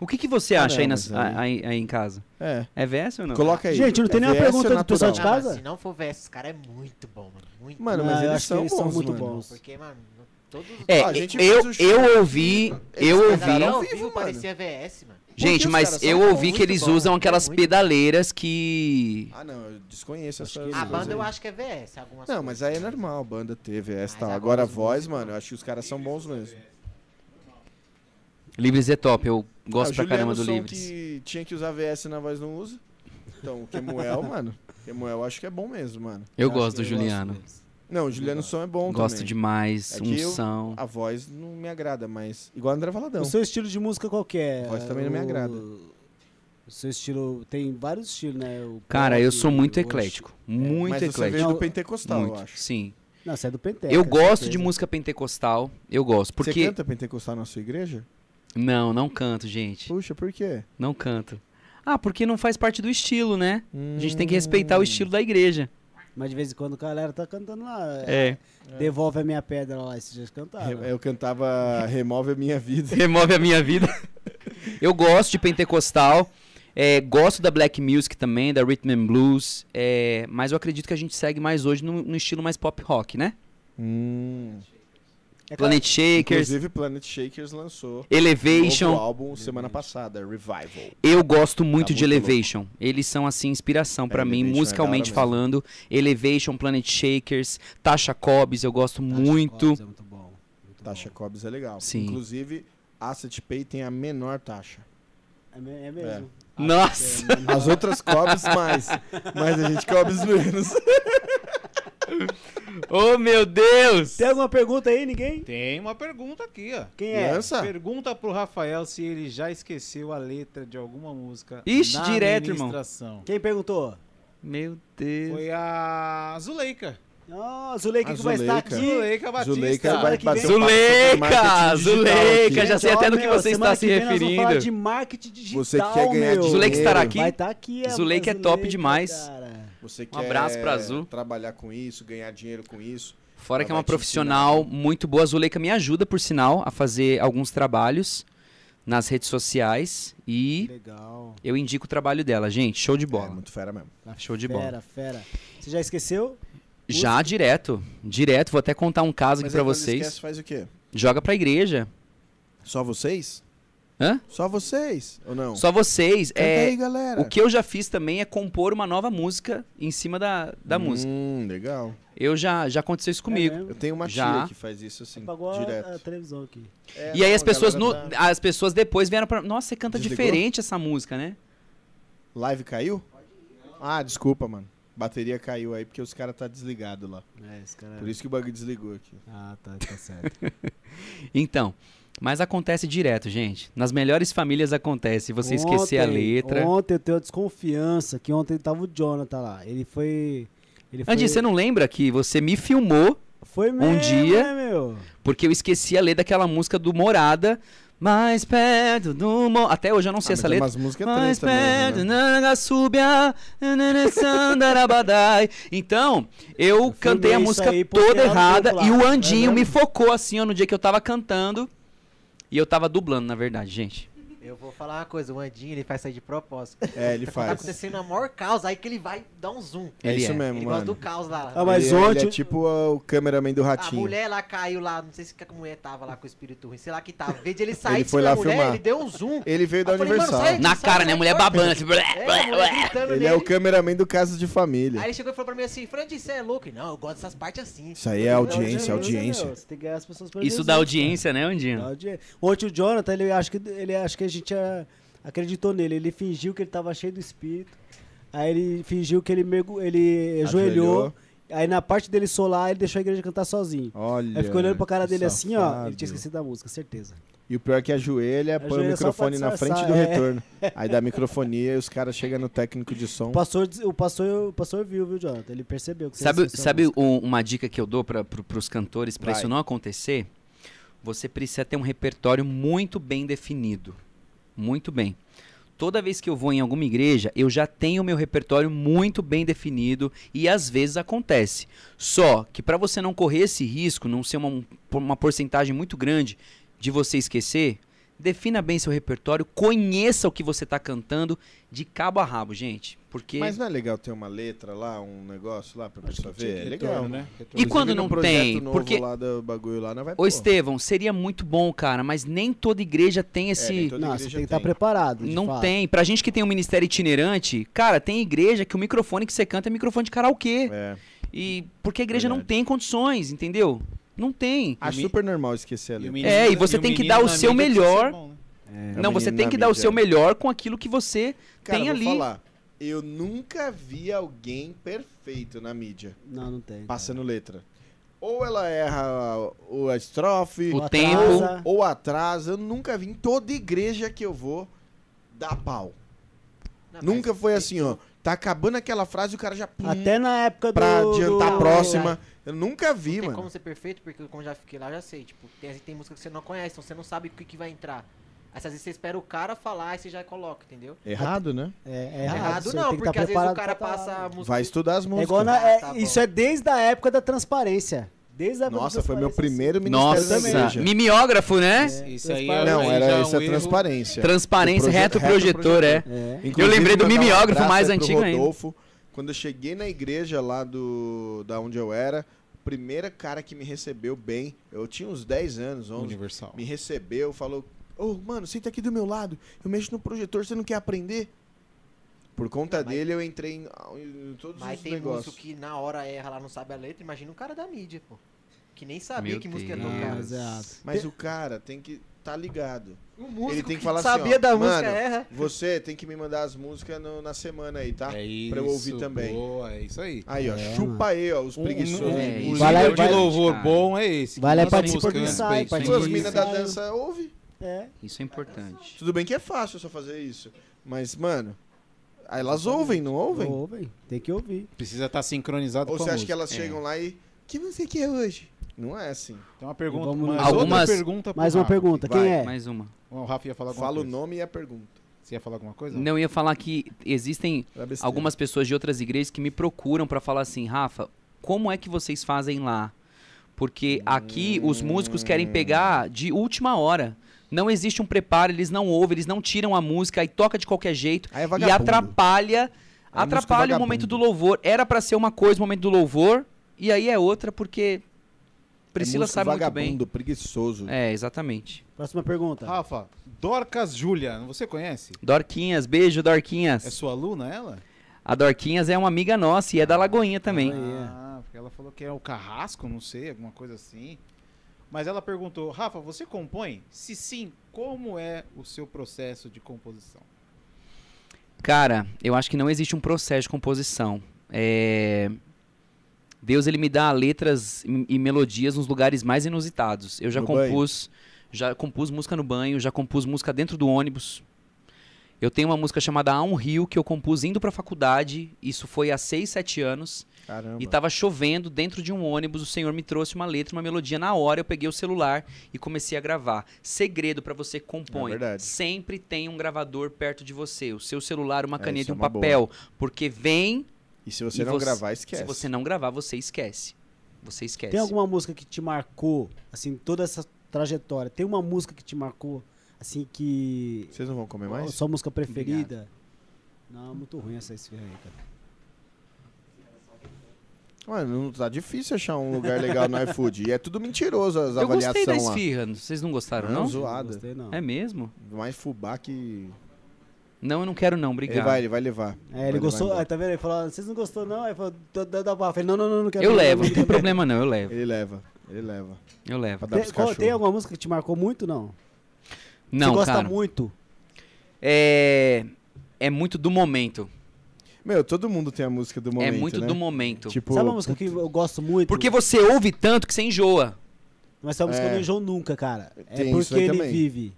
O que, que você Ah, acha não, aí, mas nas- aí- aí- aí em casa? É. É VS ou não? Coloca aí. Gente, não tem É nenhuma VS ou pergunta do natural? pessoal de Não, mas casa? se não for versus, esse cara é muito bom, mano. Muito Mano, Não, mas eu eles acho que são eles bons, são muito mano. bons. bom. Porque, mano, no- todos os... É, Ah, a gente eu, fez o eu show. ouvi, Eles eu cantaram ouvi. ao ao vivo, vivo, mano. parecia VS, mano. Gente, os mas caras eu são ouvi muito que eles bons, usam é aquelas muito. pedaleiras que. Ah, não, eu desconheço Acho essa. que A Sim, banda sim. eu acho que é VS, algumas Não, mas aí é normal, banda TV, essa Mas tal. agora Agora a os voz, músicos- mano, eu acho que os caras são bons mesmo. Livres é top, eu Ah, gosto o pra caramba do Juliano Som Livres. que tinha que usar VS na voz não usa. Então, o *laughs* Kemuel, mano. Kemuel eu acho que é bom mesmo, mano. Eu, acho gosto que do Juliano. deles. Não, o Juliano Som é bom Gosto também. demais, É que eu- unção. A voz não me agrada, mas igual André Valadão. O seu estilo de música qual que é? A voz também não me O- agrada. O seu estilo. Tem vários estilos, né? O Cara, pop, eu sou muito o- eclético. é Muito é, mas você eclético. veio do Não, pentecostal, eu Muito, acho. sim. Não, você é do Penteca. Eu gosto de certeza. música pentecostal. Eu gosto. Você Porque. canta pentecostal na sua igreja? Não, não canto, gente. Puxa, por quê? Não canto. Ah, porque não faz parte do estilo, né? A Hum, gente tem que respeitar o estilo da igreja. Mas de vez em quando a galera tá cantando lá. É. Devolve a minha pedra lá, esses dias cantaram. Re- ah, Eu *laughs* cantava Remove a Minha Vida. Remove a minha vida. *laughs* Eu gosto de pentecostal. é, gosto da black music também, da rhythm and blues. é, mas eu acredito que a gente segue mais hoje no, no estilo mais pop rock, né? Hum. É claro, Planet Shakers, Inclusive, Planet Shakers lançou Elevation. novo álbum semana passada, Revival. Eu gosto muito Tá de muito Elevation. Eles são, assim, inspiração pra mim, Elevation é musicalmente da hora falando. Elevation, Planet Shakers, Tasha Cobbs, eu gosto Tasha muito. Cobbs É muito bom. muito Taxa bom. Cobbs é legal. Sim. Inclusive, Asset Pay tem a menor taxa. É, me- é mesmo. Nossa! As outras Cobbs mais, mas a gente Cobbs menos. *laughs* oh, meu Deus! Tem alguma pergunta aí, ninguém? Tem uma pergunta aqui, ó. Quem é? Lança. Pergunta pro Rafael se ele já esqueceu a letra de alguma música. Ixi, na direto, irmão. administração. Quem perguntou? Meu Deus. Foi a Zuleika. Ó, Zuleika A que vai estar Zuleika. aqui. Zuleika Batista. Zuleika Semana vai que bater vem- um papo sobre Zuleika! marketing digital Zuleika! aqui. já sei ó, até do que meu, você semana está se que vem nós vamos falar referindo. de marketing digital, Você quer ganhar meu. dinheiro. Zuleika estará aqui? Vai estar aqui. a Zuleika é top Zuleika, demais. cara. Você quer Um abraço pra Azul. trabalhar com isso, ganhar dinheiro com isso. Fora Ela que é uma vai te profissional muito boa. A Zuleika me ajuda, por sinal, a fazer alguns trabalhos nas redes sociais. E Legal. eu indico o trabalho dela, gente. Show de É bola. muito fera mesmo. Show de bola. Fera, fera. Você já esqueceu? Já direto, direto. Vou até contar um caso aqui aí pra quando vocês. Esquece, faz o quê? Joga pra igreja. Só vocês? Hã? Só vocês? Ou não? Só vocês. Canta é, aí, galera. o que eu já fiz também é compor uma nova música em cima da, da música. Hum, legal. Eu já, já aconteceu isso comigo. É mesmo? Eu tenho uma Já. tia que faz isso assim, Apagou a- a direto. televisão aqui. É, e aí não, as pessoas, a no, galera tá- as pessoas depois vieram pra. Nossa, você canta Desligou? diferente essa música, né? Live caiu? Ah, desculpa, mano. Bateria caiu aí porque os caras tá desligado lá. É, esse cara. Por isso que o bug desligou aqui. Ah, tá, tá certo. Então. Mas acontece direto, gente. Nas melhores famílias acontece. *laughs* Você esquecer a Ontem- letra. Ontem eu tenho a desconfiança que ontem tava o Jonathan lá. Ele foi. Ele foi, Andy, você não lembra que você me filmou foi mesmo, dia- né, meu? porque eu esqueci a letra daquela música do Morada Mais perto do mo... Até hoje eu não Ah, sei essa mas é letra. umas músicas trans Mais também, perto, né? nanga subia, sandarabadai. Então, eu Eu cantei filmei a isso música aí porque toda era um errada e o dublado, Andinho né, me né? focou assim ó, no dia que eu tava cantando. E eu tava dublando, na verdade, gente. Eu vou falar uma coisa, o Andinho ele faz sair de propósito. É, ele Tá faz. acontecendo a maior caos, aí que ele vai dar um zoom. É Ele isso é. mesmo, Ele gosta mano. do caos lá. Ah, mas ele, é- Ele ontem- é tipo ah, o cameraman do A ratinho. mulher lá caiu lá, não sei se que a mulher tava lá com o espírito ruim, sei lá que tava. Em vez de ele sair Ele de foi cima da lá mulher, filmar. ele deu um zoom. Ele veio da Eu falei, mano, Universal. sai Na cara, né? A mulher babando. Assim, blé, É, blé, a blé. mulher Ele gritando nele. é o cameraman do Caso de Família. Aí ele chegou e falou pra mim assim, Fernandinho, você é louco? Ele, Não, eu gosto dessas partes assim. Isso aí é audiência, audiência. Você tem que ganhar as pessoas pelo *laughs* Isso desejo, dá cara. audiência, né, Dá Andinho? audiência. Ontem o Jonathan, ele acha que, ele acha que a gente ah, acreditou nele. Ele fingiu que ele tava cheio do espírito. Aí ele fingiu que ele, mergu... ele ajoelhou. Ajoelhou. Aí na parte dele solar, ele deixou a igreja cantar sozinho. Olha. Aí ficou olhando pra cara que dele assim, ó. Ele safado. tinha esquecido da música, certeza. E o pior é que ajoelha, põe o Ajoelha só pra microfone na frente disfarçar, do é. *laughs* retorno. Aí dá microfonia e os caras chegam no técnico de som. O pastor, diz- o pastor, o pastor viu, viu, Jonathan? Ele percebeu que você Sabe, acessou a sabe música. um- uma dica que eu dou para os cantores para Vai. isso não acontecer? Você precisa ter um repertório muito bem definido. Muito bem. Toda vez que eu vou em alguma igreja, eu já tenho meu repertório muito bem definido e às vezes acontece. Só que para você não correr esse risco, não ser uma, um, uma porcentagem muito grande de você esquecer, defina bem seu repertório, conheça o que você está cantando de cabo a rabo, gente. Porque Mas não é legal ter uma letra lá, um negócio lá pra pessoa ver? É legal. Retorno, né? Inclusive, quando no não projeto tem? Novo Porque- lá do bagulho lá, não vai Ô Estevão, seria muito bom, cara, mas nem toda igreja tem esse. É, nem toda Não, você igreja tem que estar tem. preparado. de Não fato. tem. Pra gente que tem um ministério itinerante, cara, tem igreja que o microfone que você canta é microfone de karaokê. É. E porque a igreja não Verdade. tem condições, entendeu? Não tem. Acho mi- é super normal esquecer a E o letra. menino- É, e você tem que menino dar o na seu mídia precisa ser melhor. bom, né? É, não, o você menino tem na que dar o mídia. seu melhor com aquilo que você Cara, tem vou ali. falar. Eu nunca vi alguém perfeito na mídia, Não, não tem. passando letra. Ou ela erra a- o a estrofe, O ou- tempo. atrasa. ou atrasa. Eu nunca vi em toda igreja que eu vou dar pau. Não, Nunca mas- foi assim, ó. Tá acabando aquela frase e o cara já pum, Até na época do. pra adiantar do- a próxima. Eu nunca vi, Não tem mano. como ser perfeito, porque como eu já fiquei lá, eu já sei. Tipo, tem, às vezes tem música que você não conhece, então você não sabe o que, que vai entrar. Aí, às vezes você espera o cara falar e você já coloca, entendeu? Errado, né? É, é Errado, errado, você não, tem que tá porque às vezes o preparado cara pra tá- passa a música. Vai estudar as É músicas. igual na- é- Ah, tá bom. isso é desde a época da transparência. Desde a época Nossa, da foi meu assim. transparência, assim. primeiro ministério Nossa, da igreja. mimeógrafo, né? É, Isso aí transparência. é- Não, Aí era já isso, é é um erro. transparência. Transparência, O proje- reto, projetor, é. É. Inclusive, lembrei do mandar um mimeógrafo abraço mais aí pro antigo ainda. Rodolfo, quando eu cheguei na igreja lá do da onde eu era, o primeiro cara que me recebeu bem, eu tinha uns 10 anos, 11, Universal. me recebeu, falou: Ô, mano, senta aqui do meu lado, eu mexo no projetor, você não quer aprender? Por conta Não, mas- dele, eu entrei em, em todos Mas os tem negócios. músico que na hora erra lá, não sabe a letra, imagina um cara da mídia, pô. Que nem sabia Meu que música Deus. é Não, tocada. mas é errado. Mas o cara tem que tá ligado. O músico Ele tem que falar assim, sabia ó, da mano, música erra. Você tem que me mandar as músicas no- na semana aí, tá? É isso, pra eu ouvir também. Boa, é isso aí. Aí, ó, É, chupa aí, ó, os Um- preguiçosos. um- é, um Os Vai lá e nível de vai- louvor Cara. bom é esse. Vai lá e Nossa, participa música, do né? ensaio, Respeito, participa Duas Sim, sim. minas sim. da dança ouve. É. Isso é importante. Tudo bem que é fácil só fazer isso. Mas, mano, aí elas ouvem, não ouvem? Ou Ouvem, tem que ouvir. Precisa estar sincronizado com você a acha que música. É. elas chegam lá e. Que música que é hoje? Não é assim. Tem uma pergunta, Vamos uma, lá. Algumas- outra pergunta pro Mais uma Rafa. pergunta, Vai, quem é? Mais uma. O Rafa ia falar alguma Fala o coisa. nome e a pergunta. Você ia falar alguma coisa? Não, eu ia falar que existem É Era besteira. algumas pessoas de outras igrejas que me procuram pra falar assim, Rafa, como é que vocês fazem lá? Porque aqui os músicos querem pegar de última hora. Não existe um preparo, eles não ouvem, eles não tiram a música aí toca de qualquer jeito Aí é e vagabundo. atrapalha, É música atrapalha o vagabundo. momento do louvor. Era pra ser uma coisa o momento do louvor e aí é outra porque é Priscila músico sabe muito vagabundo, bem. preguiçoso. É, exatamente. Próxima pergunta. Rafa, Dorcas Júlia, você conhece? Dorquinhas, beijo Dorquinhas. É sua aluna ela? A Dorquinhas é uma amiga nossa e é da Lagoinha também. Ah, porque ela falou que é o carrasco, não sei, alguma coisa assim. Mas ela perguntou, Rafa, você compõe? Se sim, como é o seu processo de composição? Cara, eu acho que não existe um processo de composição. É, Deus ele me dá letras e- e melodias nos lugares mais inusitados. Eu já No banho? compus, já compus música no banho, já compus música dentro do ônibus. Eu tenho uma música chamada A um Rio que eu compus indo pra faculdade. Isso foi há 6, 7 anos. Caramba. E tava chovendo dentro de um ônibus, o senhor me trouxe uma letra, uma melodia na hora, eu peguei o celular e comecei a gravar. Segredo pra você que compõe. É verdade. Sempre tem um gravador perto de você, o seu celular, uma É, caneta isso e é um uma papel, porque vem, E se você E não você- gravar, esquece. se você não gravar, você esquece. Você esquece. Tem alguma música que te marcou, assim, toda essa trajetória? Tem uma música que te marcou, assim, que. Vocês não vão comer a mais? sua música preferida? Não, é muito ruim essa esfera aí, cara. Mano, não tá difícil achar um lugar legal no iFood. E é tudo mentiroso as Eu gostei da avaliações lá. esfirra, vocês não gostaram Não, não? zo- Zoada. Não gostei, não. É mesmo? Mais fubá que. Não, eu não quero não, obrigado. Ele vai, ele vai levar. É, Vai ele gostou, levar ah, tá vendo? Ele falou, vocês não gostou não? Aí falou, dá- dá dá pra. Eu falei, não, não, não, não quero. Eu não, levo, não, não tem não. problema não, eu levo. Ele leva, ele leva. Eu levo. Pra dar Tem, pros qual- tem cachorros. alguma música que te marcou muito, não? Você Não, gosta cara. muito? É é muito do momento. Meu, todo mundo tem a música do momento. é muito né? do momento. Tipo, Sabe uma música que eu gosto muito? Porque você ouve tanto que você enjoa. Mas essa música É. eu não enjoo nunca, cara. É Tem isso porque aí ele também. vive.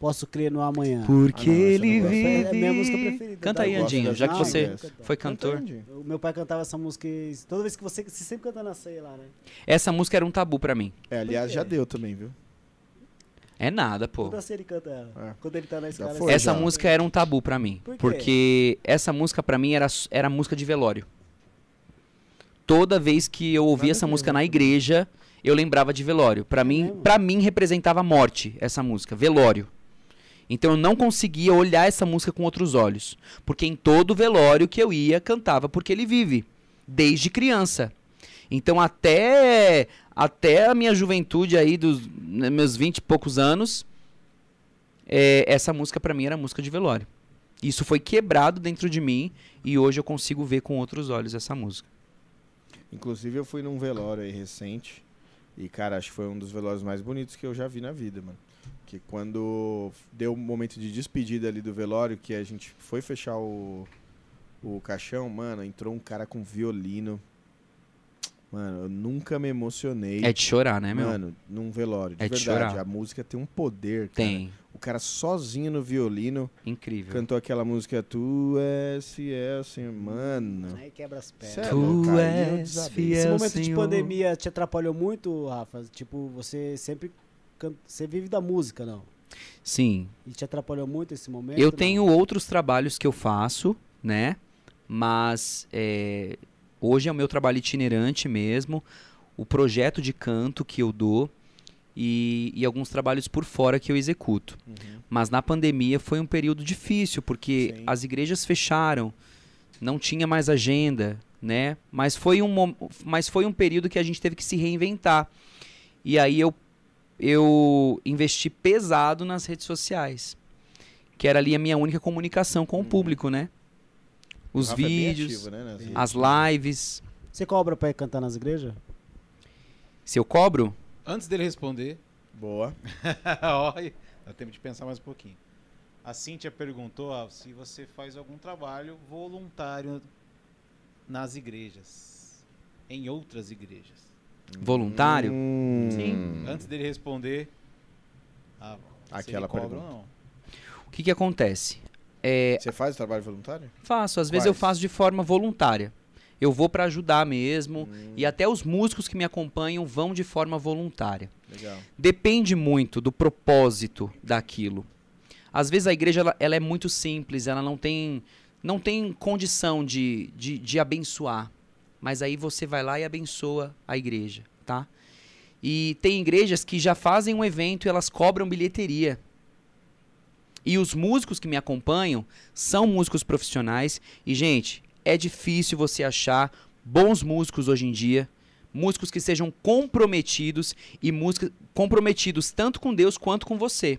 Posso crer no amanhã. Ah, não, essa eu não gosto. É a minha música preferida. tá? Canta da- aí, Eu gosto Andinho, dessa já que Não, você música. foi cantor. Entendi. O meu pai cantava essa música e toda vez que você. Você sempre canta na ceia lá, né? Essa música era um tabu pra mim. É, aliás, quê? já deu também, viu? É nada, pô. Toda ceia ele canta ela. É. Quando ele tá na escala. foi, ele Essa já. canta. música era um tabu pra mim. Por quê? Porque essa música pra mim era, era música de velório. Toda vez que eu ouvia Nada essa a ver, música né, na também. igreja, eu lembrava de velório. Pra mim, mesmo? para mim representava morte essa música, velório. Então eu não conseguia olhar essa música com outros olhos, porque em todo velório que eu ia cantava porque ele vive desde criança. Então até até a minha juventude aí dos né, meus 20 e poucos anos, é, essa música pra mim era música de velório. Isso foi quebrado dentro de mim e hoje eu consigo ver com outros olhos essa música. Inclusive, eu fui num velório aí recente. E, cara, acho que foi um dos velórios mais bonitos que eu já vi na vida, mano. Que quando deu o momento de despedida ali do velório, que a gente foi fechar o, o caixão, mano, entrou um cara com violino. Mano, eu nunca me emocionei. É de chorar, né, meu? Mano, num velório. De É de verdade. chorar. A música tem um poder, cara. Tem. O cara sozinho no violino Incrível. cantou aquela música Tu és fiel, Senhor. Mano. Aí quebra as Cê é pernas. Tu louco, cara. E eu és desabei. fiel. Esse momento de Senhor. pandemia te atrapalhou muito, Rafa? Tipo, você sempre. canta- Você vive da música, não? Sim. E te atrapalhou muito esse momento? Eu né? não? tenho outros trabalhos que eu faço, né? Mas é, hoje é o meu trabalho itinerante mesmo, o projeto de canto que eu dou e, e alguns trabalhos por fora que eu executo. Uhum. Mas na pandemia foi um período difícil, porque Sim. as igrejas fecharam, não tinha mais agenda, né? Mas foi um, mom- mas foi um período que a gente teve que se reinventar. E aí eu, eu investi pesado nas redes sociais, que era ali a minha única comunicação com o público, né? Os Uhum. Rafa é bem vídeos, ativo, né, nas redes. as lives. Você cobra pra ir cantar nas igrejas? Se eu cobro, Antes dele responder, *laughs* Boa. Olha, dá tempo de pensar mais um pouquinho. A Cíntia perguntou ah, se você faz algum trabalho voluntário nas igrejas, em outras igrejas. voluntário, Hum. Antes dele responder, ah, se Aquela ele cobra pergunta. ou não. Uhum. o que, que acontece? É, Você faz trabalho voluntário? Faço, às vezes eu Quais? faço de forma voluntária. Eu vou pra ajudar mesmo Uhum. e até os músicos que me acompanham vão de forma voluntária. Legal. Depende muito do propósito daquilo. Às vezes a igreja ela, ela é muito simples, ela não tem não tem condição de, de, de abençoar, mas aí você vai lá e abençoa a igreja, tá? E tem igrejas que já fazem um evento e elas cobram bilheteria. E os músicos que me acompanham são músicos profissionais. E, gente, é difícil você achar bons músicos hoje em dia. Músicos que sejam comprometidos e músicos comprometidos tanto com Deus quanto com você.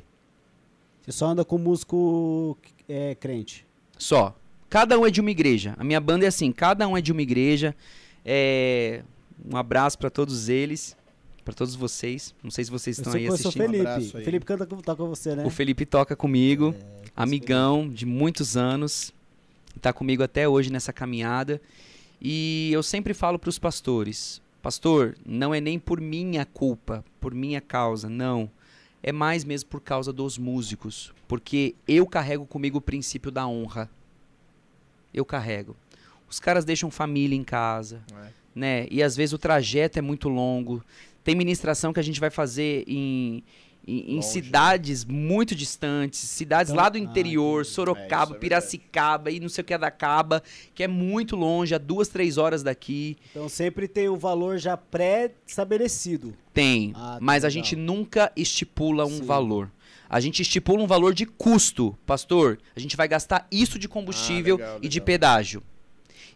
Você só anda com músico é, crente. Só. Cada um é de uma igreja. A minha banda é assim, cada um é de uma igreja. É, Um abraço pra todos eles, pra todos vocês. Não sei se vocês Eu estão sei aí que eu sou assistindo. assistindo. Um Felipe. abraço aí. Felipe canta com, tá com você, né? O Felipe toca comigo, amigão de muitos anos, tá comigo até hoje nessa caminhada. E eu sempre falo para os pastores: Pastor, não é nem por minha culpa, por minha causa, não. É mais mesmo por causa dos músicos, porque eu carrego comigo o princípio da honra. Eu carrego. Os caras deixam família em casa, É. né? E às vezes o trajeto é muito longo. Tem ministração que a gente vai fazer em, em, em Longe, né? cidades muito distantes, cidades Então- lá do Ah, interior, entendi. É, Sorocaba, isso é Piracicaba e não sei o que é da Caba, que é muito longe, a duas, três horas daqui. Então sempre tem um valor já pré-estabelecido. Tem, Ah, tá mas a legal. gente nunca estipula um Sim. valor. A gente estipula um valor de custo, pastor. A gente vai gastar isso de combustível Ah, legal, e de legal. pedágio.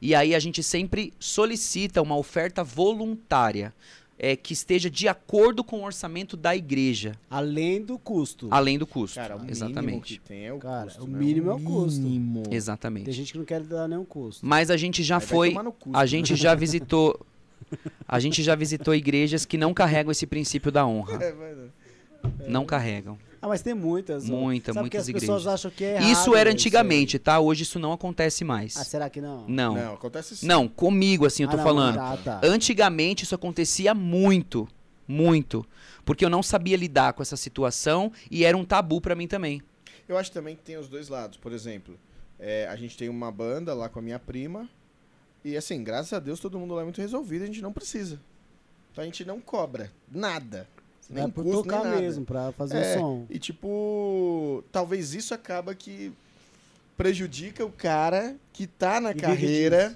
E aí a gente sempre solicita uma oferta voluntária é, que esteja de acordo com o orçamento da igreja, Além do custo. além do custo. Cara, o mínimo Exatamente. que tem é o Cara, custo, o né? mínimo é o custo. mínimo. Tem Exatamente. gente que não quer dar nenhum custo. Mas a gente já Aí vai foi. tomar no custo, A né? *laughs* gente já visitou. A gente já visitou igrejas que não carregam esse princípio da honra. É, vai lá. Não carregam. Ah, mas tem muitas. ó. Muita, Sabe que muitas as pessoas igrejas. acham que é errado, isso era né, antigamente, tá? Hoje isso não acontece mais. aí. Ah, será que não? Não. Não. não. acontece sim. comigo, assim, eu tô Ah, não, falando. tá, tá. Antigamente isso acontecia muito, muito, porque eu não sabia lidar com essa situação e era um tabu pra mim também. Eu acho também que tem os dois lados. Por exemplo, é, a gente tem uma banda lá com a minha prima. E assim, graças a Deus todo mundo lá é muito resolvido, a gente não precisa. Então a gente não cobra nada. Não é Nem por custo, tocar nem nada. mesmo, pra fazer É, o som. E tipo, talvez isso acaba que prejudica o cara que tá na vive carreira.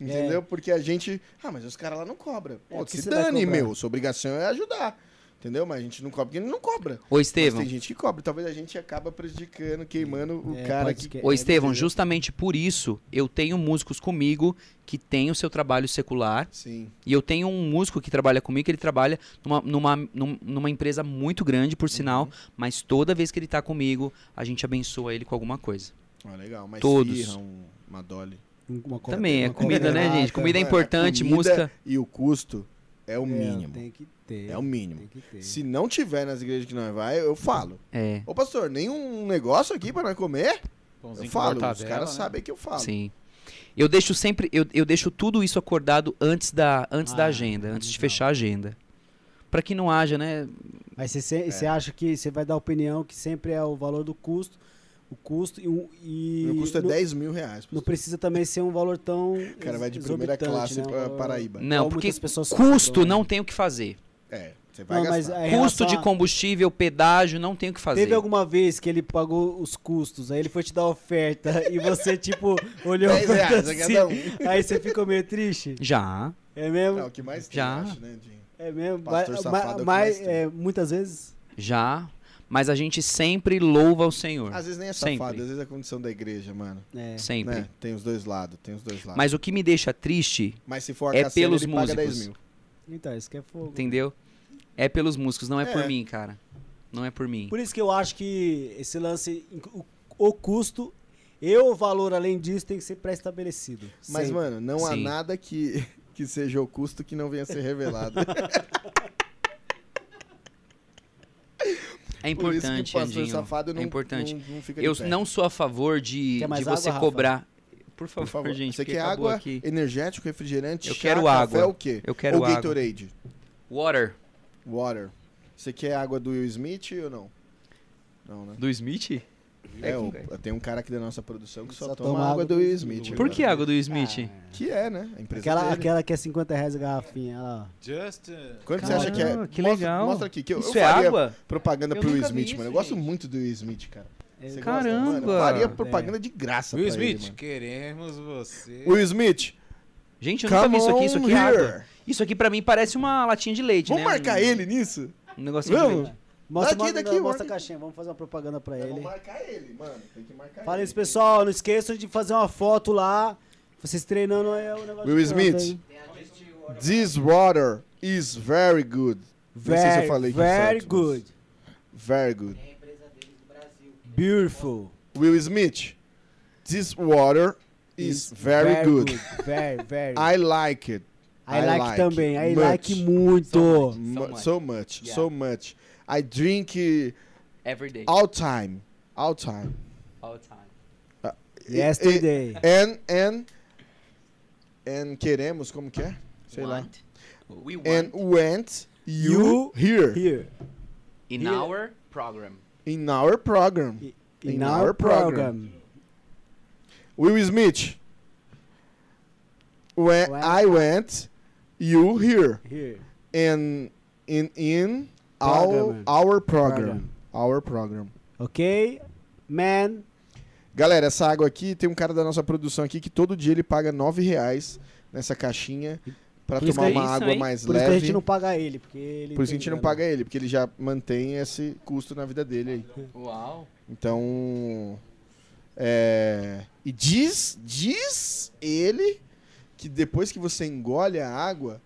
É. Entendeu? Porque a gente. Ah, mas os caras lá não cobram. É, Pô, porque se você vai dane, cobrar? meu. Sua obrigação é ajudar. Entendeu? Mas a gente não cobra porque ele não cobra. Ô Mas Estevão, tem gente que cobra. Talvez a gente acaba prejudicando, queimando o É, cara pode que. que- ô é, Estevão, entendeu? justamente por isso eu tenho músicos comigo que têm o seu trabalho secular Sim. e eu tenho um músico que trabalha comigo, que ele trabalha numa, numa, num- numa empresa muito grande, por sinal, mas toda vez que ele tá comigo, a gente abençoa ele com alguma coisa. Ah, legal. Mas Todos. Firra, um, uma Dolly. Uma co- Também, é uma comida, né, combinada. gente? Comida é Mano, a importante, comida música. E o custo é o É, mínimo. Tem que ter. É o mínimo. Tem que ter. Se não tiver nas igrejas que nós vai, eu falo. É, Ô pastor, nenhum negócio aqui pra nós comer? Eu Pãozinho com falo, os mortadela, caras né? sabem que eu falo. sim. Eu deixo sempre, eu, eu deixo tudo isso acordado antes da, antes da Ah, é agenda, antes de legal. fechar a agenda. Pra que não haja, né? Mas você, É. se- você acha que você vai dar opinião que sempre é o valor do custo, o custo e... um- e Meu custo é não, 10 mil reais. não precisa também ser um valor tão O cara vai de primeira exorbitante, classe né? Um pra valor- Paraíba. Não, Ou porque muitas pessoas custo compram, não né? tem o que fazer. É, você vai Não, mas gastar. é em Custo relação de a- combustível, pedágio, não tem o que fazer. Teve alguma vez que ele pagou os custos, aí ele foi te dar a oferta *laughs* e você, tipo, olhou a 10 reais oferta a assim, cada um. aí você ficou meio triste? Já. É É mesmo? o que mais tem, Já. eu acho, né, de- É mesmo? Pastor Mas- safado é o que mas- mais tem. é, muitas vezes? Já. Mas a gente sempre louva o Senhor. Às vezes nem é Sempre. safado, às vezes é a condição da igreja, mano. É. Sempre. Né? Tem os dois lados, tem os dois lados. Mas o que me deixa triste, Mas se for a é Cassiane, pelos ele paga 10 músicos. mil. Então, isso que é fogo. entendeu? É pelos músicos, não é, É. por mim, cara. Não é por mim. Por isso que eu acho que esse lance, o, o custo e o valor além disso tem que ser pré-estabelecido. Mas, sempre. mano, não há Sim. nada que, que seja o custo que não venha a ser *laughs* revelado. É Por isso que o importante, pastor Andinho. safado não, é importante. não, não fica de Eu pé. não sou a favor de, Quer mais de você água, Rafa? cobrar. Por favor, Por favor, gente. você porque quer acabou água, Aqui. energético, refrigerante, Eu chá, quero café, água. o quê? Eu quero Ou água. Gatorade, Water. water. Você quer água do Will Smith ou não? Não, né? Do Smith? É, com- o- tem um cara aqui da nossa produção que só, Só toma, toma água água do do- Will Smith. Por agora. que água do Smith? Ah. Que é, né? A empresa Aquela, dele. aquela que é 50 reais a garrafinha, olha lá. Just... Quanto você acha que é? Caramba, que mostra, legal. mostra aqui. Que eu, eu Isso é faria água? propaganda Eu pro Will nunca vi Smith, isso, mano. Eu gosto gente. É, muito do Will Smith, cara. Você Eu- gosta, mano? Eu Caramba. É. faria propaganda de graça Will pra ele, Smith, mano. queremos você. Will Smith, Gente, eu nunca vi come isso aqui. Isso on aqui é água. here. Isso aqui pra mim parece uma latinha de leite, Vamos né? marcar um, ele nisso? Um negocinho de Vamos? leite. Mostra, Daqui, uma- daqui, mostra mostra. É a caixinha, vamos fazer uma propaganda pra Vamos ele. marcar ele, mano. Tem que marcar Fala ele. isso, pessoal. Não esqueçam de fazer uma foto lá. Vocês treinando aí é o negócio Will de canto, Smith. hein? This water is very good. Não sei se eu falei Very, aqui very certo, mas- good. Very good. Beautiful. Will Smith, this water is very, good. Very, very. *laughs* I like it. I, like, também. I much. like muito. Mu- much. So much, Yeah. so much. I drink it Everyday. all time, all time. Uh, e, All time. E, Yesterday. And and and queremos como que é? Sei lá. Want. We want And went you, You here, Here. in here. our program. in our program. In, our, program. Will Smith, When Went. I went, you here. Here. And in, in Program. our, our program. Program. Our program. Ok? Man. Galera, essa água aqui, tem um cara da nossa produção aqui que todo dia ele paga nove reais nessa caixinha pra Por isso tomar que- uma Isso, água hein? mais Por isso que a leve. gente não paga ele, porque ele. né? Por isso que tem a gente não grana. paga ele, porque ele já mantém esse custo na vida dele aí. Uau. Então. É. E diz, diz ele que depois que você engole a água,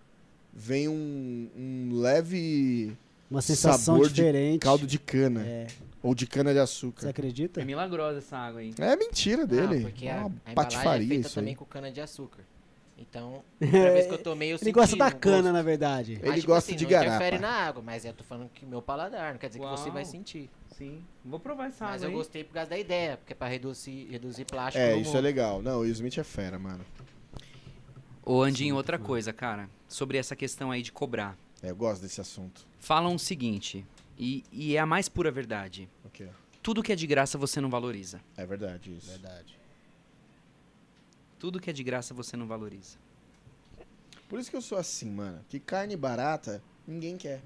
vem um, um leve Uma sensação Sabor de diferente. caldo de cana. É. Ou de cana de Você açúcar. acredita? É milagrosa essa água aí. É mentira Ah, dele. porque é uma a, a embalagem é patifaria feita isso também aí. com cana-de-açúcar. *laughs* Então, toda vez que eu tomei, eu Ele senti gosta da o cana, gosto. na verdade. né? Ele Mas, tipo gosta assim, de não interfere garapa. na água, mas eu tô falando que o meu paladar, não quer dizer Uau. que você vai sentir. Sim. Vou provar Tá essa Mas água eu aí. gostei por causa da ideia, porque é pra reduzir, reduzir plástico É, no isso é mundo. legal. Não, o Will Smith é fera, mano. Ô, Andinho, outra coisa, cara. Sobre essa questão aí de cobrar. É, eu gosto desse assunto. Falam o seguinte, e, e é a mais pura verdade. Ok. Tudo que é de graça você não valoriza. É verdade isso. Verdade. Tudo que é de graça você não valoriza. Por isso que eu sou assim, mano. Que carne barata, ninguém quer.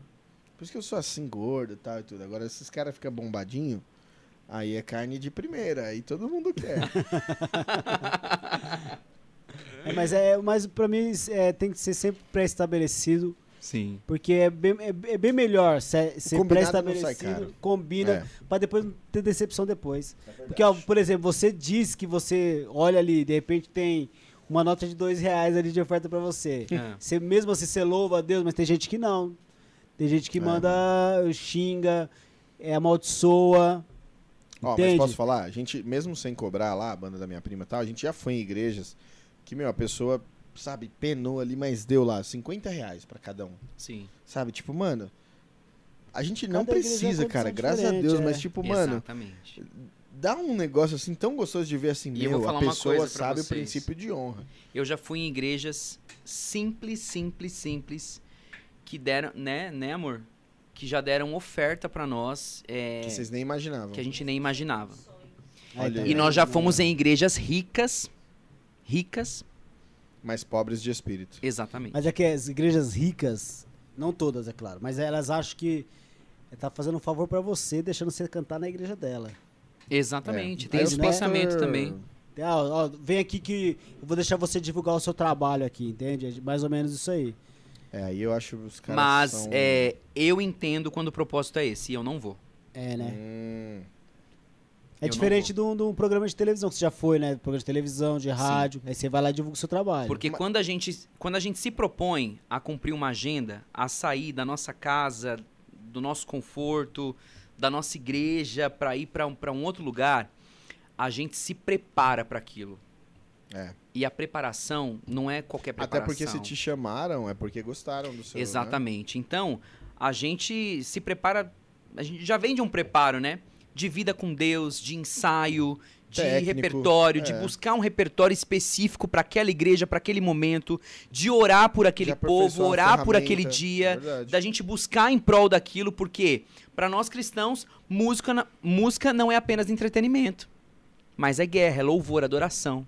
Por isso que eu sou assim, gordo e tal e tudo. Agora, esses caras ficam bombadinho, aí é carne de primeira, aí todo mundo *laughs* quer. É, mas, é, mas pra mim é, tem que ser sempre pré-estabelecido, Sim. porque é bem, é, é bem melhor ser, ser combinado não sai pré-estabelecido, caro. combina, É. pra depois não ter decepção depois. Porque, ó, por exemplo, você diz que você olha ali, de repente tem uma nota de dois reais ali de oferta pra você. É. Você mesmo assim, você louva a Deus, mas tem gente que não. Tem gente que É, manda, xinga, é, amaldiçoa. Ó, mas Entende? posso falar? A gente, mesmo sem cobrar lá, a banda da minha prima e tal, a gente já foi em igrejas que, meu, a pessoa, sabe, penou ali, mas deu lá 50 reais pra cada um. Sim. Sabe, tipo, mano, a gente não Cada igreja é uma precisa, cara, condição graças a diferente, Deus, é. mas tipo, mano, Exatamente. dá um negócio assim tão gostoso de ver assim, E eu vou meu, falar a uma pessoa coisa pra sabe o vocês. princípio de honra. Eu já fui em igrejas simples, simples, simples, que deram, né, né, amor? Que já deram oferta pra nós é, Que vocês É. nem imaginavam. que a gente nem imaginava. Aí tá. Olha aí. E também nós já não- fomos em igrejas ricas, ricas, Mas pobres de espírito. exatamente. Mas é que as igrejas ricas, não todas, é claro, mas elas acham que tá fazendo um favor pra você, deixando você cantar na igreja dela. Exatamente. Tem É. Aí esse os pensamento pastor- também. Tem, ó, ó, vem aqui que eu vou deixar você divulgar o seu trabalho aqui, entende? É mais ou menos isso aí. É, aí eu acho os caras Mas são... é, eu entendo quando o propósito é esse e eu não vou. É, né? Hum, É Eu não diferente de um, de um programa de televisão que você já foi, né? Programa de televisão, de rádio. Aí você vai lá e divulga o seu trabalho. Porque quando, a gente, quando a gente se propõe a cumprir uma agenda, a sair da nossa casa, do nosso conforto, da nossa igreja, para ir para um, pra um outro lugar, a gente se prepara para aquilo. É. E a preparação não é qualquer Até preparação. porque se te chamaram, é porque gostaram do seu. né? Exatamente. Então, a gente se prepara, a gente já vem de um preparo, né? De vida com Deus, de ensaio, de Técnico, repertório, de é. buscar um repertório específico para aquela igreja, para aquele momento, de orar por aquele Já povo, aperfeiçoou a orar por ferramenta, aquele dia, é verdade. da gente buscar em prol daquilo, porque para nós cristãos, música, na- música não é apenas entretenimento, mas é guerra, é louvor, adoração.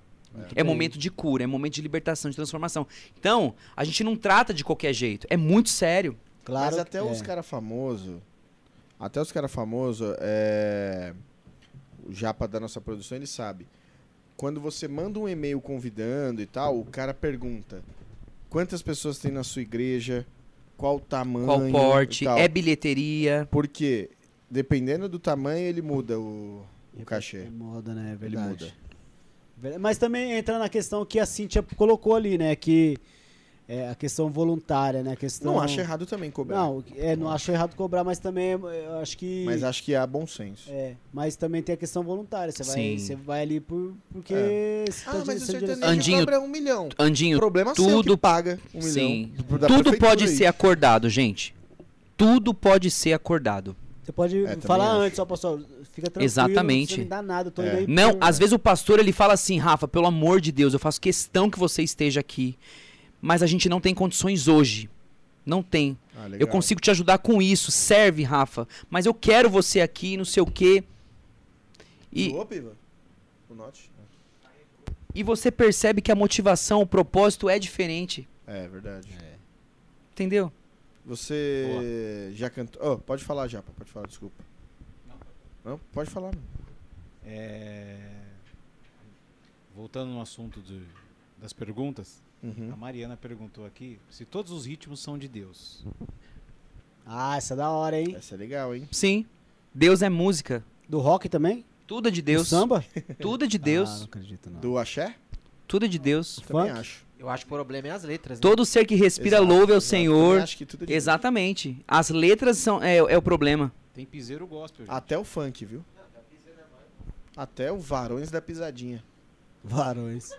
bem. É momento de cura, é momento de libertação, de transformação. Então, a gente não trata de qualquer jeito. É muito sério. Claro, Mas até é. os caras famosos. Até os caras famosos, é... o Japa da nossa produção, ele sabe. Quando você manda um e-mail convidando e tal, o cara pergunta: quantas pessoas tem na sua igreja? Qual o tamanho? Qual e porte, tal. é bilheteria. Porque, dependendo do tamanho, ele muda o, o cachê. Muda, né? É Ele verdade. muda. Ver- Mas também entra na questão que a Cintia colocou ali, né? Que é a questão voluntária, né? A questão... Não acho errado também cobrar. Não, é, não acho errado cobrar, mas também eu acho que... Mas acho que há bom senso. É, mas também tem a questão voluntária. Você Sim. vai, você vai ali por, porque... você tá Ah, mas o direcionando- sertanejo Andinho, cobra um milhão. Andinho, Problema é seu tudo- que paga um sim. milhão. do- da tudo prefeitura pode aí. ser acordado, gente. Tudo pode ser acordado. Você pode É, também falar acho. antes, ó, pastor, fica tranquilo. Exatamente. Não precisa me dar nada, eu tô indo É. aí um Não, por- às vezes o pastor ele fala assim, Rafa, pelo amor de Deus, eu faço questão que você esteja aqui, mas a gente não tem condições hoje. Não tem. Ah, Eu legal. consigo te ajudar com isso, serve, Rafa, mas eu quero você aqui, não sei o quê. E Zoou, Piva? O Note? e você percebe que a motivação, o propósito é diferente. É, verdade. Entendeu? Você já cantou. Oh, pode falar, Japa, pode falar, desculpa. Não, pode falar. mano. Voltando no assunto do- das perguntas, a Uhum. Mariana perguntou aqui se todos os ritmos são de Deus. Ah, essa é da hora, hein? Essa é legal, hein? Sim. Deus é música. Do rock também? Tudo é de Do Deus. samba? Tudo é de Ah, não Deus. acredito, não. Do axé? Tudo é de Deus. Também Funk? acho. Eu acho que o problema é as letras, né? Todo ser que respira Exato, louve ao exato. Também Senhor. Acho que tudo é de Exatamente. As letras são é, é o problema. Tem piseiro gospel. gente. Até o funk, viu? Até o Varões da Pisadinha. Varões.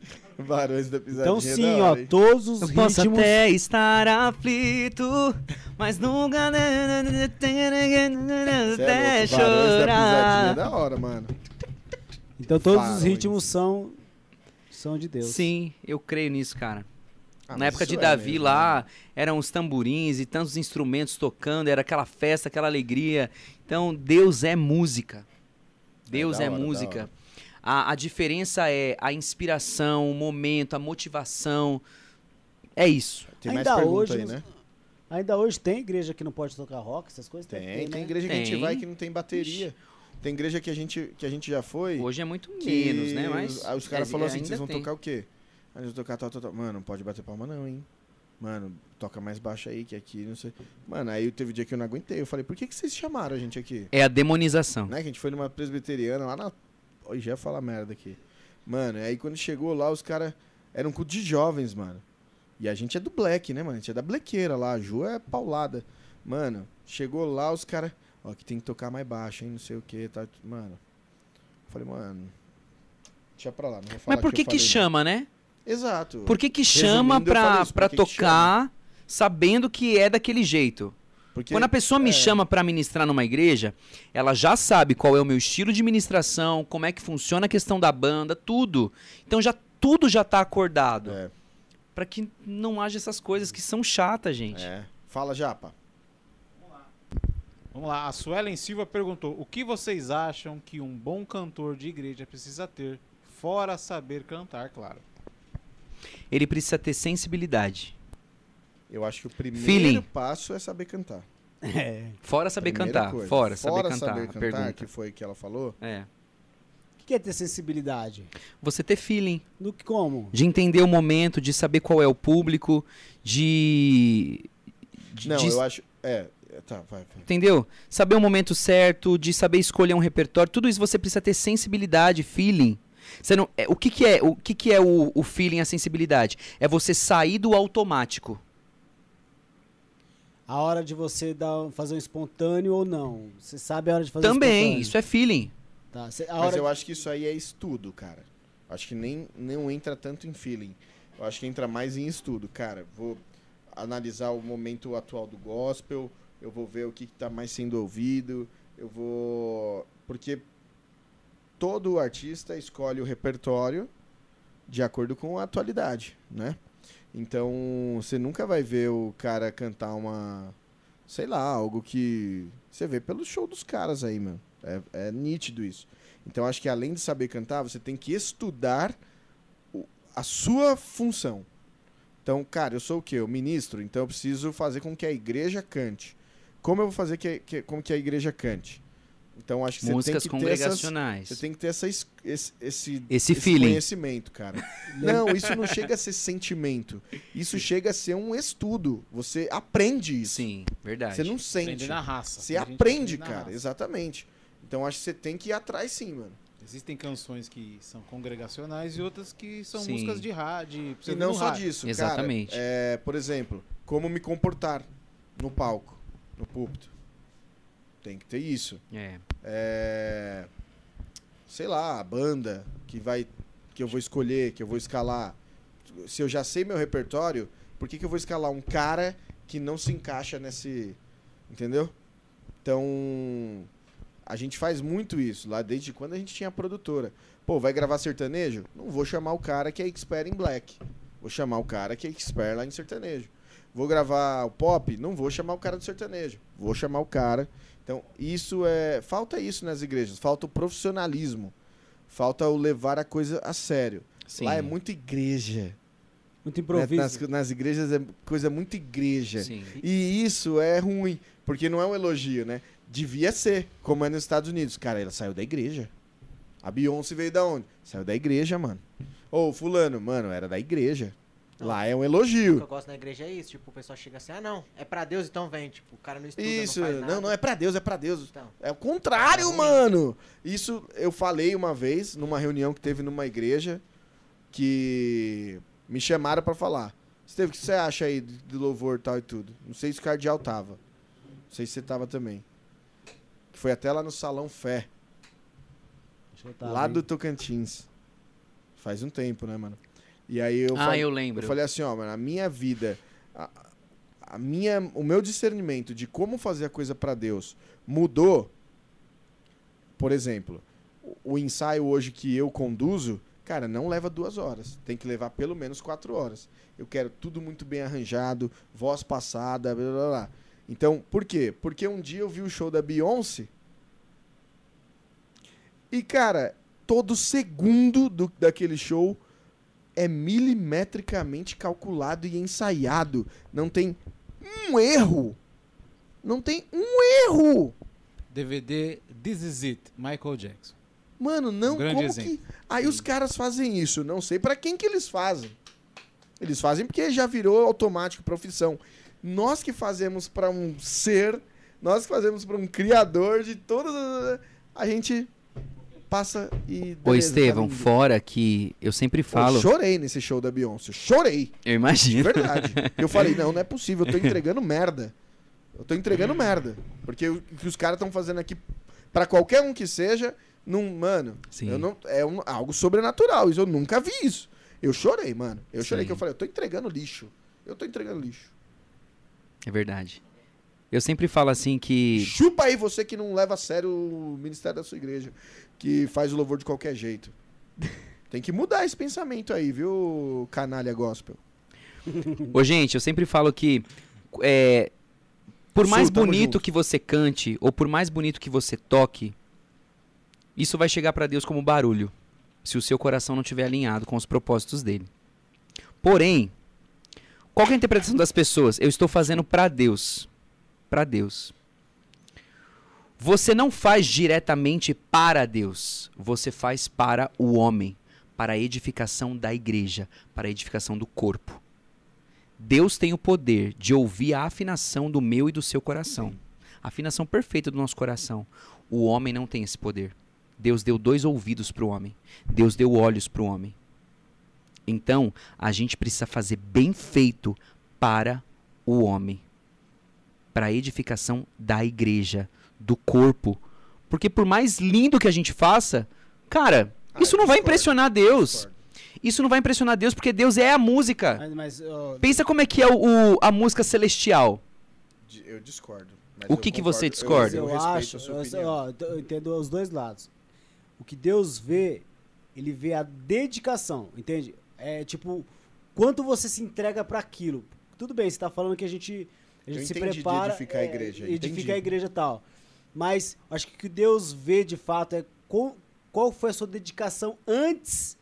*laughs* Varões da Pisadinha. Então é sim, da ó, hora, hein? todos os Eu ritmos... posso até estar aflito, mas nunca né, Cê é louco, Varões da Pisadinha até é chorar. da hora, mano. Então todos os Varões. ritmos são... São de Deus. Sim, eu creio nisso, cara. Ah, Na mas época isso de é Davi mesmo, lá, né? eram os tamborins e tantos instrumentos tocando, era aquela festa, aquela alegria. Então, Deus é música. Deus da é, hora, da música. hora. A, a diferença é a inspiração, o momento, a motivação. É isso. Tem mais Ainda pergunta hoje aí, nos- né? Ainda hoje tem igreja que não pode tocar rock, essas coisas? Deve Tem, ter, tem né? igreja que a gente Tem. vai que não tem bateria. Tem igreja que a gente, que a gente já foi. Hoje é muito que menos, né? Mas os- Aí os caras é, falaram assim: ainda vocês vão tem. tocar o quê? Aí eles vão tocar tal, tal, tal. Mano, não pode bater palma, não, hein? Mano, toca mais baixo aí, que aqui, não sei. Mano, aí teve dia que eu não aguentei. Eu falei: por que, que vocês chamaram a gente aqui? É a demonização. Né, que a gente foi numa presbiteriana lá na. Oi, já ia falar merda aqui. Mano, aí quando chegou lá, os caras. Era um culto de jovens, mano. E a gente é do black, né, mano? A gente é da blequeira lá. A Ju é paulada. Mano, chegou lá, os caras. Ó, que tem que tocar mais baixo, hein? Não sei o que. Tá... Mano. Falei, mano. Deixa pra lá, não vou falar Mas por que eu que, falei, chama, né? não. Exato. Por que que Resumindo, chama eu pra, falei isso, pra por que que tocar sabendo que é daquele jeito? Porque... Quando a pessoa é. me chama pra ministrar numa igreja, ela já sabe qual é o meu estilo de ministração, como é que funciona a questão da banda, tudo. Então já tudo já tá acordado. Pra É, que não haja essas coisas que são chatas, gente. é. Fala, Japa. Vamos lá, a Suelen Silva perguntou: o que vocês acham que um bom cantor de igreja precisa ter, fora saber cantar, claro? Ele precisa ter sensibilidade. Eu acho que o primeiro Feeling. passo é saber cantar. *laughs* É. Fora saber Primeira cantar. coisa. Fora Fora, saber cantar. saber a cantar, pergunta. que foi que ela falou. É. O que é ter sensibilidade? Você ter feeling. No que como? de entender o momento, de saber qual é o público, de. de- Não, de- eu acho. É, é, tá, vai. vai. Entendeu? Saber o momento certo, de saber escolher um repertório, tudo isso você precisa ter sensibilidade, feeling. Você não, é, o que, que é, o, que que é o, o feeling, a sensibilidade? É você sair do automático. A hora de você dar, fazer um espontâneo ou não? Você sabe a hora de fazer Também, um espontâneo? isso é feeling. Tá, cê- a Mas hora eu acho que isso aí é estudo, cara. Acho que nem não entra tanto em feeling. Eu acho que entra mais em estudo, cara. Vou analisar o momento atual do gospel, eu vou ver o que, que tá mais sendo ouvido, eu vou. Porque todo artista escolhe o repertório de acordo com a atualidade, né? Então, você nunca vai ver o cara cantar uma. Sei lá, algo que você vê pelo show dos caras aí, mano. É, é nítido isso. Então, acho que além de saber cantar, você tem que estudar o- a sua função. Então, cara, eu sou o quê? Eu ministro, então eu preciso fazer com que a igreja cante. Como eu vou fazer que, que, com que a igreja cante? Então, acho que você Músicas tem que ter essas, congregacionais. você tem que ter essa, es- esse, esse, Esse feeling. conhecimento, *laughs* cara. Não, isso não chega a ser sentimento. Isso chega a ser um estudo. Você aprende isso. Sim, verdade. Você não Aprender sente. na raça. Você A gente aprende, na cara. raça. Exatamente. Então acho que você tem que ir atrás sim, mano. Existem canções que são congregacionais e outras que são Sim. músicas de rádio. E não só de. disso, cara. Exatamente. É, por exemplo, como me comportar no palco, no púlpito. Tem que ter isso. É. é, sei lá, a banda que vai que eu vou escolher, que eu vou escalar. Se eu já sei meu repertório, por que, que eu vou escalar um cara que não se encaixa nesse, entendeu? Então, a gente faz muito isso lá desde quando a gente tinha a produtora. Pô, vai gravar sertanejo? Não vou chamar o cara que é expert em black. Vou chamar o cara que é expert lá em sertanejo. Vou gravar o pop? Não vou chamar o cara do sertanejo. Vou chamar o cara então, isso é. Falta isso nas igrejas, falta o profissionalismo. Falta o levar a coisa a sério. Sim. Lá é muito igreja. Muito né? improviso. Nas, nas igrejas é coisa muito igreja. Sim. E isso é ruim, porque não é um elogio, né? Devia ser, como é nos Estados Unidos. Cara, ela saiu da igreja. A Beyoncé veio da onde? Saiu da igreja, mano. Ou fulano, mano, era da igreja. Lá é um O que elogio. eu gosto na igreja é isso, tipo, o pessoal chega assim, ah não, é pra Deus, então vem, tipo, o cara não estuda, Isso, não faz nada. não, não é pra Deus, é pra Deus. Então, É o contrário, É ruim. mano. Isso eu falei uma vez numa reunião que teve numa igreja que me chamaram pra falar. Esteve, o que você acha aí de de louvor tal e tudo? Não sei se o cardeal tava. Não sei se você tava também. Que foi até lá no Salão Fé, Deixa eu tá lá bem. do Tocantins. Faz um tempo, né, mano? E aí eu ah, falei, eu lembro. eu falei assim, ó, mano, a minha vida, a, a minha, o meu discernimento de como fazer a coisa pra Deus mudou. Por exemplo, o, o ensaio hoje que eu conduzo, cara, não leva duas horas. Tem que levar pelo menos quatro horas. Eu quero tudo muito bem arranjado, voz passada, blá blá blá. Então, por quê? Porque um dia eu vi o show da Beyoncé e, cara, todo segundo do, daquele show é milimetricamente calculado e ensaiado. Não tem um erro. Não tem um erro. DVD This Is It, Michael Jackson. Mano, não, Um grande como exemplo. que... Aí os caras fazem isso, não sei pra quem que eles fazem. Eles fazem porque já virou automático profissão. Nós que fazemos pra um ser, nós que fazemos pra um criador de todas as... a gente passa e Ô, beleza, tá Estevão, lindo. fora que eu sempre Eu falo, chorei nesse show da Beyoncé, eu chorei. eu De *laughs* imagino. verdade. Eu falei, não, não é possível, *laughs* eu tô entregando merda. Eu tô entregando merda. Porque o que os caras estão fazendo aqui, pra qualquer um que seja, não, mano, Sim. eu não, é um- algo sobrenatural. Isso, eu nunca vi isso. Eu chorei, mano. Eu chorei Sim. que eu falei, eu tô entregando lixo. Eu tô entregando lixo. É verdade. Eu sempre falo assim que. Chupa aí você que não leva a sério o ministério da sua igreja, que faz o louvor de qualquer jeito. *laughs* Tem que mudar esse pensamento aí, viu, canalha gospel. *laughs* Ô, gente, eu sempre falo que. é, por Sul, mais tamo bonito junto. que você cante, ou por mais bonito que você toque, isso vai chegar pra Deus como barulho. Se o seu coração não estiver alinhado com os propósitos dele. Porém, qual que é a interpretação das pessoas? Eu estou fazendo pra Deus. Pra Deus. Você não faz diretamente para Deus, você faz para o homem, para a edificação da igreja, para a edificação do corpo. Deus tem o poder de ouvir a afinação do meu e do seu coração. A afinação perfeita do nosso coração. O homem não tem esse poder. Deus deu dois ouvidos para o homem. Deus deu olhos para o homem. Então, a gente precisa fazer bem feito para o homem. Para a edificação da igreja, do corpo. Porque por mais lindo que a gente faça, cara, Ah, isso eu não vai discordo. impressionar Deus. Isso não vai impressionar Deus, porque Deus é a música. Mas, mas, ó, Pensa como é que é o, o- a música celestial. Di- Eu discordo. mas O eu que que você mas discorda? Eu, eu, eu respeito acho, a sua eu, opinião. ó, eu entendo os dois lados. O que Deus vê, ele vê a dedicação, entende? É tipo, quanto você se entrega pra aquilo. Tudo bem, você tá falando que a gente, a Eu gente se entendi de prepara. edificar a igreja, É, entendi. edificar a igreja e tal. Mas acho que o que Deus vê de fato é qual, qual foi a sua dedicação antes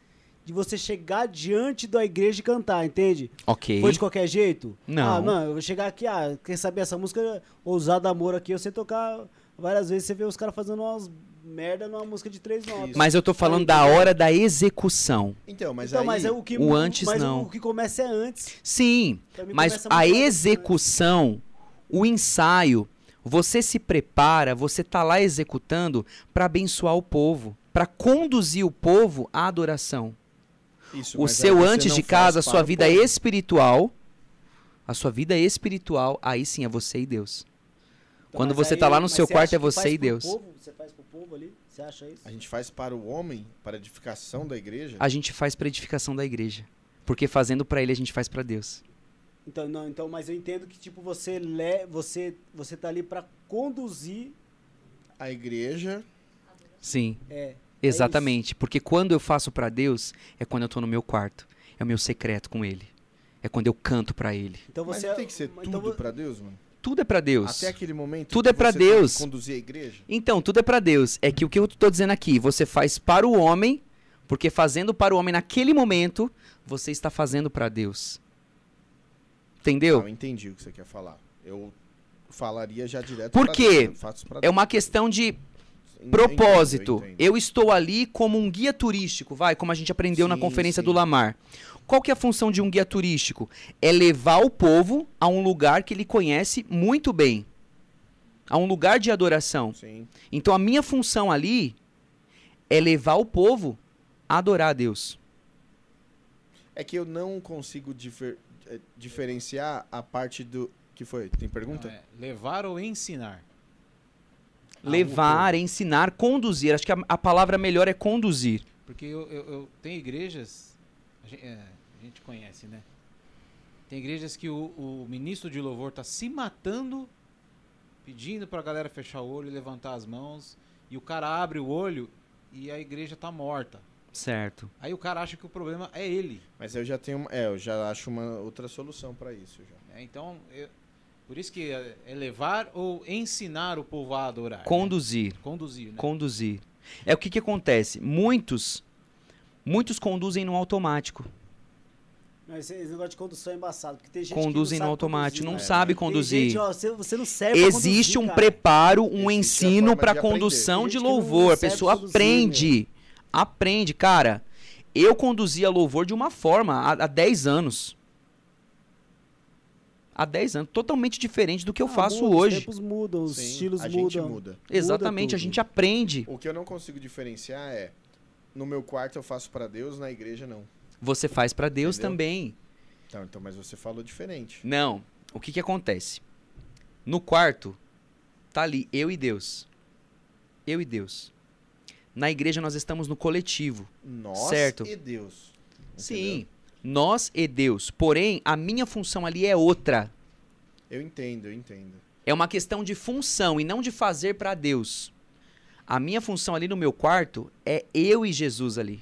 de você chegar diante da igreja e cantar, entende? Ok. Foi de qualquer jeito? Não. Ah, mano, eu vou chegar aqui, ah, quer saber essa música Ousado Amor aqui, eu sei tocar várias vezes, você vê os caras fazendo umas merda numa música de três notas. Mas eu tô falando da hora da execução. Então, mas então, aí... mas é o que o antes mas não. O que começa é antes. Sim, Pra mim, mas começa a né? muito antes, né? execução, o ensaio, você se prepara, você tá lá executando para abençoar o povo, para conduzir o povo à adoração. Isso, o mas aí seu você antes não de faz casa, a sua para o vida é povo. espiritual, a sua vida espiritual, aí sim é você e Deus. né? Quando mas você tá lá no mas seu quarto, acha é que você faz e pro Deus. povo? Você faz pro povo ali? Você acha isso? A gente faz para o homem, para a edificação da igreja. A gente faz para edificação da igreja, porque fazendo para ele a gente faz para Deus. Então, não, então, mas eu entendo que tipo você le, você você tá ali pra conduzir A igreja. Sim. é, Exatamente, porque quando eu faço pra Deus é quando eu tô no meu quarto, é o meu secreto com ele. É quando eu canto pra ele. Então Mas você não tem que ser então tudo vo- para Deus, mano. tudo é pra Deus. Até aquele momento. Tudo é que pra você Deus. Conduzir a igreja. Então, tudo é pra Deus. É que o que eu tô dizendo aqui, você faz para o homem, porque fazendo para o homem naquele momento, você está fazendo pra Deus. Entendeu? Não, entendi o que você quer falar. Eu falaria já direto. Por pra quê? Deus, eu faço pra É uma Deus. questão de Hum, Entendo, propósito. entendo. Eu estou ali como um guia turístico, vai, como a gente aprendeu na Sim, conferência sim. do Lamar. Qual que é a função de um guia turístico? É levar o povo a um lugar que ele conhece muito bem. A um lugar de adoração. Sim. Então a minha função ali é levar o povo a adorar a Deus. É que eu não consigo difer- eh, diferenciar a parte do. Que foi? Tem pergunta? Não, é levar ou ensinar? um Ah, Levar, o- ensinar, conduzir. Acho que a, a palavra melhor é conduzir. Porque eu, eu, eu- tem igrejas, a gen- é, a gente, conhece, né? Tem igrejas que o, o ministro de louvor tá se matando, pedindo pra galera fechar o olho, levantar as mãos, e o cara abre o olho e a igreja tá morta. Certo. Aí o cara acha que o problema é ele. Mas eu já tenho. uma- É, eu já acho uma outra solução pra isso. Já. né? Então, eu- por isso que é é levar ou ensinar o povo a adorar. né? Conduzir. Conduzir, né? conduzir. É o que, que acontece? Muitos muitos conduzem no automático. Não, esse, esse negócio de condução é embaçado. Porque tem gente conduzem que no não sabe automático, não conduzir, né? sabe Tem conduzir. gente, ó, você, você não serve pra Existe conduzir, um cara. preparo, um Existe a ensino forma para de aprender. condução Tem de gente que não louvor. A sabe pessoa conduzir, aprende. Aprende, cara. Eu conduzia louvor de uma forma há, há 10 anos. Há 10 anos, totalmente diferente do que eu Ah, faço muda, hoje. Os tempos mudam, os Sim, estilos a gente mudam. muda. Exatamente, a tudo. gente aprende. O que eu não consigo diferenciar é. No meu quarto eu faço pra Deus, na igreja não. Você faz para Deus Entendeu? também. Então, então, mas você falou diferente. Não. O que que acontece? No quarto, tá ali eu e Deus. Eu e Deus. Na igreja nós estamos no coletivo. Nós Certo. e Deus. Entendeu? Sim. Nós e Deus. Porém, a minha função ali é outra. Eu entendo, eu entendo. É uma questão de função e não de fazer pra Deus. A minha função ali no meu quarto é eu e Jesus ali.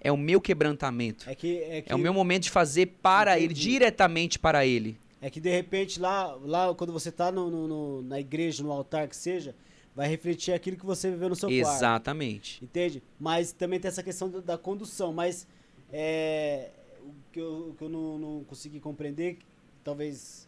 É o meu quebrantamento. É que, é, que, É o meu momento de fazer para ele, Entendi. diretamente para ele. é que de repente lá, lá quando você tá no, no- no- na igreja, no altar que seja, vai refletir aquilo que você viveu no seu quarto. Exatamente. Entende? Mas também tem essa questão da, da condução. Mas é, o que eu, o que eu não, não consegui compreender, talvez.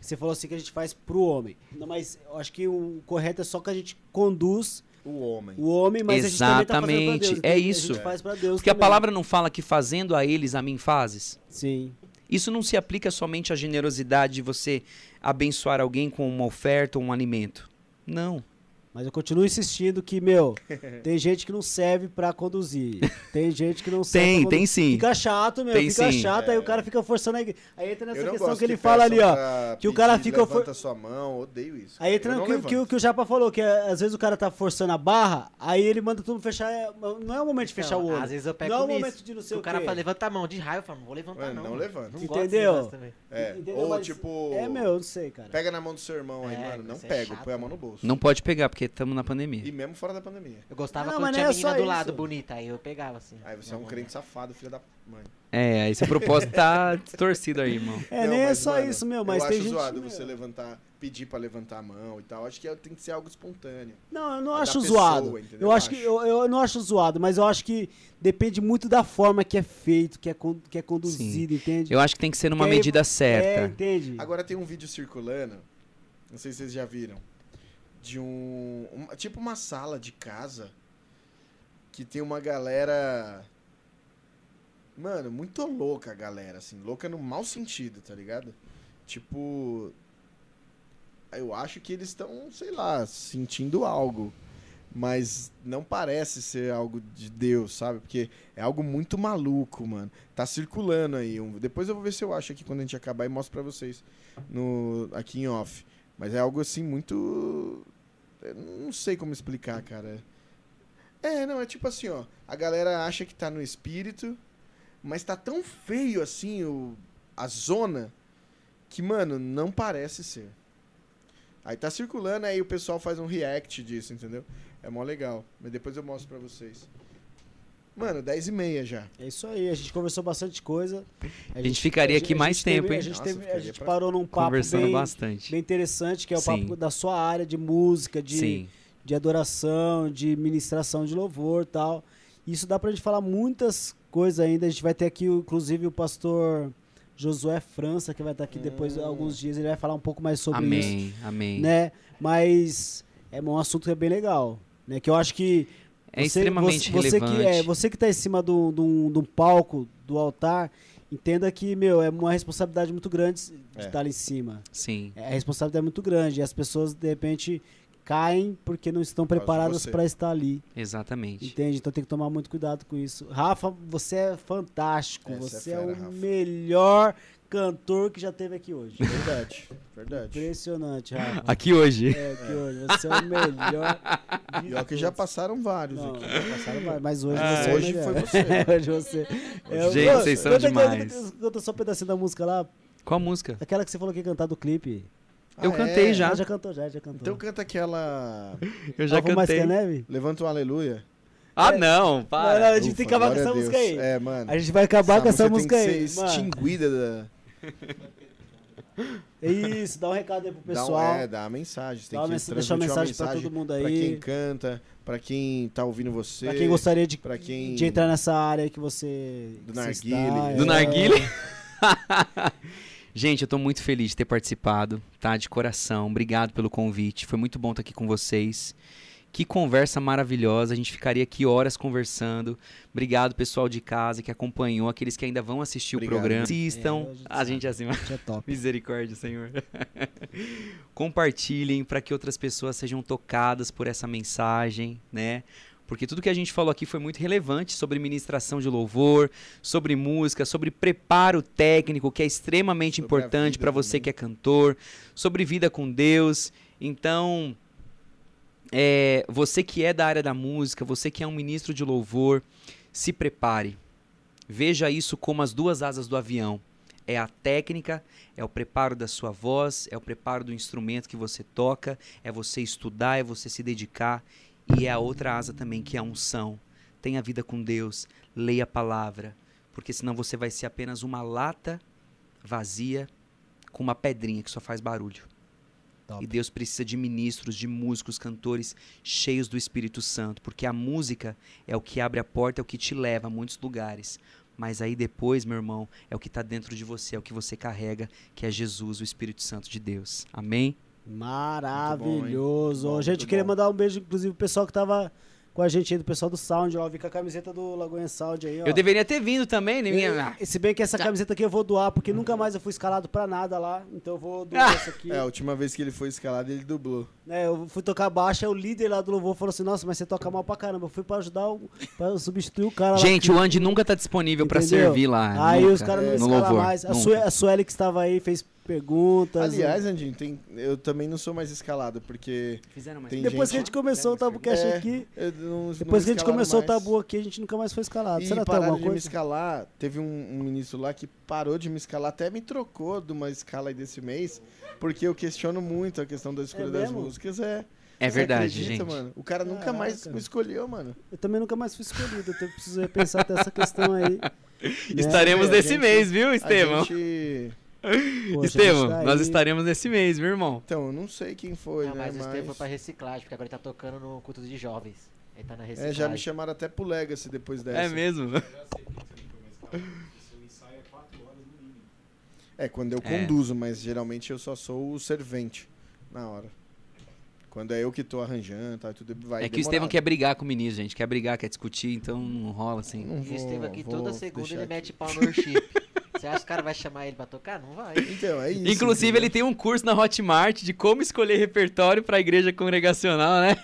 Você falou assim que a gente faz pro homem. Não, mas eu acho que o correto é só que a gente conduz O homem. o homem, mas a gente também tá fazendo pra Exatamente, Deus. é entende? isso. A gente faz pra Deus Porque a também. palavra não fala que fazendo a eles a mim fazes. Sim. Isso não se aplica somente à generosidade de você abençoar alguém com uma oferta ou um alimento. Não. Mas eu continuo insistindo que, *laughs* meu, tem gente que não serve pra conduzir. Tem gente que não serve pra Tem, conduzir. tem sim. tá Fica chato, meu. Tem fica sim. chato, aí o cara fica forçando a igreja. Aí entra nessa Eu não questão gosto que ele que fala ali, peçam ó. pra que o cara pedir, fica for- Levanta sua mão, odeio isso. Aí Eu entra não no que, levanto. que, o- que o Japa falou, que é, às vezes o cara tá forçando a barra, aí ele manda todo mundo fechar. é, Não é o momento de fechar Então, o olho. Às vezes eu pego Não é o nisso. momento de não sei Se o o cara quê. fala, levanta a mão de raiva, eu falo, não vou levantar, Ué, não. não mano. levanta. Não gosto desse Entendeu? negócio também. É, Entendeu? Ou Mas tipo. É, meu, eu não sei, cara. Pega na mão do seu irmão aí, É, mano. Não isso é pega, chato, põe a mão no bolso. Não pode pegar, porque estamos na E pandemia. mesmo fora da pandemia. Eu gostava Não, quando mas tinha não é a menina só do isso. lado bonita, aí eu pegava assim. Aí você é um crente safado, filho da mãe. É, esse propósito *laughs* tá distorcido aí, irmão. É, Não, nem é mas, só mano, isso, meu, mas eu tem acho gente. é. zoado meu. você levantar, pedir pra levantar a mão e tal. Acho que é- tem que ser algo espontâneo. É Não, eu não da acho pessoa, zoado. entendeu? Eu acho que Acho. eu, eu não acho zoado, mas eu acho que depende muito da forma que é feito, que é, con- que é conduzido, entende? Eu acho que tem que ser numa Que aí- medida É, certa. entende? Agora tem um vídeo circulando, não sei se vocês já viram, de um. uma- tipo uma sala de casa que tem uma galera. Mano, muito louca a galera, assim. Louca no mau sentido, tá ligado? Tipo. Eu acho que eles estão, sei lá, sentindo algo. Mas não parece ser algo de Deus, sabe? Porque é algo muito maluco, mano. Tá circulando aí. um- Depois eu vou ver se eu acho aqui quando a gente acabar e mostro pra vocês no... aqui em off. Mas é algo assim muito. Eu não sei como explicar, cara. É, não, é tipo assim, ó. A galera acha que tá no espírito, mas tá tão feio assim o... a zona que, mano, não parece ser. Aí tá circulando, aí o pessoal faz um react disso, entendeu? É mó legal. Mas depois eu mostro pra vocês. Mano, 10 e meia já. É isso aí, a gente conversou bastante coisa. A gente ficaria aqui a mais gente tempo, teve- hein? A gente, Nossa, teve- a ficaria gente pra- parou num papo Conversando bem, bastante. bem interessante, que é o Sim. papo da sua área de música, de, Sim. de adoração, de ministração de louvor tal. Isso dá pra gente falar muitas coisas ainda. A gente vai ter aqui, o- inclusive, o pastor Josué França, que vai estar aqui depois de alguns dias, ele vai falar um pouco mais sobre isso. Ah. Amém, amém. Né? Mas é um assunto que é bem legal. Né? Que eu acho que. É extremamente relevante. Que, é, você que está em cima de um, de um- de um palco, do altar, entenda que, meu, é uma responsabilidade muito grande de É. estar ali em cima. Sim. É, a responsabilidade é muito grande. E as pessoas, de repente, caem porque não estão causa de preparadas você. para estar ali. Exatamente. Entende? Então tem que tomar muito cuidado com isso. Rafa, você é fantástico. Essa é você é, fera, o Rafa. melhor cantor que já teve aqui *laughs* hoje. Verdade, verdade. Impressionante, Rafa. Aqui hoje. É, aqui hoje. Você é *laughs* o melhor. de E ó que já todos. passaram vários Não, aqui. já passaram vários, mas hoje Ah, você é o hoje melhor. foi você. *laughs* hoje você. É, Gente, ô, vocês são canta- demais. Canta, canta só um pedacinho da música lá, Qual a música? aquela que você falou que ia cantar do clipe. Eu Ah, cantei é? já. Ah, já cantou, já, já cantou. Então canta aquela. Eu já Ah, vamos mais que cantei. a neve? Levanta um aleluia. Ah, não, É. Não, não, para. a gente tem que Ufa, acabar glória com essa a Deus. música aí. É, mano. A gente vai acabar com essa música tem aí. que ser mano. extinguida da. É Isso, dá um recado aí pro pessoal. Dá, um- é, dá a mensagem. Tem Dá uma que mensagem- deixa uma transmitir mensagem pra todo mundo Pra aí. quem canta, pra quem tá ouvindo você. Pra quem gostaria de, pra quem- de entrar nessa área aí que você. Do que você narguile. está, Do é. Do Narguile. *laughs* Gente, eu tô muito feliz de ter participado, tá? De coração. Obrigado pelo convite. Foi muito bom estar aqui com vocês. Que conversa maravilhosa. A gente ficaria aqui horas conversando. Obrigado, pessoal de casa que acompanhou, aqueles que ainda vão assistir Obrigado. o programa. É, Assistam. a gente a gente assim. *laughs* Isso é top. Misericórdia, Senhor. *laughs* Compartilhem para que outras pessoas sejam tocadas por essa mensagem, né? Porque tudo que a gente falou aqui foi muito relevante sobre ministração de louvor, sobre música, sobre preparo técnico, que é extremamente Sobre a importante vida para você também. que é cantor, sobre vida com Deus. Então, é, você que é da área da música, você que é um ministro de louvor, se prepare. Veja isso como as duas asas do avião. É a técnica, é o preparo da sua voz, é o preparo do instrumento que você toca, é você estudar, é você se dedicar. E é a outra asa também, que é a unção. Tenha vida com Deus, leia a palavra, porque senão você vai ser apenas uma lata vazia com uma pedrinha que só faz barulho. Top. E Deus precisa de ministros, de músicos, cantores cheios do Espírito Santo, porque a música é o que abre a porta, é o que te leva a muitos lugares. Mas aí depois, meu irmão, é o que está dentro de você, é o que você carrega, que é Jesus, o Espírito Santo de Deus. Amém? Maravilhoso. Muito bom, gente, muito eu queria bom. mandar um beijo, inclusive, pro pessoal que tava com a gente aí, do pessoal do Sound, ó. Eu vi com a camiseta do Lagoinha Sound aí, ó. Eu deveria ter vindo também, né? minha- E- Se bem que essa camiseta aqui eu vou doar, porque nunca mais eu fui escalado pra nada lá. Então eu vou doar Ah. essa aqui. É, a última vez que ele foi escalado, ele dublou. né, eu fui tocar baixo, aí o líder lá do louvor falou assim, nossa, mas você toca mal pra caramba. Eu fui pra ajudar, o, pra substituir o cara lá. Gente, o Andy nunca está disponível para Entendeu? servir lá. Aí nunca. os caras não É, no escalam louvor. mais. A, nunca. Sue, a Sueli que estava aí fez perguntas. Aliás, Andinho, tem, eu também não sou mais escalado, porque. Fizeram mais. Tem depois assim, gente- que a gente começou o TabuCast É, aqui, eu não- depois que não a gente começou tá escalaram o mais. Tabu aqui, a gente nunca mais foi escalado. E Será que tem pararam alguma de coisa? me escalar. Teve um, um ministro lá que parou de me escalar, até me trocou de uma escala aí desse mês, porque eu questiono muito a questão da escolha É das mesmo? músicas. É, É Você verdade, acredita, gente. mano? O cara nunca mais Caraca. me escolheu, mano. Eu também nunca mais fui escolhido, então eu preciso repensar até essa questão *laughs* aí. né? Estaremos É, a nesse gente- mês, viu, A Estevão? gente- Poxa, Estevão, está nós aí. estaremos nesse mês, meu irmão. Então, eu não sei quem foi, Ah, né? mas o Estevam foi pra Mas... reciclagem, porque agora ele tá tocando no culto de jovens. Ele tá na reciclagem. É, já me chamaram até pro Legacy depois dessa. É mesmo. É, quando eu É. conduzo, mas geralmente eu só sou o servente na hora. Quando é eu que tô arranjando, tá, tudo vai é que o Estevão Estevam quer brigar com o ministro, gente. Quer brigar, quer discutir, então não rola assim. Não E o vou- Estevam aqui vou toda segunda deixar ele aqui. mete pau no *laughs* worship. Você acha que o cara vai chamar ele pra tocar? Não vai. Então, é isso. Inclusive, ele tem um curso na Hotmart de como escolher repertório pra igreja congregacional, né?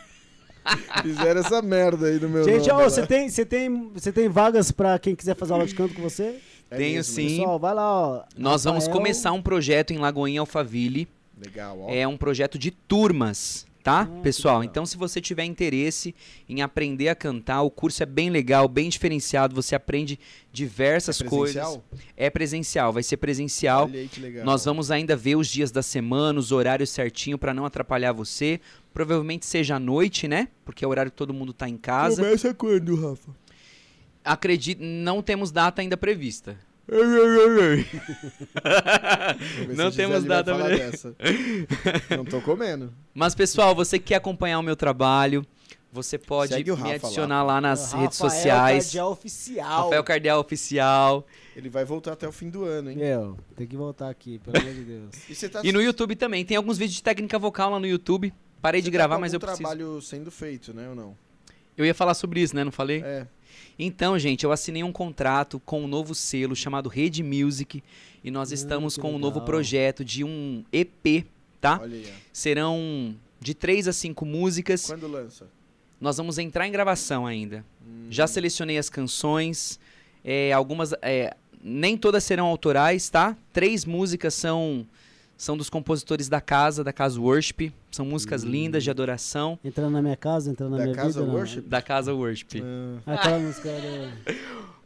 ele... Fizeram essa merda aí no meu nome Gente, né? ó, lá. você tem, você tem, você tem vagas pra quem quiser fazer aula de canto com você? É Tenho mesmo, sim. Pessoal, vai lá, ó. Nós vamos é Rafael. começar um projeto em Lagoinha Alphaville. né? Legal, ó. Hum, É um projeto de turmas, tá, que pessoal? legal. Então, se você tiver interesse em aprender a cantar, o curso é bem legal, bem diferenciado. Você aprende diversas É presencial? coisas. É presencial, vai ser presencial. Olha aí que legal. Nós vamos ainda ver os dias da semana, os horários certinho pra não atrapalhar você. Provavelmente seja à noite, né? Porque é o horário que todo mundo tá em casa. Começa quando, Rafa? acredito, não temos data ainda prevista. *laughs* Vamos ver Não se temos Gisele vai data falar pra- dessa. Não tô comendo. Mas, pessoal, você que quer acompanhar o meu trabalho, você pode Segue o me Rafa lá. adicionar lá, nas Rafael redes sociais. Cardial oficial. Rafael Cardeal Oficial. Ele vai voltar até o fim do ano, hein? Meu, tem que voltar aqui, pelo amor de Deus. E você tá E no YouTube também. Tem alguns vídeos de técnica vocal lá no YouTube. Parei você de tá gravar, com mas eu algum preciso. trabalho sendo feito, né, ou não? Eu ia falar sobre isso, né? Não falei? É. Então, gente, eu assinei um contrato com um novo selo chamado Rede Music. E nós Ah, estamos que com um novo legal. projeto de um EP, tá? Olha aí. ó. Serão de três a cinco músicas. Quando lança? Nós vamos entrar em gravação ainda. Hum. Já selecionei as canções. é, algumas. é, nem todas serão autorais, tá? Três músicas são são dos compositores da casa, da casa Worship. São músicas Hum. lindas de adoração Entrando na minha casa, entrando na Da minha Casa vida. não. né? Worship? da casa Worship. Ah, Aquela música do...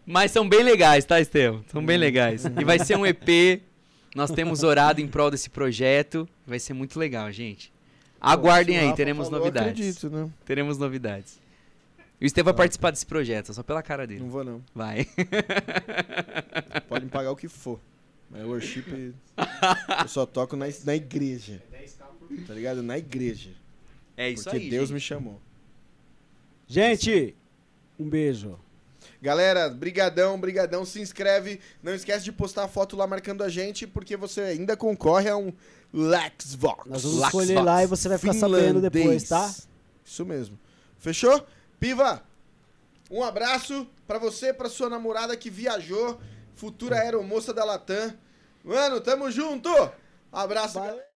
Mas são bem legais, tá, Estevam? São Hum. bem legais. E *laughs* vai ser um EP. Nós temos orado em prol desse projeto. Vai ser muito legal, gente. Aguardem se o aí, Rafa teremos falou, eu novidades. acredito, né? Teremos novidades. E o Estevam vai participar desse projeto, é só pela cara dele. Não vou, não. Vai. Pode me pagar o que for. Mas worship. *laughs* eu só toco na, na igreja. Tá ligado? Na igreja. É isso Porque aí. Deus gente. me chamou. Gente, um beijo. Galera, brigadão, brigadão, se inscreve, não esquece de postar a foto lá marcando a gente, porque você ainda concorre a um Lexvox. Nós vamos Lax escolher Fox. lá e você vai ficar sabendo depois, tá? Finlandês. Isso mesmo. Fechou? Piva, um abraço pra você, pra sua namorada que viajou, futura aeromoça da Latam. Mano, tamo junto! Abraço, Valeu. galera.